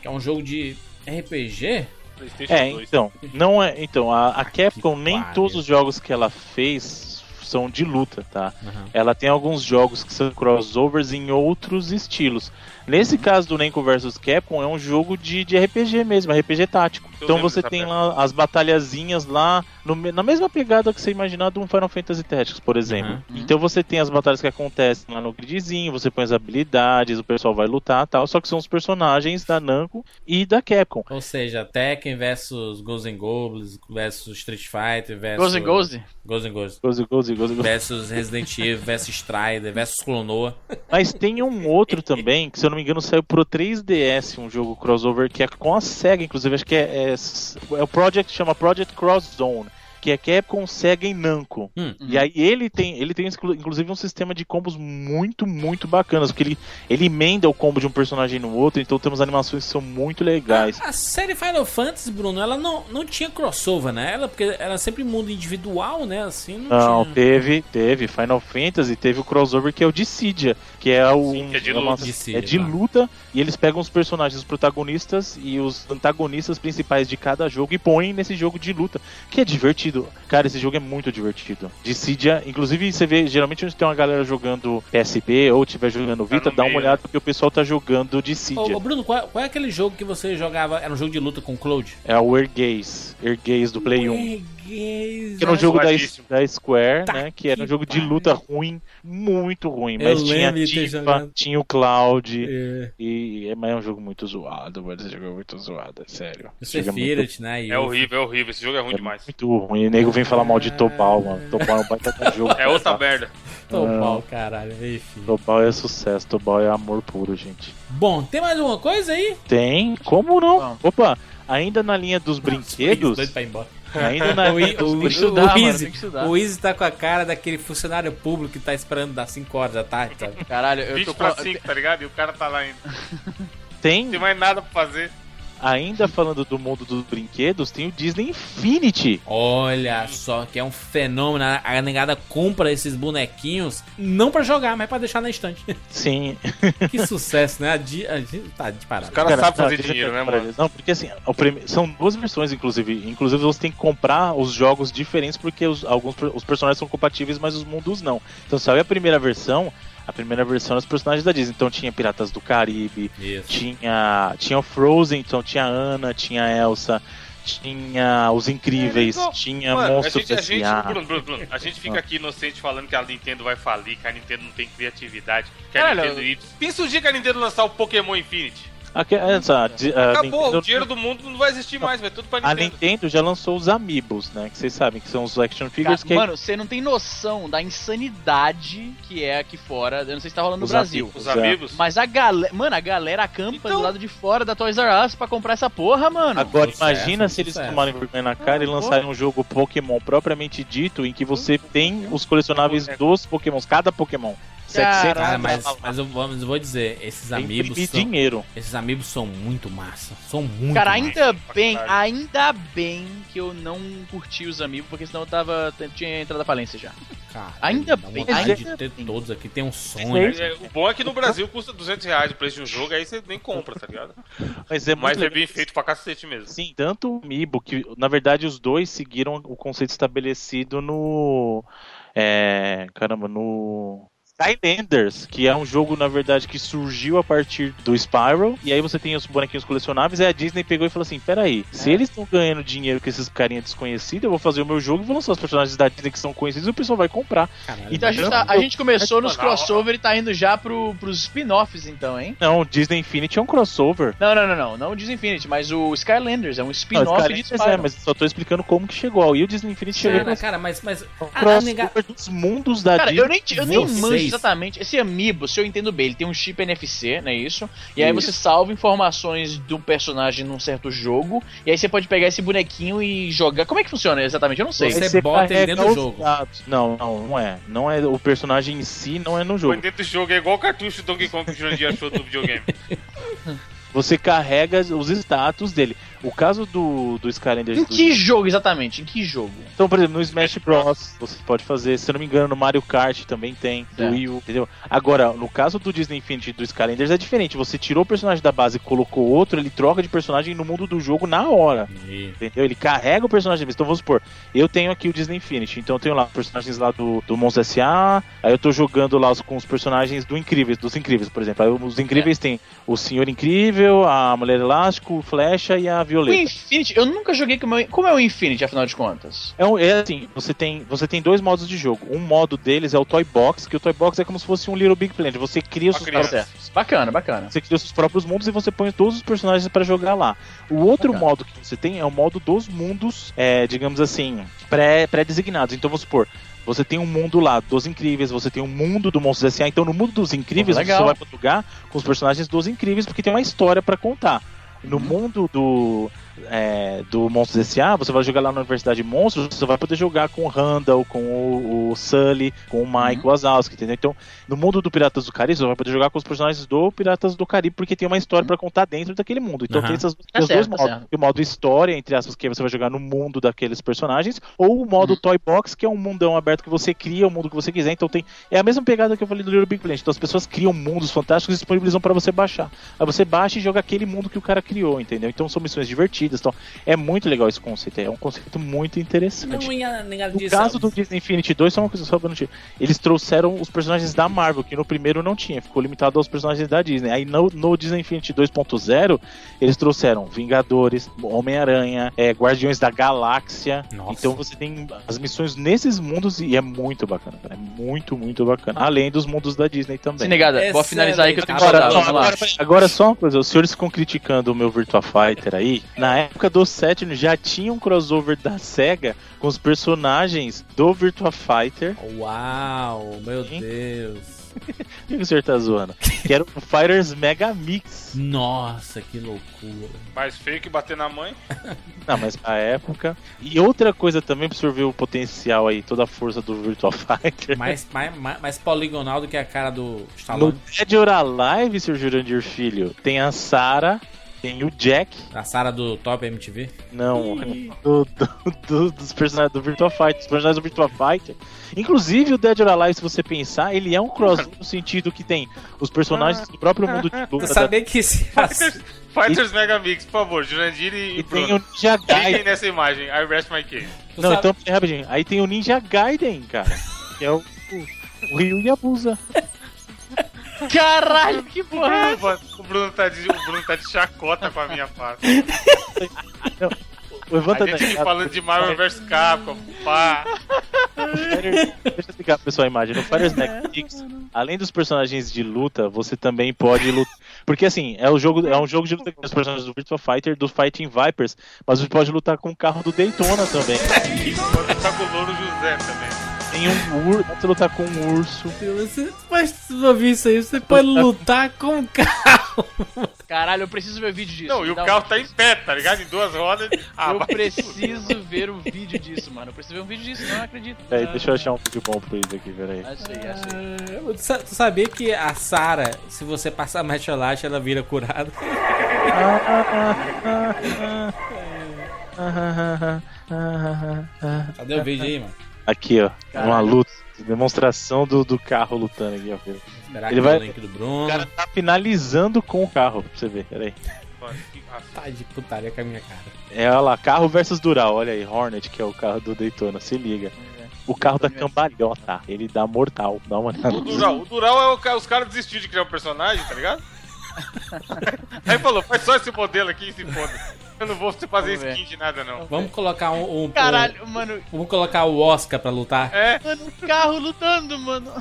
Speaker 1: Que é um jogo de RPG?
Speaker 3: PlayStation
Speaker 4: É,
Speaker 3: 2.
Speaker 4: então. Não é, então, a,
Speaker 3: Ah,
Speaker 4: a Capcom, nem
Speaker 1: pariu.
Speaker 4: todos os jogos que ela fez são de luta, tá?
Speaker 1: Aham.
Speaker 4: Ela tem alguns jogos que são crossovers em outros estilos.
Speaker 3: Uhum.
Speaker 4: Nesse caso do Namco vs Capcom, é um jogo de, de RPG mesmo, RPG tático.
Speaker 3: Eu
Speaker 4: então
Speaker 3: lembro
Speaker 4: você
Speaker 3: dessa
Speaker 4: tem
Speaker 3: peça.
Speaker 4: lá as batalhazinhas lá, no me- na mesma pegada que você imaginar de um Final Fantasy Tactics, por exemplo.
Speaker 1: Uhum.
Speaker 4: Então você tem as batalhas que acontecem lá no gridzinho, você põe as habilidades, o pessoal vai lutar e tal, só que são os personagens da Namco e da Capcom.
Speaker 1: Ou seja, Tekken versus Ghosts and Goblins versus Street Fighter versus
Speaker 2: Ghost and Ghost?
Speaker 1: Ghosts and Goblins
Speaker 4: Goes, goes, goes, goes.
Speaker 1: versus Resident Evil versus Strider versus Clonoa.
Speaker 4: Mas tem um outro também, que se eu não me engano saiu pro 3DS, um jogo crossover que é com a SEGA, inclusive, acho que é, é, s- é o Project, chama Project Cross Zone, que é Capcom, SEGA e Namco.
Speaker 1: Hum.
Speaker 4: E aí ele tem, ele tem exclu- inclusive um sistema de combos muito, muito bacanas, porque ele, ele emenda o combo de um personagem no outro, então temos animações que são muito legais.
Speaker 1: A, a série Final Fantasy, Bruno, ela não, não tinha crossover, né? Ela, porque era sempre mundo individual, né? Assim, não,
Speaker 4: Não,
Speaker 1: tinha.
Speaker 4: teve, teve. Final Fantasy teve o crossover que é o Dissidia, que é o.
Speaker 3: Sim, que é de
Speaker 4: uma-
Speaker 3: luta.
Speaker 1: Dissidia,
Speaker 4: é de
Speaker 1: tá.
Speaker 4: luta, e eles pegam os personagens, os protagonistas e os antagonistas principais de cada jogo e põem nesse jogo de luta, que é divertido. Cara, esse jogo é muito divertido. Dissidia, inclusive você vê, geralmente onde tem uma galera jogando PSP ou tiver jogando
Speaker 3: Tá
Speaker 4: Vita,
Speaker 3: no
Speaker 4: dá uma
Speaker 3: meio, né?
Speaker 4: olhada porque o pessoal tá jogando
Speaker 1: Ô,
Speaker 4: Dissidia.
Speaker 1: ô, Bruno, qual, qual é aquele jogo que você jogava? Era um jogo de luta com o Cloud?
Speaker 4: É o Ergaze, Ergaze do Play
Speaker 1: é
Speaker 4: 1.
Speaker 1: Peguei,
Speaker 4: Que era um jogo da,
Speaker 3: zoadíssimo.
Speaker 4: da Square,
Speaker 1: Tá
Speaker 4: né? Que era um
Speaker 1: que
Speaker 4: jogo de
Speaker 1: pariu.
Speaker 4: luta ruim, muito ruim.
Speaker 1: Eu
Speaker 4: Mas tinha
Speaker 1: lembro de ter
Speaker 4: Tifa,
Speaker 1: jogado.
Speaker 4: tinha o Cloud,
Speaker 1: É,
Speaker 4: e é, mas é um jogo muito zoado, mano. Esse jogo é muito zoado, é sério.
Speaker 1: o
Speaker 4: Esse jogo é muito,
Speaker 1: Sephiroth, né? E
Speaker 3: É
Speaker 1: o-
Speaker 3: horrível, é horrível. Esse jogo é ruim
Speaker 4: é
Speaker 3: demais.
Speaker 4: muito ruim. E o nego vem falar mal de Topal,
Speaker 1: Ah.
Speaker 4: mano. Topal é um baita de jogo.
Speaker 3: É outra merda.
Speaker 1: Tô mal, caralho. Enfim.
Speaker 4: Topal é sucesso, Topal é amor puro, gente.
Speaker 1: Bom, tem mais alguma coisa aí?
Speaker 4: Tem, como não?
Speaker 2: Bom.
Speaker 4: Opa, ainda na linha dos
Speaker 1: Isso,
Speaker 4: brinquedos,
Speaker 1: doido pra ir embora.
Speaker 4: ainda na
Speaker 1: O,
Speaker 4: linha
Speaker 1: I-
Speaker 4: dos
Speaker 1: o,
Speaker 2: Tem que
Speaker 4: brinquedos,
Speaker 2: estudar,
Speaker 1: o
Speaker 2: mano,
Speaker 1: Izzy-
Speaker 2: tem que estudar.
Speaker 1: o Izzy tá com a cara daquele funcionário público que tá esperando dar 5 horas da tarde, sabe?
Speaker 2: Caralho, eu tô
Speaker 3: 20
Speaker 2: com.
Speaker 3: pra 5, tá ligado? E o cara tá lá ainda.
Speaker 4: tem
Speaker 3: Não tem mais nada pra fazer.
Speaker 4: ainda falando do mundo dos brinquedos, tem o Disney Infinity.
Speaker 1: Olha só que é um fenômeno. A negada compra esses bonequinhos não pra jogar, mas pra deixar na estante.
Speaker 4: Sim.
Speaker 1: que sucesso, né? A Di... a Di- Tá de parada.
Speaker 3: Os caras
Speaker 4: Cara,
Speaker 3: sabem
Speaker 4: tá,
Speaker 3: fazer
Speaker 4: deixa eu
Speaker 3: dinheiro, né,
Speaker 4: pegar pra
Speaker 3: mano?
Speaker 4: eles. Não, porque assim, o prime- são duas versões, inclusive. Inclusive, você tem que comprar os jogos diferentes, porque os- alguns per- os personagens são compatíveis, mas os mundos não. Então saiu a primeira versão, a primeira versão era os personagens da Disney. Então tinha Piratas do Caribe,
Speaker 1: Isso.
Speaker 4: tinha, tinha o Frozen, então tinha a Anna, tinha a Elsa, tinha os Incríveis,
Speaker 3: Ele-
Speaker 4: tinha
Speaker 3: É, Mano, a
Speaker 4: Monstros
Speaker 3: gente, a, gente,
Speaker 4: S.A.
Speaker 3: Bruno, Bruno, Bruno, a gente fica aqui inocente falando que a Nintendo vai falir, que a Nintendo não tem criatividade, que a
Speaker 2: Caralho,
Speaker 3: Nintendo. Y. Pensa o dia que a Nintendo lançar o Pokémon Infinity.
Speaker 4: Aque- é, essa, di- a
Speaker 3: Acabou,
Speaker 4: Nintendo-
Speaker 3: o dinheiro do mundo não vai existir mais, vai tudo pra
Speaker 4: A
Speaker 3: Nintendo.
Speaker 4: Nintendo já lançou os Amiibos, né? Que vocês sabem que são os action figures
Speaker 2: Cara,
Speaker 4: que
Speaker 2: Mano, você não tem noção da insanidade que é aqui fora. Eu não sei se tá rolando no
Speaker 4: Os
Speaker 2: Brasil.
Speaker 4: amigos.
Speaker 3: Os
Speaker 4: Já.
Speaker 3: amigos.
Speaker 2: Mas a galera. Mano, a galera acampa
Speaker 3: Então-
Speaker 2: do lado de fora da Toys R Us pra comprar essa porra, mano.
Speaker 4: Agora,
Speaker 1: Sucesso,
Speaker 4: imagina se eles
Speaker 1: sucesso.
Speaker 4: tomarem vergonha na cara
Speaker 3: Ah,
Speaker 4: e lançarem um jogo Pokémon propriamente dito, em que você
Speaker 3: Uhum.
Speaker 4: tem os colecionáveis dos Pokémons, cada Pokémon. 700
Speaker 1: Cara,
Speaker 2: Cara,
Speaker 1: Ah, mas, mas eu, vou- mas eu vou dizer, esses
Speaker 4: tem que
Speaker 1: amigos
Speaker 4: imprimir
Speaker 1: são,
Speaker 4: dinheiro.
Speaker 1: esses amigos são muito massa. São muito
Speaker 2: Cara,
Speaker 1: massa.
Speaker 2: ainda bem,
Speaker 3: caralho.
Speaker 2: ainda bem que eu não curti os amigos, porque senão eu tava. tinha entrado a falência já.
Speaker 1: Cara,
Speaker 2: ainda
Speaker 1: dá
Speaker 2: bem,
Speaker 1: vontade
Speaker 2: ainda
Speaker 1: de ter
Speaker 2: bem.
Speaker 1: todos aqui. Tem um sonho.
Speaker 4: Mas
Speaker 3: É, o bom é que no Brasil custa 200 reais o preço de um jogo, aí você nem compra, tá ligado?
Speaker 4: é muito
Speaker 3: Mas é
Speaker 4: legal.
Speaker 3: bem feito pra cacete mesmo.
Speaker 4: Sim, tanto o Amiibo, que na verdade os dois seguiram o conceito estabelecido no. É, caramba, no. Skylanders, que é um jogo, na verdade, que surgiu a partir do Spiral, e aí você tem os bonequinhos colecionáveis, e a Disney pegou e falou assim, peraí, se eles estão ganhando dinheiro com esses carinha desconhecido, eu vou fazer o meu jogo e vou lançar os personagens da Disney que são conhecidos e o pessoal vai comprar.
Speaker 1: Caralho,
Speaker 2: Então a gente, tá- a gente começou nos
Speaker 3: Sensacional.
Speaker 2: crossover e tá indo já pro, pros spin-offs, então, hein?
Speaker 4: Não, o Disney Infinity é um crossover.
Speaker 2: Não, não, não, não. Não o Disinfinity, mas o Skylanders é um
Speaker 4: Não,
Speaker 2: spin-off de
Speaker 4: Skylanders
Speaker 2: Spider-Man.
Speaker 4: é, mas só tô explicando como que chegou. E o Disney Infinity chegou
Speaker 1: Cara,
Speaker 4: com
Speaker 1: cara, mas, mas
Speaker 4: um
Speaker 1: a nega-
Speaker 4: crossover dos mundos da
Speaker 2: ah, Cara,
Speaker 4: Disney.
Speaker 2: eu nem, ti- eu nem
Speaker 1: Vocês.
Speaker 2: manjo exatamente. Esse amiibo, se eu entendo bem, ele tem um chip NFC, não é isso? E aí você salva informações do personagem num certo jogo, e aí você pode pegar esse bonequinho e jogar. Como é que funciona exatamente? Eu não sei.
Speaker 1: Você bota ele dentro do
Speaker 4: carrega
Speaker 1: jogo.
Speaker 4: os dados. Não, não, não é. Não é o personagem em si, não é
Speaker 3: Foi
Speaker 4: no jogo.
Speaker 3: dentro do jogo, é igual o cartucho do Donkey Kong que o Jurandir achou do videogame.
Speaker 4: Você carrega os status dele. O caso do, do Skylanders.
Speaker 2: Em
Speaker 4: do-
Speaker 2: que jogo exatamente? Em que jogo?
Speaker 4: Então, por exemplo, no Smash Bros. você pode fazer, se eu não me engano, no Mario Kart também tem, do
Speaker 2: É.
Speaker 4: Wii U, entendeu? Agora, no caso do Disney Infinity e do Skylanders é diferente. Você tirou o personagem da base e colocou outro, ele troca de personagem no mundo do jogo na hora.
Speaker 1: Ih,
Speaker 4: Entendeu? Ele carrega o personagem mesmo. Então vamos supor, eu tenho aqui o Disney Infinity, então eu tenho lá personagens lá do, do Monstro S.A., aí eu tô jogando lá os- com os personagens do Incríveis, dos Incríveis, por exemplo. Aí os
Speaker 3: É.
Speaker 4: Incríveis tem o Senhor Incrível, a Mulher Elástico, o Flecha e a
Speaker 2: O
Speaker 4: Violeta.
Speaker 2: Infinity, eu nunca joguei com o meu. Como é o Infinity, afinal de contas?
Speaker 4: É, um- é assim, você tem, você tem dois modos de jogo. Um modo deles é o Toy Box, que o Toy Box é como se fosse um Little Big Planet. Você cria os
Speaker 3: Uma
Speaker 4: seus
Speaker 3: criança.
Speaker 4: próprios-
Speaker 2: Bacana, bacana.
Speaker 4: você cria os seus próprios mundos e você põe todos os personagens pra jogar lá. O outro
Speaker 2: Bacana.
Speaker 4: modo que você tem é o modo dos mundos, é, digamos assim, pré- pré-designados. então vamos supor, você tem um mundo lá dos Incríveis, você tem um mundo do Monstros S.A. Então no mundo dos Incríveis
Speaker 2: Pô,
Speaker 4: você
Speaker 2: legal.
Speaker 4: vai pra lugar com os personagens dos Incríveis porque tem uma história pra contar. No mundo do, é, do Monstros S.A., você vai jogar lá na Universidade Monstros, você vai poder jogar com o Randall, com o, o Sully, com o Mike Wazowski, entendeu? Então, no mundo do Piratas do Caribe, você vai poder jogar com os personagens do Piratas do Caribe, porque tem uma história pra contar dentro daquele mundo. Então
Speaker 1: Aham.
Speaker 4: tem essas,
Speaker 2: Tá
Speaker 4: os
Speaker 2: certo,
Speaker 4: dois
Speaker 2: tá
Speaker 4: modos.
Speaker 2: certo.
Speaker 4: Tem o modo história, entre aspas, que você vai jogar no mundo daqueles personagens, ou o modo Toy Box, que é um mundão aberto que você cria o mundo que você quiser. Então tem. É a mesma pegada que eu falei do Little Big Planet. Então as pessoas criam mundos fantásticos e disponibilizam pra você baixar. Aí Ah, você baixa e joga aquele mundo que o cara criou, entendeu? Então são missões divertidas. Então é muito legal esse conceito. É um conceito muito interessante.
Speaker 1: Não ia negar
Speaker 4: No
Speaker 1: disso.
Speaker 4: caso do Disney Infinity 2, só uma coisa só pra não tirar. Eles trouxeram os personagens da Marvel, que no primeiro não tinha, ficou limitado aos personagens da Disney. Aí no, no Disney Infinity 2.0, eles trouxeram Vingadores, Homem-Aranha, é, Guardiões da Galáxia.
Speaker 1: Nossa.
Speaker 4: Então você tem as missões nesses mundos e é muito bacana, cara. É muito, muito bacana. Além dos mundos da Disney
Speaker 2: Se
Speaker 4: também.
Speaker 2: negada, vou
Speaker 1: Excelente.
Speaker 2: finalizar aí que eu tenho que
Speaker 4: Agora,
Speaker 2: soltar.
Speaker 4: não,
Speaker 2: Vamos lá.
Speaker 4: agora, agora só uma coisa, os senhores ficam criticando o meu Virtua Fighter aí. Na época do Saturn já tinha um crossover da SEGA com os personagens do Virtua Fighter.
Speaker 1: Uau, meu
Speaker 4: Hein?
Speaker 1: Deus.
Speaker 4: O que o senhor tá zoando? Que era o Fighters Mega Mix.
Speaker 1: Nossa, que loucura.
Speaker 3: Mais feio que bater na mãe.
Speaker 4: Não, Ah, mas na época. E outra coisa também pra você ver o potencial aí, toda a força do Virtua Fighter.
Speaker 1: Mais, mais, mais, mais poligonal do que a cara do
Speaker 4: No
Speaker 1: Stallone.
Speaker 4: Dead or Alive, seu Jurandir Filho, tem a Sarah Tem o Jack.
Speaker 1: A Sara do Top MTV.
Speaker 4: Não, do, do- do- dos personagens do Virtua Fighter. Os personagens do Virtua Fighter. Inclusive o Dead or Alive, se você pensar, ele é um crossover no sentido que tem os
Speaker 3: Ah.
Speaker 4: personagens do próprio mundo de luta.
Speaker 1: Você sabia que esse
Speaker 3: Fighters, Fighters Mega Mix, por favor, Jurandir e,
Speaker 4: E
Speaker 3: e
Speaker 4: tem um o
Speaker 3: Bruno.
Speaker 4: Ninja
Speaker 3: Fiquem
Speaker 4: Gaiden.
Speaker 3: nessa imagem, I rest my case.
Speaker 1: tu
Speaker 4: Não,
Speaker 1: sabe-
Speaker 4: então, pera, rapidinho. Aí tem o Ninja Gaiden, cara. Que é o, o, o Ryu Yabusa.
Speaker 2: Caralho, que porra!
Speaker 3: O Bruno- O Bruno, tá de, o Bruno tá de chacota com a minha face.
Speaker 4: O tá Evandro
Speaker 3: A gente
Speaker 4: Neto-
Speaker 3: falando de Marvel vs Capcom, pá.
Speaker 4: Deixa eu explicar pro pessoal a imagem. No Fire Snack Kicks, além dos personagens de luta, você também pode lutar. Porque assim, é, o jogo, é um jogo de luta com os personagens do Virtua Fighter, do Fighting Vipers, mas você pode lutar com o carro do Daytona também.
Speaker 3: Quando tá com o Louro José também.
Speaker 4: Tem um urso, pode lutar com um urso.
Speaker 1: Você pode ouvir isso aí, você pode lutar com o carro.
Speaker 2: Caralho, eu preciso ver vídeo disso.
Speaker 3: Não,
Speaker 2: Me
Speaker 3: e o
Speaker 2: dá um-
Speaker 3: carro tá em pé, tá ligado? Em duas rodas. Ah,
Speaker 2: eu
Speaker 3: vai-
Speaker 2: preciso ver um vídeo disso, mano. Eu preciso ver um vídeo disso, não acredito.
Speaker 4: Peraí, deixa eu achar um vídeo bom pra isso aqui, peraí.
Speaker 2: Achei, achei.
Speaker 1: Ah, Tu sa- tu sabia que a Sara, se você passar mais relaxa, ela vira curada? Cadê o vídeo aí, mano?
Speaker 4: Aqui, ó. Uma
Speaker 2: Caralho.
Speaker 4: luta. Demonstração do, do carro lutando aqui, ó. filho.
Speaker 1: Esperar
Speaker 4: Ele
Speaker 1: que
Speaker 4: vai-
Speaker 1: o link do Bruno.
Speaker 4: O cara tá finalizando com o carro, pra você ver. Peraí.
Speaker 1: Tá de putaria com a minha cara.
Speaker 4: É, olha lá, carro versus Dural, olha aí, Hornet, que é o carro do Daytona, se liga. O carro da cambalhota, ele dá mortal, dá uma
Speaker 3: O Dural, o Dural é o ca- os caras desistiram de criar um personagem, tá ligado? Aí falou, faz só esse modelo aqui e se foda. Eu não vou fazer
Speaker 2: Vamos ver.
Speaker 3: skin de nada, não.
Speaker 1: Vamos colocar um. um-
Speaker 2: Caralho, mano,
Speaker 1: um- vamos colocar o Oscar pra lutar.
Speaker 3: É,
Speaker 2: mano, o carro lutando, mano.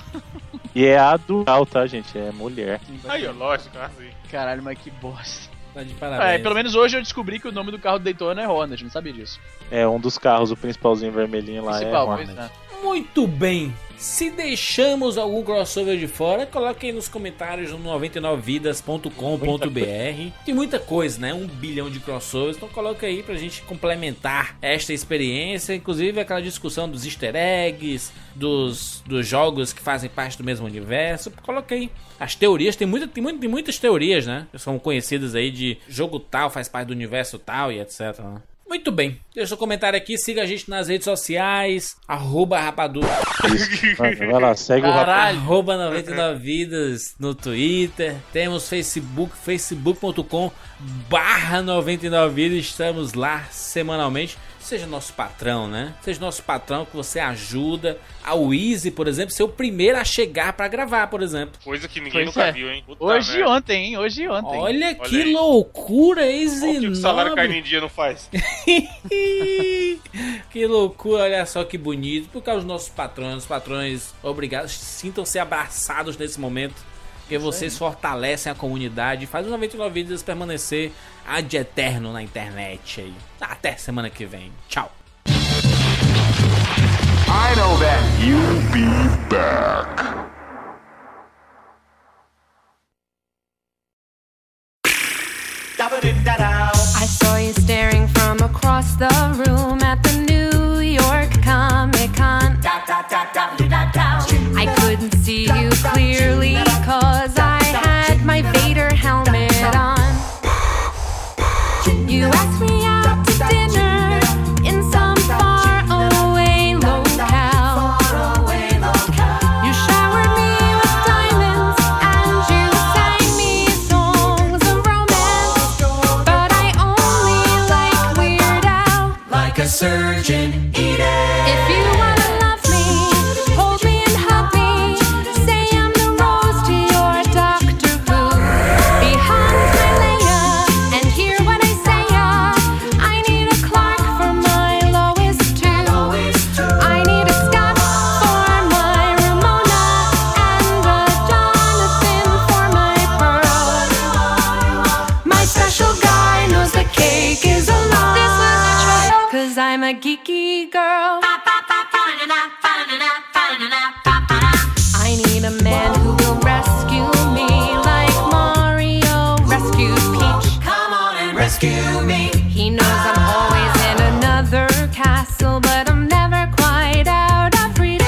Speaker 4: E é a Dural, tá, gente? É mulher.
Speaker 3: aí, ó, lógico, assim.
Speaker 2: Caralho, mas que bosta.
Speaker 1: Tá de
Speaker 2: Ah,
Speaker 1: parabéns.
Speaker 2: é, pelo menos hoje eu descobri que o nome do carro do Daytona é Honda, não sabia disso.
Speaker 4: É um dos carros, o principalzinho vermelhinho lá é
Speaker 2: Principal,
Speaker 4: Hornet.
Speaker 2: pois, né?
Speaker 1: Muito bem. Se deixamos algum crossover de fora, coloque aí nos comentários no 99vidas.com.br. Tem muita coisa, né? Um bilhão de crossovers. Então coloca aí pra gente complementar esta experiência. Inclusive aquela discussão dos easter eggs, dos, dos jogos que fazem parte do mesmo universo. Coloca aí. As teorias, tem, muita, tem, muita, tem muitas teorias, né? Que São conhecidas aí de jogo tal faz parte do universo tal e etc. né? Muito bem, deixa seu comentário aqui, siga a gente nas redes sociais, arroba rapadura.
Speaker 4: Mano, vai lá, segue o rapaz.
Speaker 1: Caralho. Arroba 99 Vidas no Twitter. Temos Facebook, facebook.com barra 99 Vidas. Estamos lá semanalmente. Seja nosso patrão, né? Seja nosso patrão que você ajuda. A Wheezy, por exemplo, ser o primeiro a chegar pra gravar, por exemplo.
Speaker 3: Coisa que ninguém
Speaker 2: Pois
Speaker 3: nunca
Speaker 2: é.
Speaker 3: viu, hein? Puta
Speaker 2: Hoje e
Speaker 3: merda.
Speaker 2: ontem, hein? Hoje e ontem.
Speaker 1: Olha, que
Speaker 3: aí.
Speaker 1: loucura,
Speaker 3: Olha
Speaker 1: Easy
Speaker 3: o que o salário caindo em dia não faz.
Speaker 1: que loucura, olha só que bonito. Por causa dos nossos patrões, patrões, obrigado. Sintam-se abraçados nesse momento. Porque vocês fortalecem a comunidade. Faz os 99 vídeos permanecer ad eterno na internet aí. Até semana que vem. Tchau.
Speaker 6: I know that you'll be back.
Speaker 7: I saw you staring from across the room at the New York Comic Con. I couldn't see you clearly cause I had my Vader helmet on. You asked me out to dinner in some faraway locale. You showered me with diamonds and you sang me songs of romance. But I only like Weird Al.
Speaker 8: like a surgeon, eat it.
Speaker 7: If you wanna love me, hold me and hug me. Say I'm the rose to your Doctor Who. Behind my Leia and hear what I say. uh. I need a Clark for my Lois too. I need a Scott for my Ramona and a Jonathan for my Pearl. My special guy knows the cake is a lie. This was a trial, cause I'm a geeky girl. I need a man who will rescue me like Mario rescued Peach.
Speaker 8: Come on and rescue me.
Speaker 7: He knows I'm always in another castle, but I'm never quite out of reach.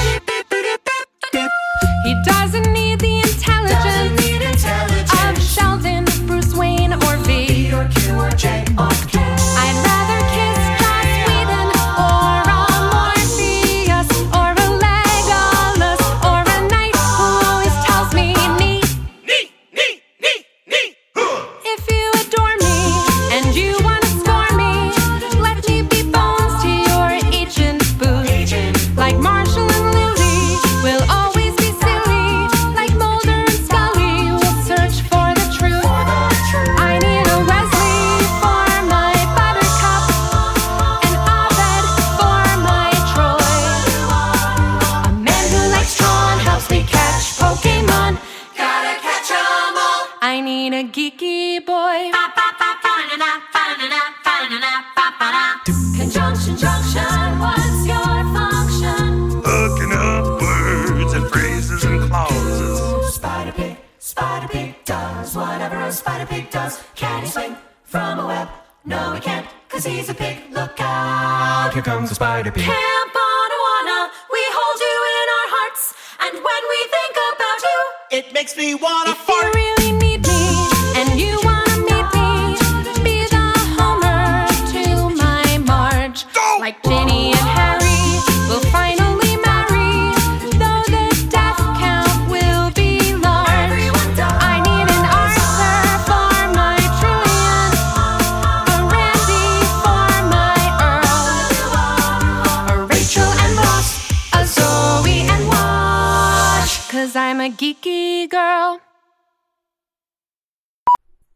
Speaker 7: He doesn't need the intelligence
Speaker 8: Doesn't need intelligence.
Speaker 7: of Sheldon, Bruce Wayne, or V.
Speaker 8: Your cue
Speaker 7: Conjunction, junction, what's your function?
Speaker 9: Hooking up words and phrases and clauses.
Speaker 8: Spider Pig, Spider Pig does whatever a Spider Pig does. Can he swing from a web? No, he can't, cause he's a pig. Look out! Here comes a Spider Pig.
Speaker 7: Camp Onawana, we hold you in our hearts, and when we think about you,
Speaker 8: It makes me wanna
Speaker 7: if you really need me and you wanna meet me, be the Homer to my Marge. Like Ginny and Harry, we'll finally marry, though the death count will be large. I need an Arthur for my Julian, a Randy for my Earl. A Rachel and Ross, a Zoe and Wash. Cause I'm a geeky girl.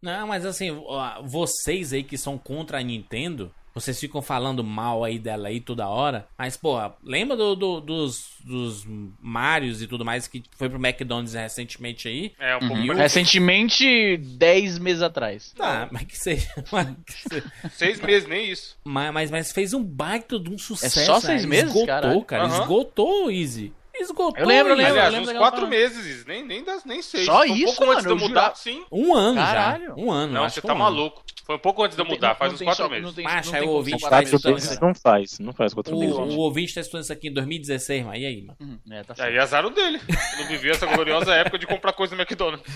Speaker 1: Não, mas assim, ó, vocês aí que são contra a Nintendo, vocês ficam falando mal aí dela aí toda hora. Mas, pô, lembra do, do- dos, dos Marios e tudo mais que foi pro McDonald's recentemente aí?
Speaker 3: É, um pouquinho.
Speaker 2: Recentemente, 10 meses atrás.
Speaker 1: Tá, mas que seja. Mas, que seja.
Speaker 3: Seis meses, nem isso.
Speaker 1: Mas, mas, mas fez um baita de um sucesso.
Speaker 2: É só
Speaker 1: né?
Speaker 2: seis meses,
Speaker 1: Esgotou,
Speaker 2: caralho?
Speaker 1: cara.
Speaker 3: Aham.
Speaker 1: Esgotou o Easy. Esgotou.
Speaker 2: Eu lembro, eu
Speaker 1: Easy.
Speaker 2: lembro.
Speaker 3: Aliás, uns
Speaker 2: daquela
Speaker 3: quatro
Speaker 2: parada.
Speaker 3: meses, Izzy, nem, nem, das, nem seis.
Speaker 2: Só
Speaker 3: Foi um
Speaker 2: isso,
Speaker 3: pouco antes de eu
Speaker 2: mano? Eu
Speaker 3: mudar,
Speaker 2: jurava-
Speaker 3: sim.
Speaker 1: Um ano já.
Speaker 2: Caralho.
Speaker 1: Um ano.
Speaker 3: Não,
Speaker 1: acho
Speaker 3: você
Speaker 1: que
Speaker 3: tá
Speaker 1: um ano.
Speaker 3: maluco. Foi um pouco antes de eu mudar, faz uns quatro meses.
Speaker 1: Macho, aí o ouvinte
Speaker 4: Quatro
Speaker 1: Tá, então,
Speaker 4: meses
Speaker 2: né?
Speaker 1: isso-
Speaker 4: não faz, não faz quatro meses.
Speaker 1: O, o ouvinte tá estudando isso aqui em 2016, mas e aí, mano?
Speaker 2: É, tá certo.
Speaker 3: Uhum. Aí azar o dele. Não vivia essa gloriosa época de comprar coisa no McDonald's.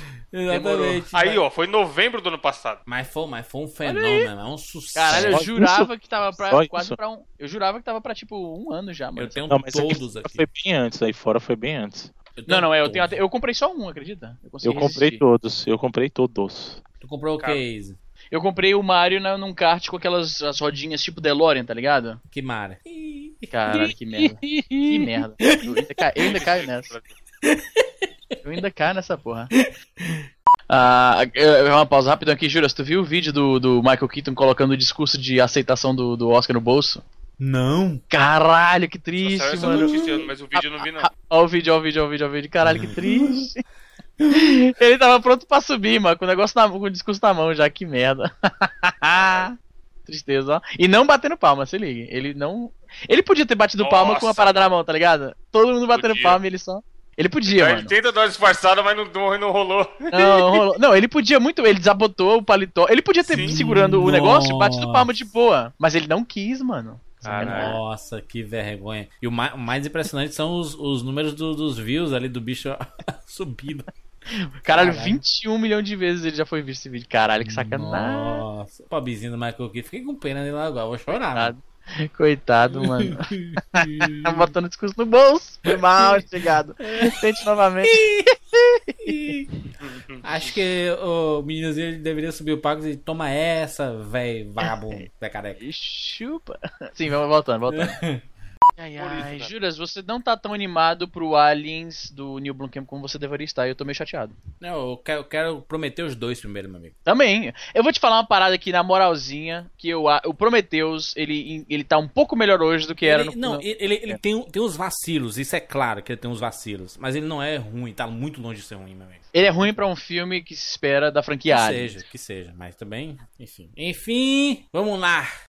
Speaker 1: Exatamente.
Speaker 3: Aí, ó, foi em novembro do ano passado.
Speaker 1: Mas foi, mas foi um fenômeno, mano. É um sucesso.
Speaker 2: Caralho, eu
Speaker 4: Só
Speaker 2: jurava que tava
Speaker 4: Só
Speaker 2: pra
Speaker 4: isso?
Speaker 2: quase pra um. Eu jurava que tava pra tipo um ano já, mano.
Speaker 1: eu tenho
Speaker 4: Não,
Speaker 2: é
Speaker 4: mas aqui
Speaker 1: todos
Speaker 4: fora
Speaker 1: aqui.
Speaker 4: foi bem antes, aí fora foi bem antes.
Speaker 1: Eu tenho
Speaker 2: Não, não, é, eu tenho
Speaker 1: todos.
Speaker 2: até- Eu comprei só um, acredita? consegui
Speaker 4: Eu comprei
Speaker 2: resistir.
Speaker 4: todos, eu comprei todos.
Speaker 1: Tu comprou o que,
Speaker 3: Cara.
Speaker 1: Izzy?
Speaker 2: Eu comprei o Mario na- num kart com aquelas as rodinhas tipo DeLorean, tá ligado?
Speaker 1: Que mara.
Speaker 2: Caralho, que merda. Que merda. Eu ainda, ca- eu ainda caio nessa. Eu ainda caio nessa porra. Ah, eu- eu- uma pausa rápida aqui, Juras. Tu viu o vídeo do, do Michael Keaton colocando o discurso de aceitação do, do Oscar no bolso? Não. Caralho, que
Speaker 3: Só saiu
Speaker 2: triste,
Speaker 3: essa
Speaker 2: mano.
Speaker 3: notícia, mas o vídeo eu não vi, não.
Speaker 2: Ó o vídeo, ó o vídeo, ó o vídeo, ó o vídeo. Caralho, que triste. Ele tava pronto pra subir, mano, com o negócio na, com o discurso na mão já, que merda. Tristeza, ó. E não batendo palma, se ligue. Ele não. Ele podia ter batido palma com uma
Speaker 3: Nossa.
Speaker 2: parada na mão, tá ligado? Todo mundo batendo
Speaker 3: Podia.
Speaker 2: palma e ele só. Ele podia,
Speaker 3: Aí
Speaker 2: mano.
Speaker 3: ele é tenta dar uma disfarçada, mas não, não, não rolou.
Speaker 2: Não, rolou. não, ele podia muito. Ele desabotou o paletó. Ele podia ter segurando o negócio, batido palma de boa. Mas ele não quis, mano.
Speaker 3: Caralho.
Speaker 1: Nossa, que vergonha. E o ma- o mais, impressionante são os, os números do- dos views ali do bicho subindo.
Speaker 2: Caralho, 21 milhões um de vezes ele já foi visto esse vídeo. Caralho, que sacanagem.
Speaker 1: Nossa. Pobrezinho do Michael Kidd. Fiquei com pena dele lá agora. Vou chorar. mano.
Speaker 2: Coitado. Coitado, mano. tá botando o discurso no bolso. Foi mal, chegado. Tente novamente.
Speaker 1: Acho que o meninozinho ele deveria subir o palco e dizer, toma essa, véi, vagabundo, pé careca.
Speaker 2: E chupa. Sim, vamos voltando, voltando. Ai,
Speaker 1: né?
Speaker 2: ai, Juras, você não tá tão animado pro Aliens do Neil Blomkamp como você deveria estar. e Eu tô meio chateado.
Speaker 1: Não, eu quero, eu quero prometer os dois primeiro, meu amigo.
Speaker 2: Também. Eu vou te falar uma parada aqui na moralzinha, que eu, a- o Prometheus, ele, ele tá um pouco melhor hoje do que era
Speaker 1: Ele-
Speaker 2: no É.
Speaker 1: não,
Speaker 2: no-
Speaker 1: ele, ele- ele tem, tem uns vacilos, isso é claro que ele tem uns vacilos. Mas ele não é ruim, tá muito longe de ser ruim, meu amigo.
Speaker 2: Ele é ruim pra um filme que se espera da franquia
Speaker 1: Que
Speaker 2: Alien.
Speaker 1: seja, que seja, mas também, enfim. Enfim, vamos lá.